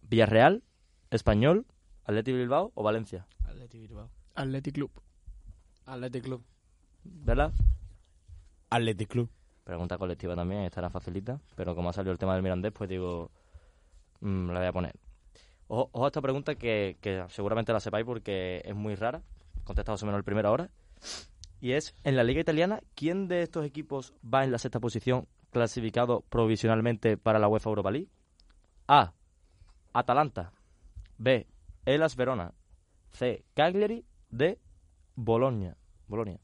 [SPEAKER 3] ¿Villarreal, Español, Atleti Bilbao o Valencia?
[SPEAKER 4] Atleti Bilbao.
[SPEAKER 2] Athletic Club.
[SPEAKER 6] Athletic Club.
[SPEAKER 3] ¿Verdad?
[SPEAKER 5] Athletic Club.
[SPEAKER 3] Pregunta colectiva también, estará facilita. Pero como ha salido el tema del Mirandés, pues digo, mm, la voy a poner. Ojo, ojo a esta pregunta que, que seguramente la sepáis porque es muy rara. Contesta José Manuel primero ahora. Y es, en la Liga Italiana, ¿quién de estos equipos va en la sexta posición clasificado provisionalmente para la UEFA Europa League? A. Atalanta. B. Elas Verona. C. Cagliari. D. Bolonia. Bolonia.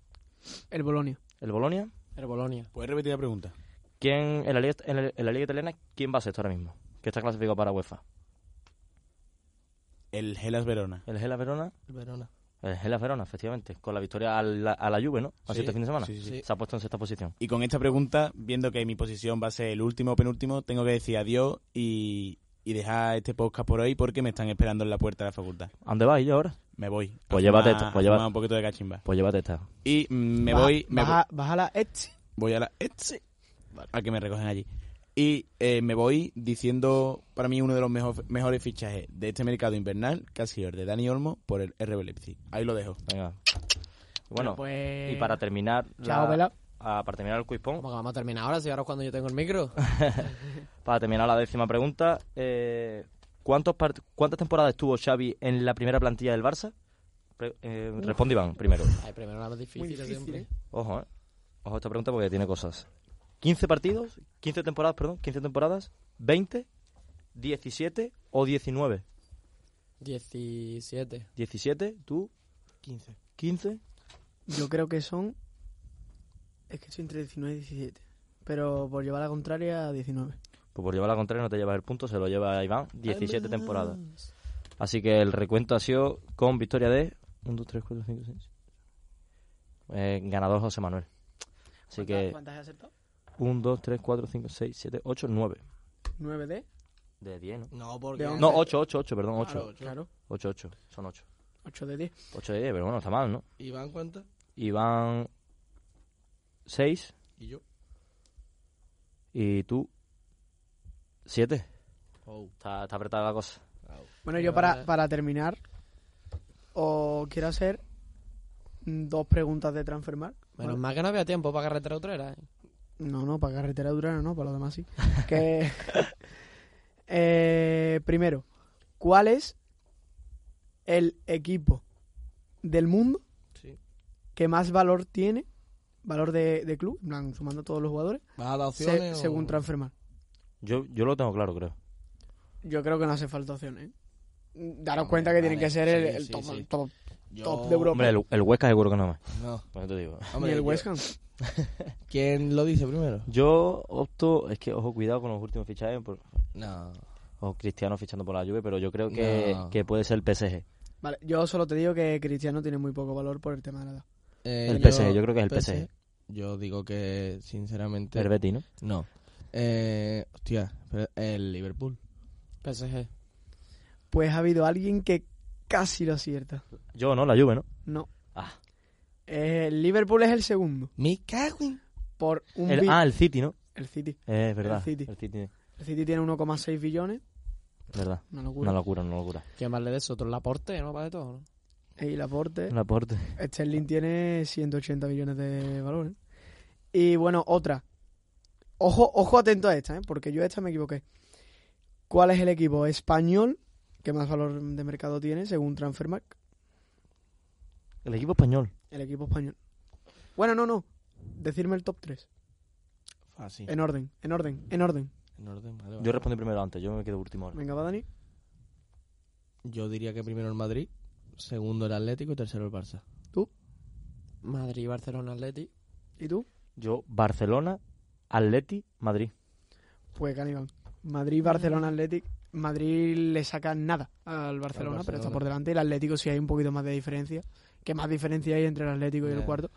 [SPEAKER 2] El Bolonia.
[SPEAKER 3] ¿El Bolonia?
[SPEAKER 6] El Bolonia.
[SPEAKER 5] ¿Puedes repetir la pregunta?
[SPEAKER 3] ¿Quién, en, la liga, en, la, en la liga italiana, ¿quién va sexto ahora mismo? Que está clasificado para UEFA.
[SPEAKER 5] El Gelas Verona.
[SPEAKER 3] ¿El Gela Verona?
[SPEAKER 4] Verona.
[SPEAKER 3] El Gela Verona, efectivamente. Con la victoria a la, a la Juve, ¿no? Así
[SPEAKER 5] Sí,
[SPEAKER 3] este fin de semana.
[SPEAKER 5] sí, sí,
[SPEAKER 4] sí.
[SPEAKER 3] Se ha puesto en sexta posición.
[SPEAKER 5] Y con esta pregunta, viendo que mi posición va a ser el último o penúltimo, tengo que decir adiós y, y dejar este podcast por hoy porque me están esperando en la puerta de la facultad.
[SPEAKER 3] ¿A dónde vas, yo ahora?
[SPEAKER 5] Me voy.
[SPEAKER 3] Pues
[SPEAKER 5] A
[SPEAKER 3] llévate
[SPEAKER 5] fumar-
[SPEAKER 3] esto, pues
[SPEAKER 5] a
[SPEAKER 3] llévate-
[SPEAKER 5] fumar un poquito de cachimba.
[SPEAKER 3] Pues llévate esta.
[SPEAKER 5] Y mm, me
[SPEAKER 2] Baja-
[SPEAKER 5] voy, me
[SPEAKER 2] baja, baja la Etsy.
[SPEAKER 5] voy a la Etsy, a que me recogen allí. Y eh, me voy diciendo para mí uno de los mejo- mejores fichajes de este mercado invernal, que ha sido el de Dani Olmo por el RB Leipzig. Ahí lo dejo.
[SPEAKER 3] Venga. Bueno,
[SPEAKER 2] pues...
[SPEAKER 3] y para terminar... la-
[SPEAKER 2] Chao, Vela.
[SPEAKER 3] ah, para terminar el quizpón,
[SPEAKER 6] Vamos, que vamos a terminar ahora, si ahora es cuando yo tengo el micro.
[SPEAKER 3] para terminar la décima pregunta, eh, ¿cuántos part- ¿cuántas temporadas estuvo Xavi en la primera plantilla del Barça? Pre- eh, responde Iván primero.
[SPEAKER 6] Ay, primero la más difícil, siempre.
[SPEAKER 3] Ojo, eh. Ojo a esta pregunta porque tiene cosas. 15 partidos, 15 temporadas, perdón, 15 temporadas, 20, 17 o 19.
[SPEAKER 6] 17.
[SPEAKER 3] 17, tú,
[SPEAKER 4] 15.
[SPEAKER 3] 15.
[SPEAKER 2] Yo creo que son... Es que estoy entre 19 y 17. Pero por llevar la contraria, 19.
[SPEAKER 3] Pues por llevar la contraria no te llevas el punto, se lo lleva Iván, 17 temporadas. Así que el recuento ha sido con victoria de 1, 2, 3, 4, 5, 6. Eh, ganador José Manuel. Así que
[SPEAKER 2] ¿Cuántas has acertado?
[SPEAKER 3] 1, 2, 3, 4, 5, 6, 7, 8, 9.
[SPEAKER 2] 9 de...
[SPEAKER 3] De 10, ¿no?
[SPEAKER 4] No, porque...
[SPEAKER 2] De once.
[SPEAKER 3] No, 8, 8, 8, perdón, 8.
[SPEAKER 2] Claro, claro.
[SPEAKER 3] 8, 8, son 8.
[SPEAKER 2] 8 de 10.
[SPEAKER 3] 8 de 10, pero bueno, está mal, ¿no?
[SPEAKER 4] Iván, ¿cuánto?
[SPEAKER 3] Iván 6
[SPEAKER 4] Y yo.
[SPEAKER 3] y tú 7.
[SPEAKER 4] Oh.
[SPEAKER 3] Está, está apretada la cosa.
[SPEAKER 2] Bueno, yo para, para terminar, os quiero hacer mm, dos preguntas de transfermar.
[SPEAKER 6] Menos mal que no había tiempo para carretera utrera. ¿eh?
[SPEAKER 2] No, no, para carretera durana no, para lo demás sí. que, Eh, primero, ¿cuál es el equipo del mundo
[SPEAKER 3] Sí.
[SPEAKER 2] que más valor tiene, valor de, de club, en plan, sumando a todos los jugadores,
[SPEAKER 4] ¿Vas a dar
[SPEAKER 2] se-
[SPEAKER 4] opciones? o-
[SPEAKER 2] según Transfermar?
[SPEAKER 3] Yo, yo lo tengo claro, creo.
[SPEAKER 2] Yo creo que no hace falta opciones. ¿eh? Daros
[SPEAKER 4] Hombre,
[SPEAKER 2] cuenta que tienen
[SPEAKER 4] vale,
[SPEAKER 2] que ser el,
[SPEAKER 4] sí,
[SPEAKER 2] el
[SPEAKER 4] sí,
[SPEAKER 2] top,
[SPEAKER 4] sí.
[SPEAKER 2] top.
[SPEAKER 4] Yo-
[SPEAKER 2] top de Europa.
[SPEAKER 3] Hombre, el, el Huesca seguro que no más.
[SPEAKER 4] No.
[SPEAKER 3] Bueno, Pues te digo.
[SPEAKER 4] Hombre,
[SPEAKER 2] y el
[SPEAKER 4] yo-
[SPEAKER 2] West Ham.
[SPEAKER 4] ¿Quién lo dice primero?
[SPEAKER 3] Yo opto, es que ojo, cuidado con los últimos fichajes, por,
[SPEAKER 4] No.
[SPEAKER 3] o Cristiano fichando por la Juve, pero yo creo que,
[SPEAKER 4] No.
[SPEAKER 3] que puede ser el PSG.
[SPEAKER 2] Vale, yo solo te digo que Cristiano tiene muy poco valor por el tema de la edad.
[SPEAKER 4] Eh,
[SPEAKER 3] El PSG, yo creo que es el PSG.
[SPEAKER 4] Yo digo que, sinceramente.
[SPEAKER 3] El Betis, ¿no?
[SPEAKER 4] No. Eh, hostia, pero el Liverpool.
[SPEAKER 6] PSG.
[SPEAKER 2] Pues ha habido alguien que casi lo acierta.
[SPEAKER 3] Yo no, la Juve, ¿no?
[SPEAKER 2] No.
[SPEAKER 3] Ah.
[SPEAKER 2] Eh, El Liverpool es el segundo.
[SPEAKER 4] Me cago en-
[SPEAKER 2] Por un
[SPEAKER 3] El,
[SPEAKER 2] bit-
[SPEAKER 3] ah, el City, ¿no?
[SPEAKER 2] el City.
[SPEAKER 3] Eh, es verdad.
[SPEAKER 2] El City.
[SPEAKER 3] El City,
[SPEAKER 2] El City tiene 1,6 billones.
[SPEAKER 3] es verdad.
[SPEAKER 2] Una locura.
[SPEAKER 3] Una locura, una locura.
[SPEAKER 6] ¿Quién más le des otro? ¿El aporte? ¿No? Para de todo, ¿no?
[SPEAKER 2] Y Laporte.
[SPEAKER 3] Un aporte.
[SPEAKER 2] Sterling tiene 180 millones de valor. ¿eh? Y bueno, otra. Ojo, ojo atento a esta, ¿eh? porque yo a esta me equivoqué. ¿Cuál es el equipo español que más valor de mercado tiene según Transfermarkt?
[SPEAKER 3] El equipo español.
[SPEAKER 2] El equipo español. Bueno, no, no. Decirme el top 3.
[SPEAKER 4] Ah, sí.
[SPEAKER 2] En orden, en orden, en orden.
[SPEAKER 4] En orden, vale, vale.
[SPEAKER 3] Yo respondí primero antes, yo me quedo último ahora.
[SPEAKER 2] Venga, va Dani.
[SPEAKER 4] Yo diría que primero el Madrid, segundo el Atlético y tercero el Barça.
[SPEAKER 6] Madrid, Barcelona, Atleti.
[SPEAKER 2] ¿Y tú?
[SPEAKER 3] Yo, Barcelona, Atleti, Madrid.
[SPEAKER 2] Pues Canibal. Madrid, Barcelona, Athletic. Madrid le saca nada al Barcelona, pero está
[SPEAKER 4] Barcelona.
[SPEAKER 2] por delante. El Atlético sí hay un poquito más de diferencia. Que más diferencia hay entre el Atlético y el
[SPEAKER 4] Ya.
[SPEAKER 2] cuarto.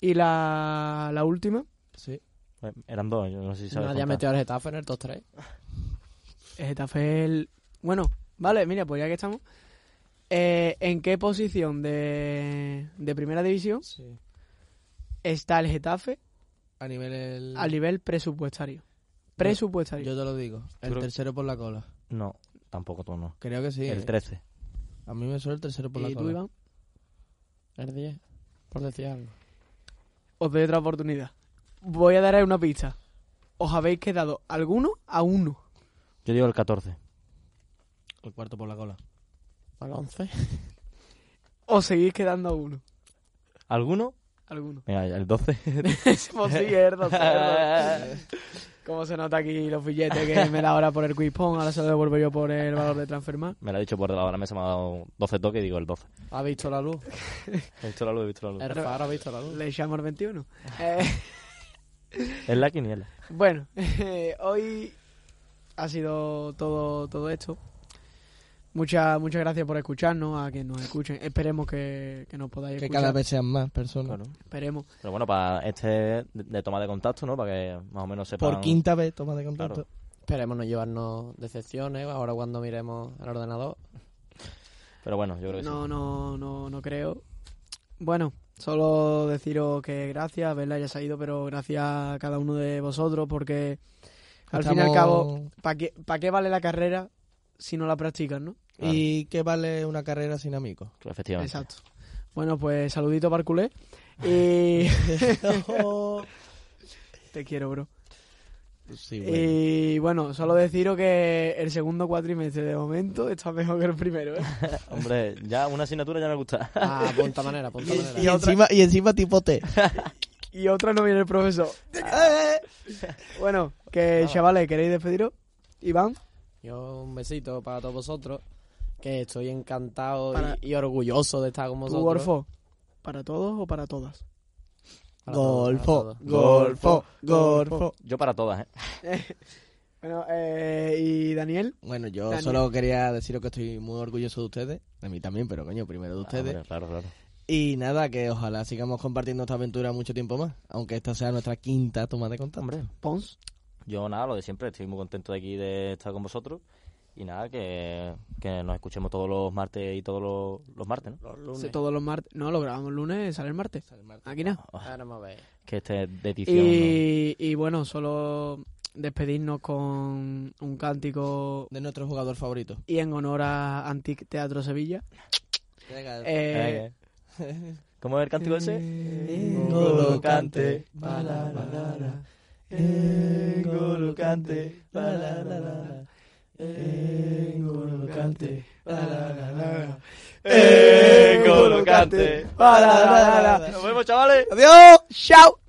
[SPEAKER 2] Y la, la última
[SPEAKER 4] Sí.
[SPEAKER 3] Eh, Eran dos, yo no sé si sabes.
[SPEAKER 6] Nadie ha
[SPEAKER 3] contar.
[SPEAKER 6] metido al Getafe en el 2-3.
[SPEAKER 2] es Getafe. el- Bueno, vale, mira, pues ya que estamos. eh, ¿En qué posición de, de primera división
[SPEAKER 4] Sí.
[SPEAKER 2] está el Getafe
[SPEAKER 4] A nivel el...
[SPEAKER 2] a nivel presupuestario? Presupuestario.
[SPEAKER 4] Yo te lo digo. El
[SPEAKER 3] Creo-
[SPEAKER 4] tercero por la cola.
[SPEAKER 3] No, tampoco tú no.
[SPEAKER 4] Creo que sí.
[SPEAKER 3] El
[SPEAKER 4] eh.
[SPEAKER 3] 13.
[SPEAKER 4] A mí me suena el tercero por la
[SPEAKER 2] ¿Y tú,
[SPEAKER 4] cola.
[SPEAKER 2] Iván?
[SPEAKER 6] El 10. Por decir algo.
[SPEAKER 2] Os doy otra oportunidad. Voy a dar una pista. Os habéis quedado alguno a uno.
[SPEAKER 3] Yo digo el 14.
[SPEAKER 4] El cuarto por la cola.
[SPEAKER 6] Al 11.
[SPEAKER 2] Os seguís quedando a uno.
[SPEAKER 3] ¿Alguno?
[SPEAKER 2] Alguno.
[SPEAKER 3] Mira, el 12.
[SPEAKER 2] Es posible, es dos, es dos. Cómo se nota aquí los billetes que me da ahora por el quispón, ahora se lo devuelvo yo por el valor de transfermar.
[SPEAKER 3] me lo ha dicho por debajo de la mesa, me ha dado 12 toques y digo el 12.
[SPEAKER 6] Ha visto la luz.
[SPEAKER 3] He visto la luz, he visto la luz.
[SPEAKER 6] El Faro ha visto la luz.
[SPEAKER 2] Le llamo al 21. Eh,
[SPEAKER 3] Es la quiniela.
[SPEAKER 2] bueno, eh, hoy ha sido todo, todo esto. Muchas muchas gracias por escucharnos, a quien nos escuchen. Esperemos que, que nos podáis
[SPEAKER 4] Que
[SPEAKER 2] escuchar.
[SPEAKER 4] cada vez sean más personas.
[SPEAKER 3] Claro.
[SPEAKER 2] Esperemos.
[SPEAKER 3] Pero bueno, para este de, de toma de contacto, ¿no? Para que más o menos sepan.
[SPEAKER 4] Por quinta vez, toma de contacto.
[SPEAKER 6] Esperemos no llevarnos decepciones ahora cuando miremos al ordenador.
[SPEAKER 3] Pero bueno, yo creo que
[SPEAKER 2] No, no, no, no creo. Bueno, solo deciros que gracias, verla ya se ha ido, pero gracias a cada uno de vosotros porque al fin y al
[SPEAKER 4] Estamos-
[SPEAKER 2] cabo, ¿para qué, pa' qué vale la carrera si no la practican, no?
[SPEAKER 3] Claro.
[SPEAKER 4] ¿Y qué vale una carrera sin amigos?
[SPEAKER 3] sí. Efectivamente.
[SPEAKER 2] Exacto. Bueno, pues saludito para el culé y te quiero, bro.
[SPEAKER 4] sí, bueno.
[SPEAKER 2] Y bueno, solo deciros que el segundo cuatrimestre de momento está mejor que el primero, ¿eh?
[SPEAKER 3] Hombre, ya una asignatura ya me gusta.
[SPEAKER 6] Ah, apunta manera, apunta
[SPEAKER 4] Y,
[SPEAKER 6] manera.
[SPEAKER 4] encima, y encima tipote.
[SPEAKER 2] Y otra no viene el profesor. bueno, que chavales, ¿queréis despediros? Iván.
[SPEAKER 6] Yo un besito para todos vosotros. Que estoy encantado y-
[SPEAKER 2] Para-
[SPEAKER 6] y, orgulloso de estar con
[SPEAKER 2] ¿Tu
[SPEAKER 6] vosotros.
[SPEAKER 2] golfo? ¿Para todos o para todas?
[SPEAKER 6] Para todos, para
[SPEAKER 4] Golfo,
[SPEAKER 6] todos.
[SPEAKER 4] golfo, golfo.
[SPEAKER 3] Yo para todas, ¿eh?
[SPEAKER 2] Bueno, eh, ¿y Daniel?
[SPEAKER 4] Bueno, yo
[SPEAKER 2] Daniel.
[SPEAKER 4] solo quería deciros que estoy muy orgulloso de ustedes. De mí también, pero coño, primero de ustedes.
[SPEAKER 3] Ah, Hombre, claro, claro.
[SPEAKER 4] y nada, que ojalá sigamos compartiendo esta aventura mucho tiempo más. Aunque esta sea nuestra quinta toma de contacto.
[SPEAKER 3] Hombre,
[SPEAKER 2] Pons.
[SPEAKER 3] yo nada, lo de siempre. Estoy muy contento de aquí de estar con vosotros. Y nada, que, que nos escuchemos todos los martes y todos los, los martes, ¿no?
[SPEAKER 2] Sí, Todos los martes. No, lo grabamos el lunes, sale el martes. Aquí nada.
[SPEAKER 6] Ahora vamos a ver.
[SPEAKER 3] Que este de edición. ¿no?
[SPEAKER 2] Y, y bueno, solo despedirnos con un cántico
[SPEAKER 4] De nuestro jugador favorito.
[SPEAKER 2] y en honor a Antic Teatro Sevilla.
[SPEAKER 4] Venga,
[SPEAKER 2] Eh,
[SPEAKER 3] Venga. ¿Cómo es el cántico ese?
[SPEAKER 4] Engolo cante, bala, bala,
[SPEAKER 2] bala.
[SPEAKER 4] Engolo cante, bala, bala, Engolo cante, bala, bala,
[SPEAKER 3] ¡Eh, colocante!
[SPEAKER 4] bala, bala.
[SPEAKER 3] ¡Nos vemos, chavales!
[SPEAKER 4] Adiós.
[SPEAKER 2] ¡Chao!